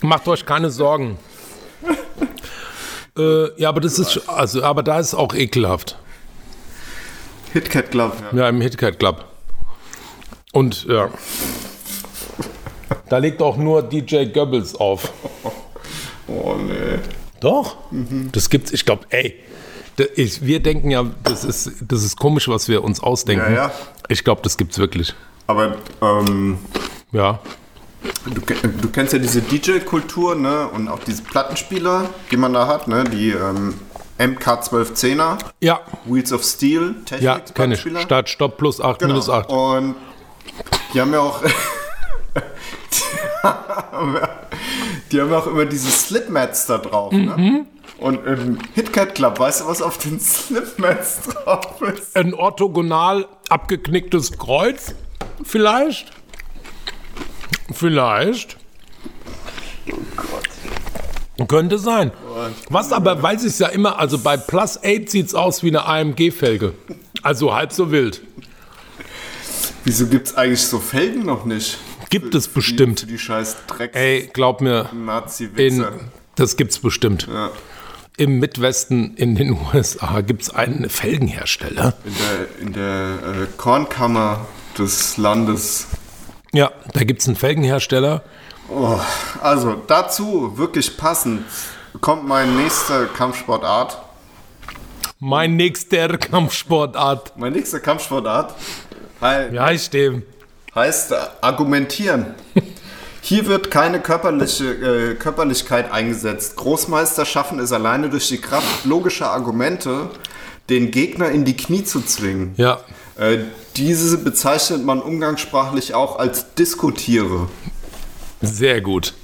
Macht euch keine Sorgen. äh, ja, aber das ist also, aber da ist auch ekelhaft. Hitcat Club. Ja. Ja, im Hitcat Club. Und ja. Da legt auch nur DJ Goebbels auf. Oh nee. Doch. Das gibt's, ich glaube, ey. da- Ich, wir denken ja, das ist, das ist komisch, was wir uns ausdenken. Ja, ja. Ich glaube, das gibt's wirklich. Aber ähm, Ja. du, ke- äh, du kennst ja diese DJ-Kultur, ne? Und auch diese Plattenspieler, die man da hat, ne? Die ähm, MK1210er, Ja, Wheels of Steel, Technik, ja, kenne ich. Plattenspieler. Start, Stopp, plus 8, Genau. minus 8. Und die haben ja auch. die haben ja auch immer diese Slipmats da drauf, Mhm. ne? Und im Hitcat Club, weißt du, was auf den Slipmats drauf ist? ein orthogonal abgeknicktes Kreuz? Vielleicht? Vielleicht. Könnte sein. Was aber weiß ich ja immer, also bei Plus 8 sieht es aus wie eine AMG-Felge. Also halb so wild. Wieso gibt es eigentlich so Felgen noch nicht? Gibt Für- es für bestimmt. Die, für die scheiß Drecks Ey, glaub mir, in, Nazi-Wichser. das gibt's bestimmt. Ja. Im Midwesten in den USA gibt's einen Felgenhersteller. In der, in der äh, Kornkammer des Landes. Ja, da gibt's einen Felgenhersteller. Oh, also dazu wirklich passend kommt meine nächste Kampfsportart. Mein nächster Kampfsportart. Meine nächste Kampfsportart hei- Wie heißt dem? heißt äh, argumentieren. Hier wird keine körperliche, äh, Körperlichkeit eingesetzt. Großmeister schaffen es alleine durch die Kraft logischer Argumente, den Gegner in die Knie zu zwingen. Ja, Äh, diese bezeichnet man umgangssprachlich auch als diskutiere. sehr gut.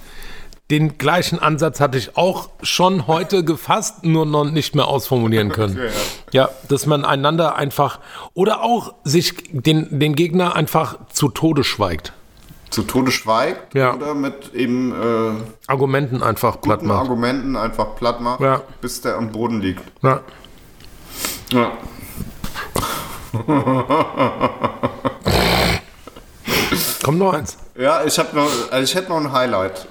Den gleichen Ansatz hatte ich auch schon heute gefasst, nur noch nicht mehr ausformulieren können. ja. dass man einander einfach oder auch sich den, den Gegner einfach zu Tode schweigt. Zu Tode schweigt Ja. oder mit eben äh, Argumenten einfach platt guten macht. Argumenten einfach platt macht, Ja. bis der am Boden liegt. Ja. Ja. Kommt noch eins. Ja, ich, hab noch, also ich hätte noch ein Highlight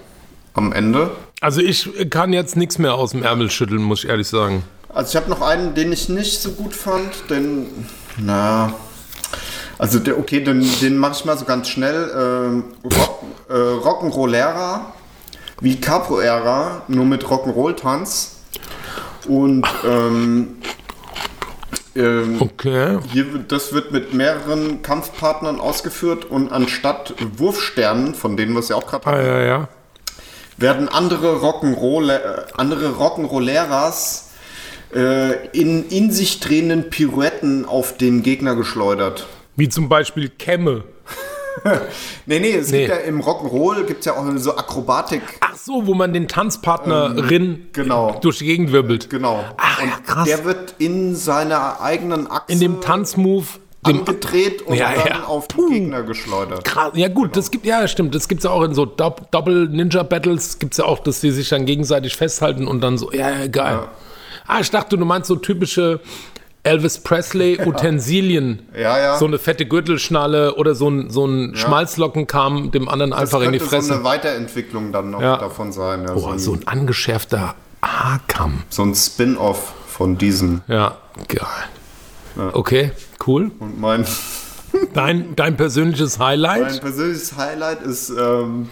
am Ende. Also ich kann jetzt nichts mehr aus dem Ärmel schütteln, muss ich ehrlich sagen. Also ich habe noch einen, den ich nicht so gut fand, denn na also der okay, den, den mache ich mal so ganz schnell. Ähm, Rock, äh, Rock'n'Rollera wie Capoeira, nur mit Rock'n'Roll-Tanz. Und ähm, ähm, Okay. Hier, wird- das wird mit mehreren Kampfpartnern ausgeführt und anstatt Wurfsternen, von denen wir es ja auch gerade Ah, hatten, ja, ja. werden andere Rock'n'Roll, äh, andere Rock'n'Rolleras äh, in, in sich drehenden Pirouetten auf den Gegner geschleudert. Wie zum Beispiel Kämme. Nee, nee, es Nee. gibt ja im Rock'n'Roll gibt's ja auch so Akrobatik. Ach so, wo man den Tanzpartnerin genau. durch die Gegend wirbelt. Genau. Ach, ja, krass. Der wird in seiner eigenen Achse In dem Tanzmove, dem angedreht und Ja, dann ja. auf den Puh. Gegner geschleudert. Krass. Ja gut, das gibt ja stimmt, das gibt's ja auch in so Dopp- Doppel Ninja Battles, gibt's ja auch, dass die sich dann gegenseitig festhalten und dann so ja, ja geil. Ah, ich dachte, du meinst so typische Elvis Presley Utensilien. Ja, ja. So eine fette Gürtelschnalle oder so ein so ein Schmalzlockenkamm dem anderen Das einfach in die könnte so Fresse. eine Weiterentwicklung dann noch Ja. davon sein. Ja, Boah, so ein angeschärfter Haarkamm. so ein Spin-off von diesem. Ja, geil. Okay, cool. Und mein, Dein dein persönliches Highlight? mein persönliches Highlight ist ähm,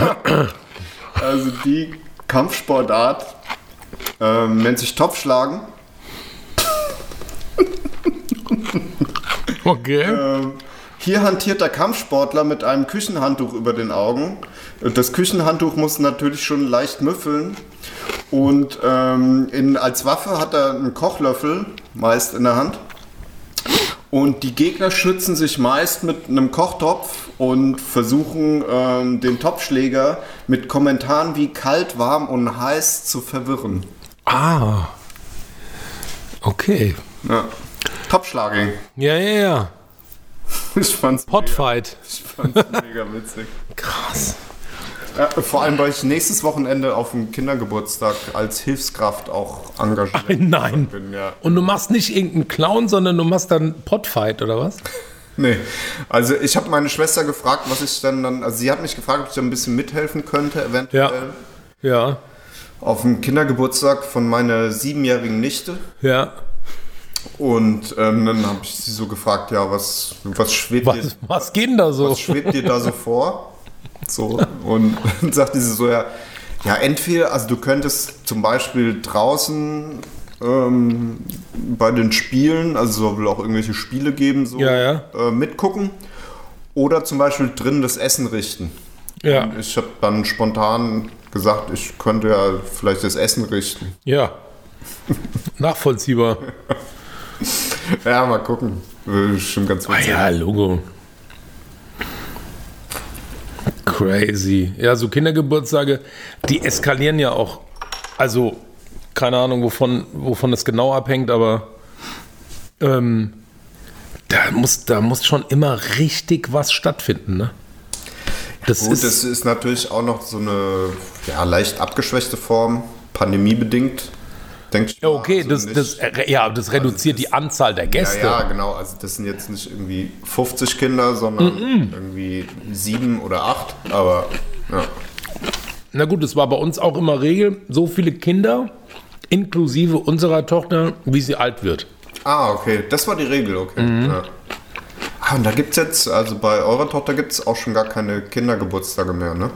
also die Kampfsportart ähm, nennt sich Topfschlagen. Okay. Ähm, hier hantiert der Kampfsportler mit einem Küchenhandtuch über den Augen. Das Küchenhandtuch muss natürlich schon leicht müffeln. Und ähm, in, als Waffe hat er einen Kochlöffel meist in der Hand. Und die Gegner schützen sich meist mit einem Kochtopf und versuchen ähm, den Topfschläger mit Kommentaren wie kalt, warm und heiß zu verwirren. Ah. Okay. Ja. Topfschlaging. Ja, ja, ja. Ich fand's, Potfight. ich fand's mega witzig. Krass. Ja, vor allem, weil ich nächstes Wochenende auf dem Kindergeburtstag als Hilfskraft auch engagiert Nein. bin. Ja. Und du machst nicht irgendeinen Clown, sondern du machst dann Potfight oder was? Nee. Also ich habe meine Schwester gefragt, was ich dann dann, also sie hat mich gefragt, ob ich da ein bisschen mithelfen könnte, eventuell Ja. auf dem Kindergeburtstag von meiner siebenjährigen Nichte. Ja. Und ähm, dann habe ich sie so gefragt, ja, was, was schwebt dir Was, was geht denn da so? was schwebt dir da so vor? So, und dann sagte sie so, ja, ja, entweder, also du könntest zum Beispiel draußen ähm, bei den Spielen, also soll wohl auch irgendwelche Spiele geben, so Ja, ja. Äh, mitgucken. Oder zum Beispiel drin das Essen richten. Ja. Ich habe dann spontan gesagt, ich könnte ja vielleicht das Essen richten. Ja. Nachvollziehbar. Ja, mal gucken. Äh, Schon ganz witzig. Ah, Logo. Crazy. Ja, so Kindergeburtstage, die eskalieren ja auch. Also, keine Ahnung, wovon, wovon das genau abhängt, aber ähm, da, muss, da muss schon immer richtig was stattfinden, ne? Das Gut, ist. das ist natürlich auch noch so eine ja, leicht abgeschwächte Form, pandemiebedingt. Denke ich. Ja, okay, mal. das, Also das, nicht- äh, ja, das reduziert die Anzahl der Gäste. Ja, ja, genau. Also das sind jetzt nicht irgendwie 50 Kinder, sondern irgendwie sieben oder acht. Aber ja. Na gut, es war bei uns auch immer Regel, so viele Kinder, inklusive unserer Tochter, wie sie alt wird. Ah, okay. Das war die Regel, okay. Mhm. Ja. Ah, und da gibt's jetzt, also bei eurer Tochter gibt es auch schon gar keine Kindergeburtstage mehr, ne?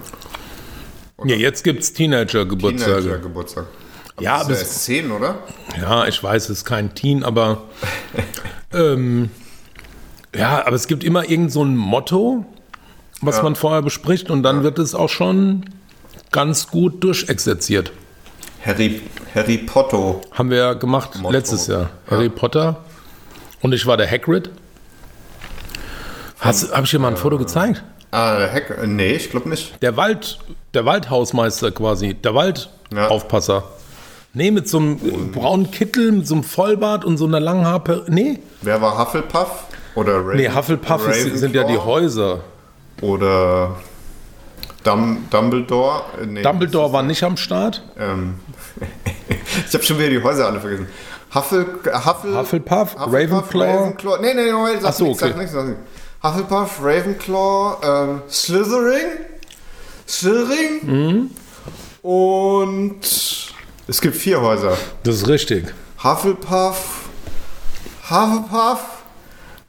Ja, jetzt gibt es Teenager-Geburtstage. Kindergeburtstag. Ja, das aber ist ja es- erst zehn, oder? ja, ich weiß, es ist kein Teen, aber ähm, ja, aber es gibt immer irgend so ein Motto, was man vorher bespricht und dann wird es auch schon ganz gut durchexerziert. Harry, Harry Potter. Haben wir ja gemacht Motto. letztes Jahr. Ja. Harry Potter. Und ich war der Hagrid. Hast, hab ich dir mal ein Foto gezeigt? Ah, der Hack. äh, Nee, ich glaube nicht. Der Wald, der Waldhausmeister quasi, der Ja. Waldaufpasser. Nee, mit so einem äh, braunen Kittel, mit so einem Vollbart und so einer langen Haarpe. Nee, Wer war Hufflepuff? Oder Raven, nee, Hufflepuff ist, sind ja die Ravenclaw? Häuser. Oder Dum Dumbledore? Äh, Nee, Dumbledore war nicht am Start. Ähm, ich habe schon wieder die Häuser alle vergessen. Huffle, Huffle, Hufflepuff, Ravenclaw. Ravenclaw. Nee, nee, nee, sag Ach so, nichts, sag okay. nichts, sag nichts. Hufflepuff, Ravenclaw, ähm, Slytherin, Slytherin Mhm. und es gibt vier Häuser. Das ist richtig. Hufflepuff, Hufflepuff,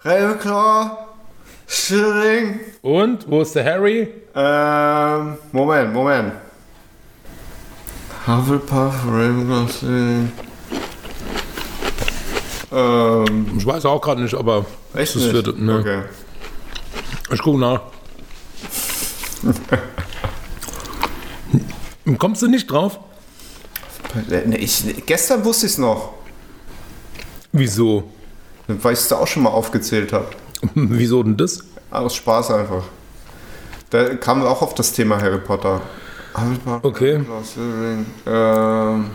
Ravenclaw, Slytherin. Und, wo ist der Harry? Ähm, Moment, Moment. Hufflepuff, Ravenclaw, Slytherin. Ähm, Ich weiß auch gerade nicht, aber echt das nicht? wird. Ne. Okay. Ich gucke nach. Kommst du nicht drauf? Ne, Ich, gestern wusste ich es noch, Wieso? weil ich es da auch schon mal aufgezählt habe. Wieso denn das? Ah, Aus Spaß einfach. Da kamen wir auch auf das Thema Harry Potter. Hufflepuff, Okay. Ravenclaw, Slytherin. Ähm,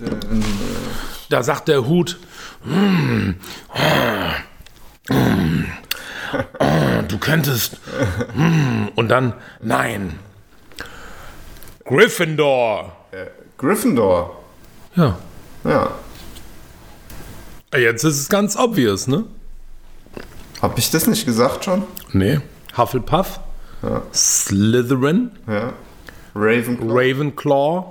den- Da sagt der Hut. "Hm, ah, hm, ah, Du könntest. hm." Und dann, nein. Gryffindor. Gryffindor. Ja. Ja. Jetzt ist es ganz obvious, ne? Hab ich das nicht gesagt schon? Nee. Hufflepuff. Slytherin. Ja. Ravenclaw. Ravenclaw.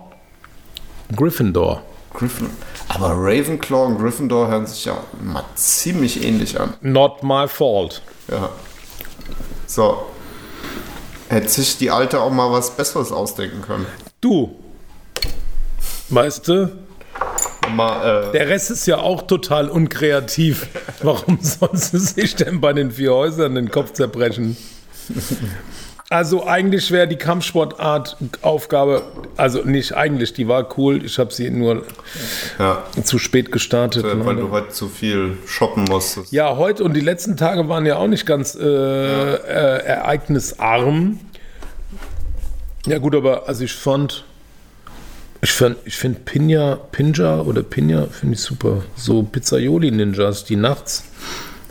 Gryffindor. Griffin. Aber Ravenclaw und Gryffindor hören sich ja mal ziemlich ähnlich an. Not my fault. Ja. So. Hätte sich die Alte auch mal was Besseres ausdenken können. Du. Weißt du, Mal, äh, Der Rest ist ja auch total unkreativ. Warum sollen sie sich denn bei den vier Häusern den Kopf zerbrechen? Also eigentlich wäre die Kampfsportart Aufgabe, also nicht eigentlich, die war cool, ich habe sie nur ja, zu spät gestartet. äh, weil du heute zu viel shoppen musstest. Ja, heute und die letzten Tage waren ja auch nicht ganz äh, äh, ereignisarm. Ja gut, aber also ich fand, ich fand, ich finde Pinja, Pinja oder Pinja finde ich super. So Pizzaioli-Ninjas, die nachts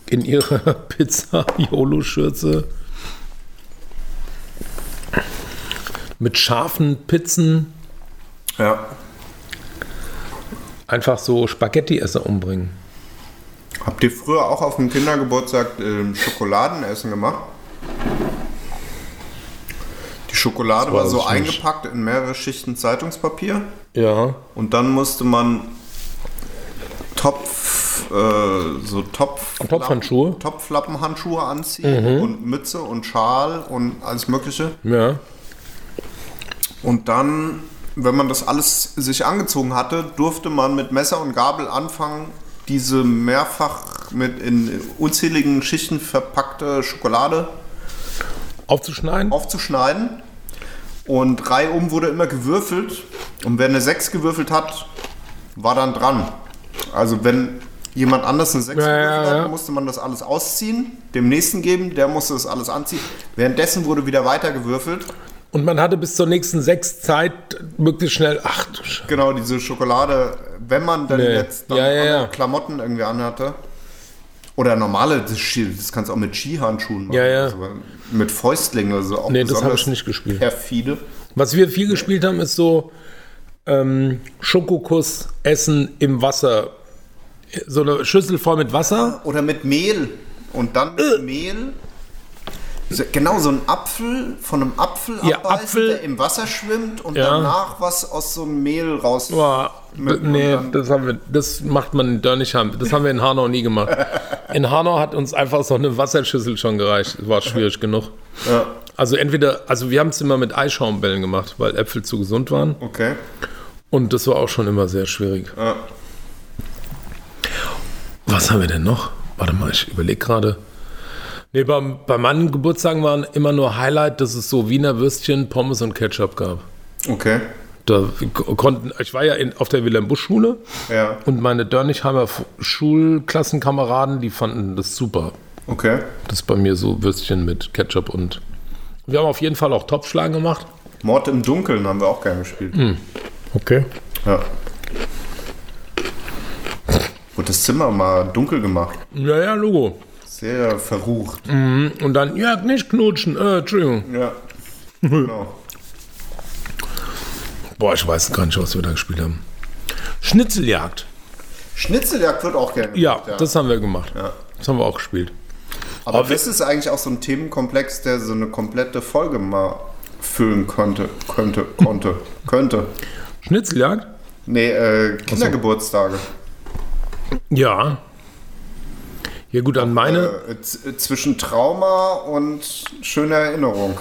in ihrer Pizzaiolo-Schürze mit scharfen Pizzen ja. einfach so Spaghetti-Esser umbringen. Habt ihr früher auch auf dem Kindergeburtstag ähm, Schokoladenessen gemacht? Die Schokolade war weiß so ich nicht. eingepackt in mehrere Schichten Zeitungspapier. Ja. Und dann musste man Topf, äh, so Topf, Topfhandschuhe? Mhm. Topflappenhandschuhe anziehen und Mütze und Schal und alles Mögliche. Ja. Und dann, wenn man das alles sich angezogen hatte, durfte man mit Messer und Gabel anfangen, diese mehrfach mit in unzähligen Schichten verpackte Schokolade Aufzuschneiden? aufzuschneiden. Und reihum wurde immer gewürfelt. Und wer eine 6 gewürfelt hat, war dann dran. Also wenn jemand anders eine 6 Ja, gewürfelt ja, ja. hat, musste man das alles ausziehen, dem nächsten geben, der musste das alles anziehen. Währenddessen wurde wieder weiter gewürfelt. Und man hatte bis zur nächsten sechs Zeit möglichst schnell. Ach du Scheiße. Genau, diese Schokolade, wenn man dann Nee. jetzt dann Ja, ja, andere ja. Klamotten irgendwie anhatte. Oder normale, das, Ski- das kannst du auch mit Skihandschuhen machen. Ja, ja. Also mit Fäustlingen oder so. Auch Nee, das habe besonders ich nicht gespielt. Perfide. Was wir viel gespielt haben, ist so ähm, Schokokuss essen im Wasser. So eine Schüssel voll mit Wasser. Oder mit Mehl. Und dann Äh. mit Mehl. So, genau, so ein Apfel, von einem Apfel Ja, abbeißen, Apfel. der im Wasser schwimmt und Ja. danach was aus so einem Mehl raus. Boah, Mit- nee, und dann- das haben wir, das macht man in Dörnigheim. Das haben wir in Hanau nie gemacht. In Hanau hat uns einfach so eine Wasserschüssel schon gereicht. War schwierig genug. Ja, Also entweder, also wir haben es immer mit Eischaumbällen gemacht, weil Äpfel zu gesund waren. okay. Und das war auch schon immer sehr schwierig. Ja. Was haben wir denn noch? Warte mal, ich überlege gerade. Nee, beim, bei meinen Geburtstagen waren immer nur Highlight, dass es so Wiener Würstchen, Pommes und Ketchup gab. Okay. Da ko- konnten, ich war ja in, auf der Wilhelm Busch Schule Ja. und meine Dörnichheimer F- Schulklassenkameraden, die fanden das super. Okay. Das bei mir so Würstchen mit Ketchup und. Wir haben auf jeden Fall auch Topfschlagen gemacht. Mord im Dunkeln haben wir auch gerne gespielt. Okay. Ja. Wurde das Zimmer mal dunkel gemacht. Ja, ja, Logo. Sehr verrucht. Und dann, ja, nicht knutschen, äh, Entschuldigung. Ja. Genau. Boah, ich weiß gar nicht, was wir da gespielt haben. Schnitzeljagd. Schnitzeljagd wird auch gerne Ja, gemacht, das haben wir gemacht. Ja. Das haben wir auch gespielt. Aber, Aber das ist eigentlich auch so ein Themenkomplex, der so eine komplette Folge mal füllen konnte. Könnte, konnte, könnte. Schnitzeljagd? Nee, äh, Kindergeburtstage. Ja. Ja gut, an meine Äh, z- zwischen Trauma und schöner Erinnerung.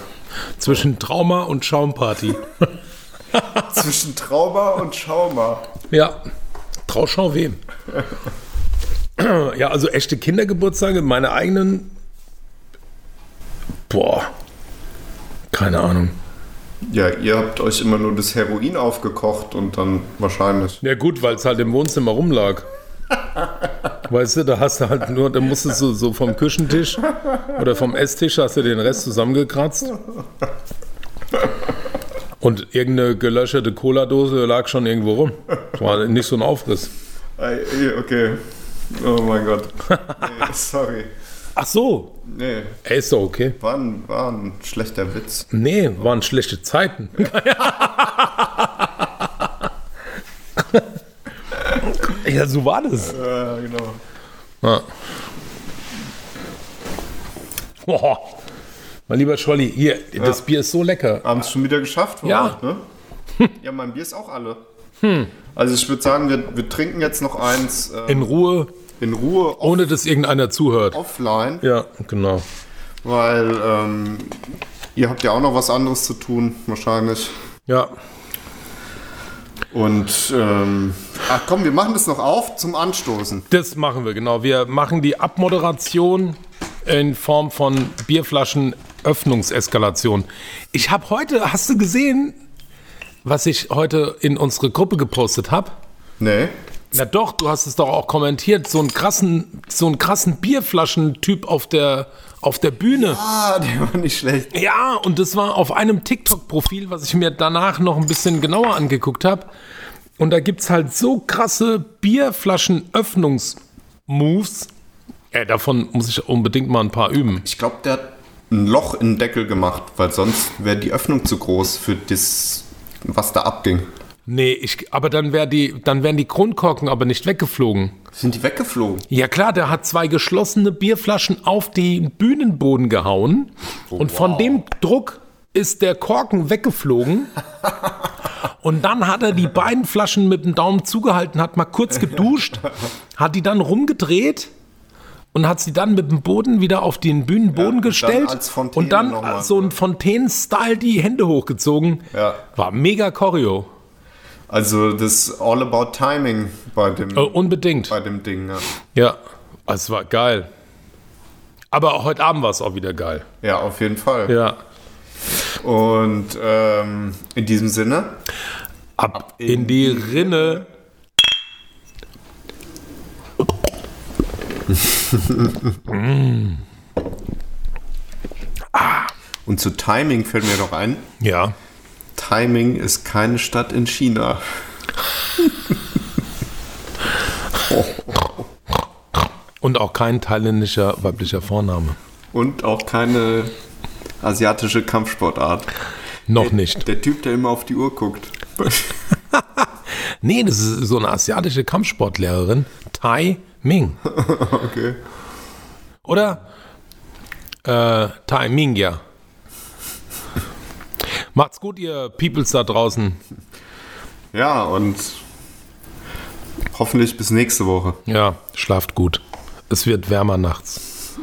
zwischen Trauma und Schaumparty. zwischen Trauma und Schauma. ja. Trauschau wem? ja, also echte Kindergeburtstage, meine eigenen. Boah. Keine Ahnung. Ja, ihr habt euch immer nur das Heroin aufgekocht und dann wahrscheinlich. Ja gut, weil es halt im Wohnzimmer rumlag. Weißt du, da hast du halt nur, da musstest du so vom Küchentisch oder vom Esstisch hast du den Rest zusammengekratzt. Und irgendeine gelöcherte Cola-Dose lag schon irgendwo rum. Das war nicht so ein Aufriss. Ei, ei, Okay. Oh mein Gott. Nee, sorry. Ach so. Nee, Ey, ist doch okay. war ein, war ein schlechter Witz. Nee, waren schlechte Zeiten. ja, so war das. Ja, genau. Ja. Boah. Mein lieber Scholli, hier, das Bier ist so lecker. Haben es schon wieder geschafft. für Ja. Hm. heute, ne? ja, mein Bier ist auch alle. Also ich würde sagen, wir, wir trinken jetzt noch eins äh, In Ruhe, in Ruhe off ohne dass irgendeiner zuhört. offline, Ja, genau. weil ähm, ihr habt ja auch noch was anderes zu tun, wahrscheinlich. Ja, Und ähm, ach komm, wir machen das noch auf zum Anstoßen. das machen wir, genau. Wir machen die Abmoderation in Form von Bierflaschenöffnungseskalation. Ich habe heute, hast du gesehen, was ich heute in unsere Gruppe gepostet habe? Nee. Na doch, du hast es doch auch kommentiert, so einen krassen, so einen krassen Bierflaschentyp auf der, auf der Bühne. Ah, der war nicht schlecht. Ja, und das war auf einem TikTok-Profil, was ich mir danach noch ein bisschen genauer angeguckt habe. Und da gibt es halt so krasse Bierflaschenöffnungs-Moves. Äh, davon muss ich unbedingt mal ein paar üben. Ich glaube, der hat ein Loch in den Deckel gemacht, weil sonst wäre die Öffnung zu groß für das, was da abging. Nee, ich, aber dann, wär die, dann wären die Kronkorken aber nicht weggeflogen. Sind die weggeflogen? Ja klar, der hat zwei geschlossene Bierflaschen auf den Bühnenboden gehauen. Oh, und von dem Druck ist der Korken weggeflogen. und dann hat er die beiden Flaschen mit dem Daumen zugehalten, hat mal kurz geduscht, hat die dann rumgedreht und hat sie dann mit dem Boden wieder auf den Bühnenboden und dann gestellt. als Fontäne und dann noch äh, mal. so ein Fontänen-Style die Hände hochgezogen. Ja. War mega Choreo. Also das ist all about timing bei dem, Äh, unbedingt. bei dem Ding. Ja. Ja, es war geil. Aber heute Abend war es auch wieder geil. ja, auf jeden Fall. Ja. Und ähm, in diesem Sinne, Ab, in, die Rinne. und zu Timing fällt mir doch ein, Ja. Timing ist keine Stadt in China. Und auch kein thailändischer weiblicher Vorname. Und auch keine asiatische Kampfsportart. Noch nicht. Der Typ, der immer auf die Uhr guckt. Nee, das ist so eine asiatische Kampfsportlehrerin, Tai Ming. Okay. Oder? Äh, Tai Ming, ja. Macht's gut, ihr Peoples da draußen. Ja, und hoffentlich bis nächste Woche. Ja, schlaft gut. Es wird wärmer nachts.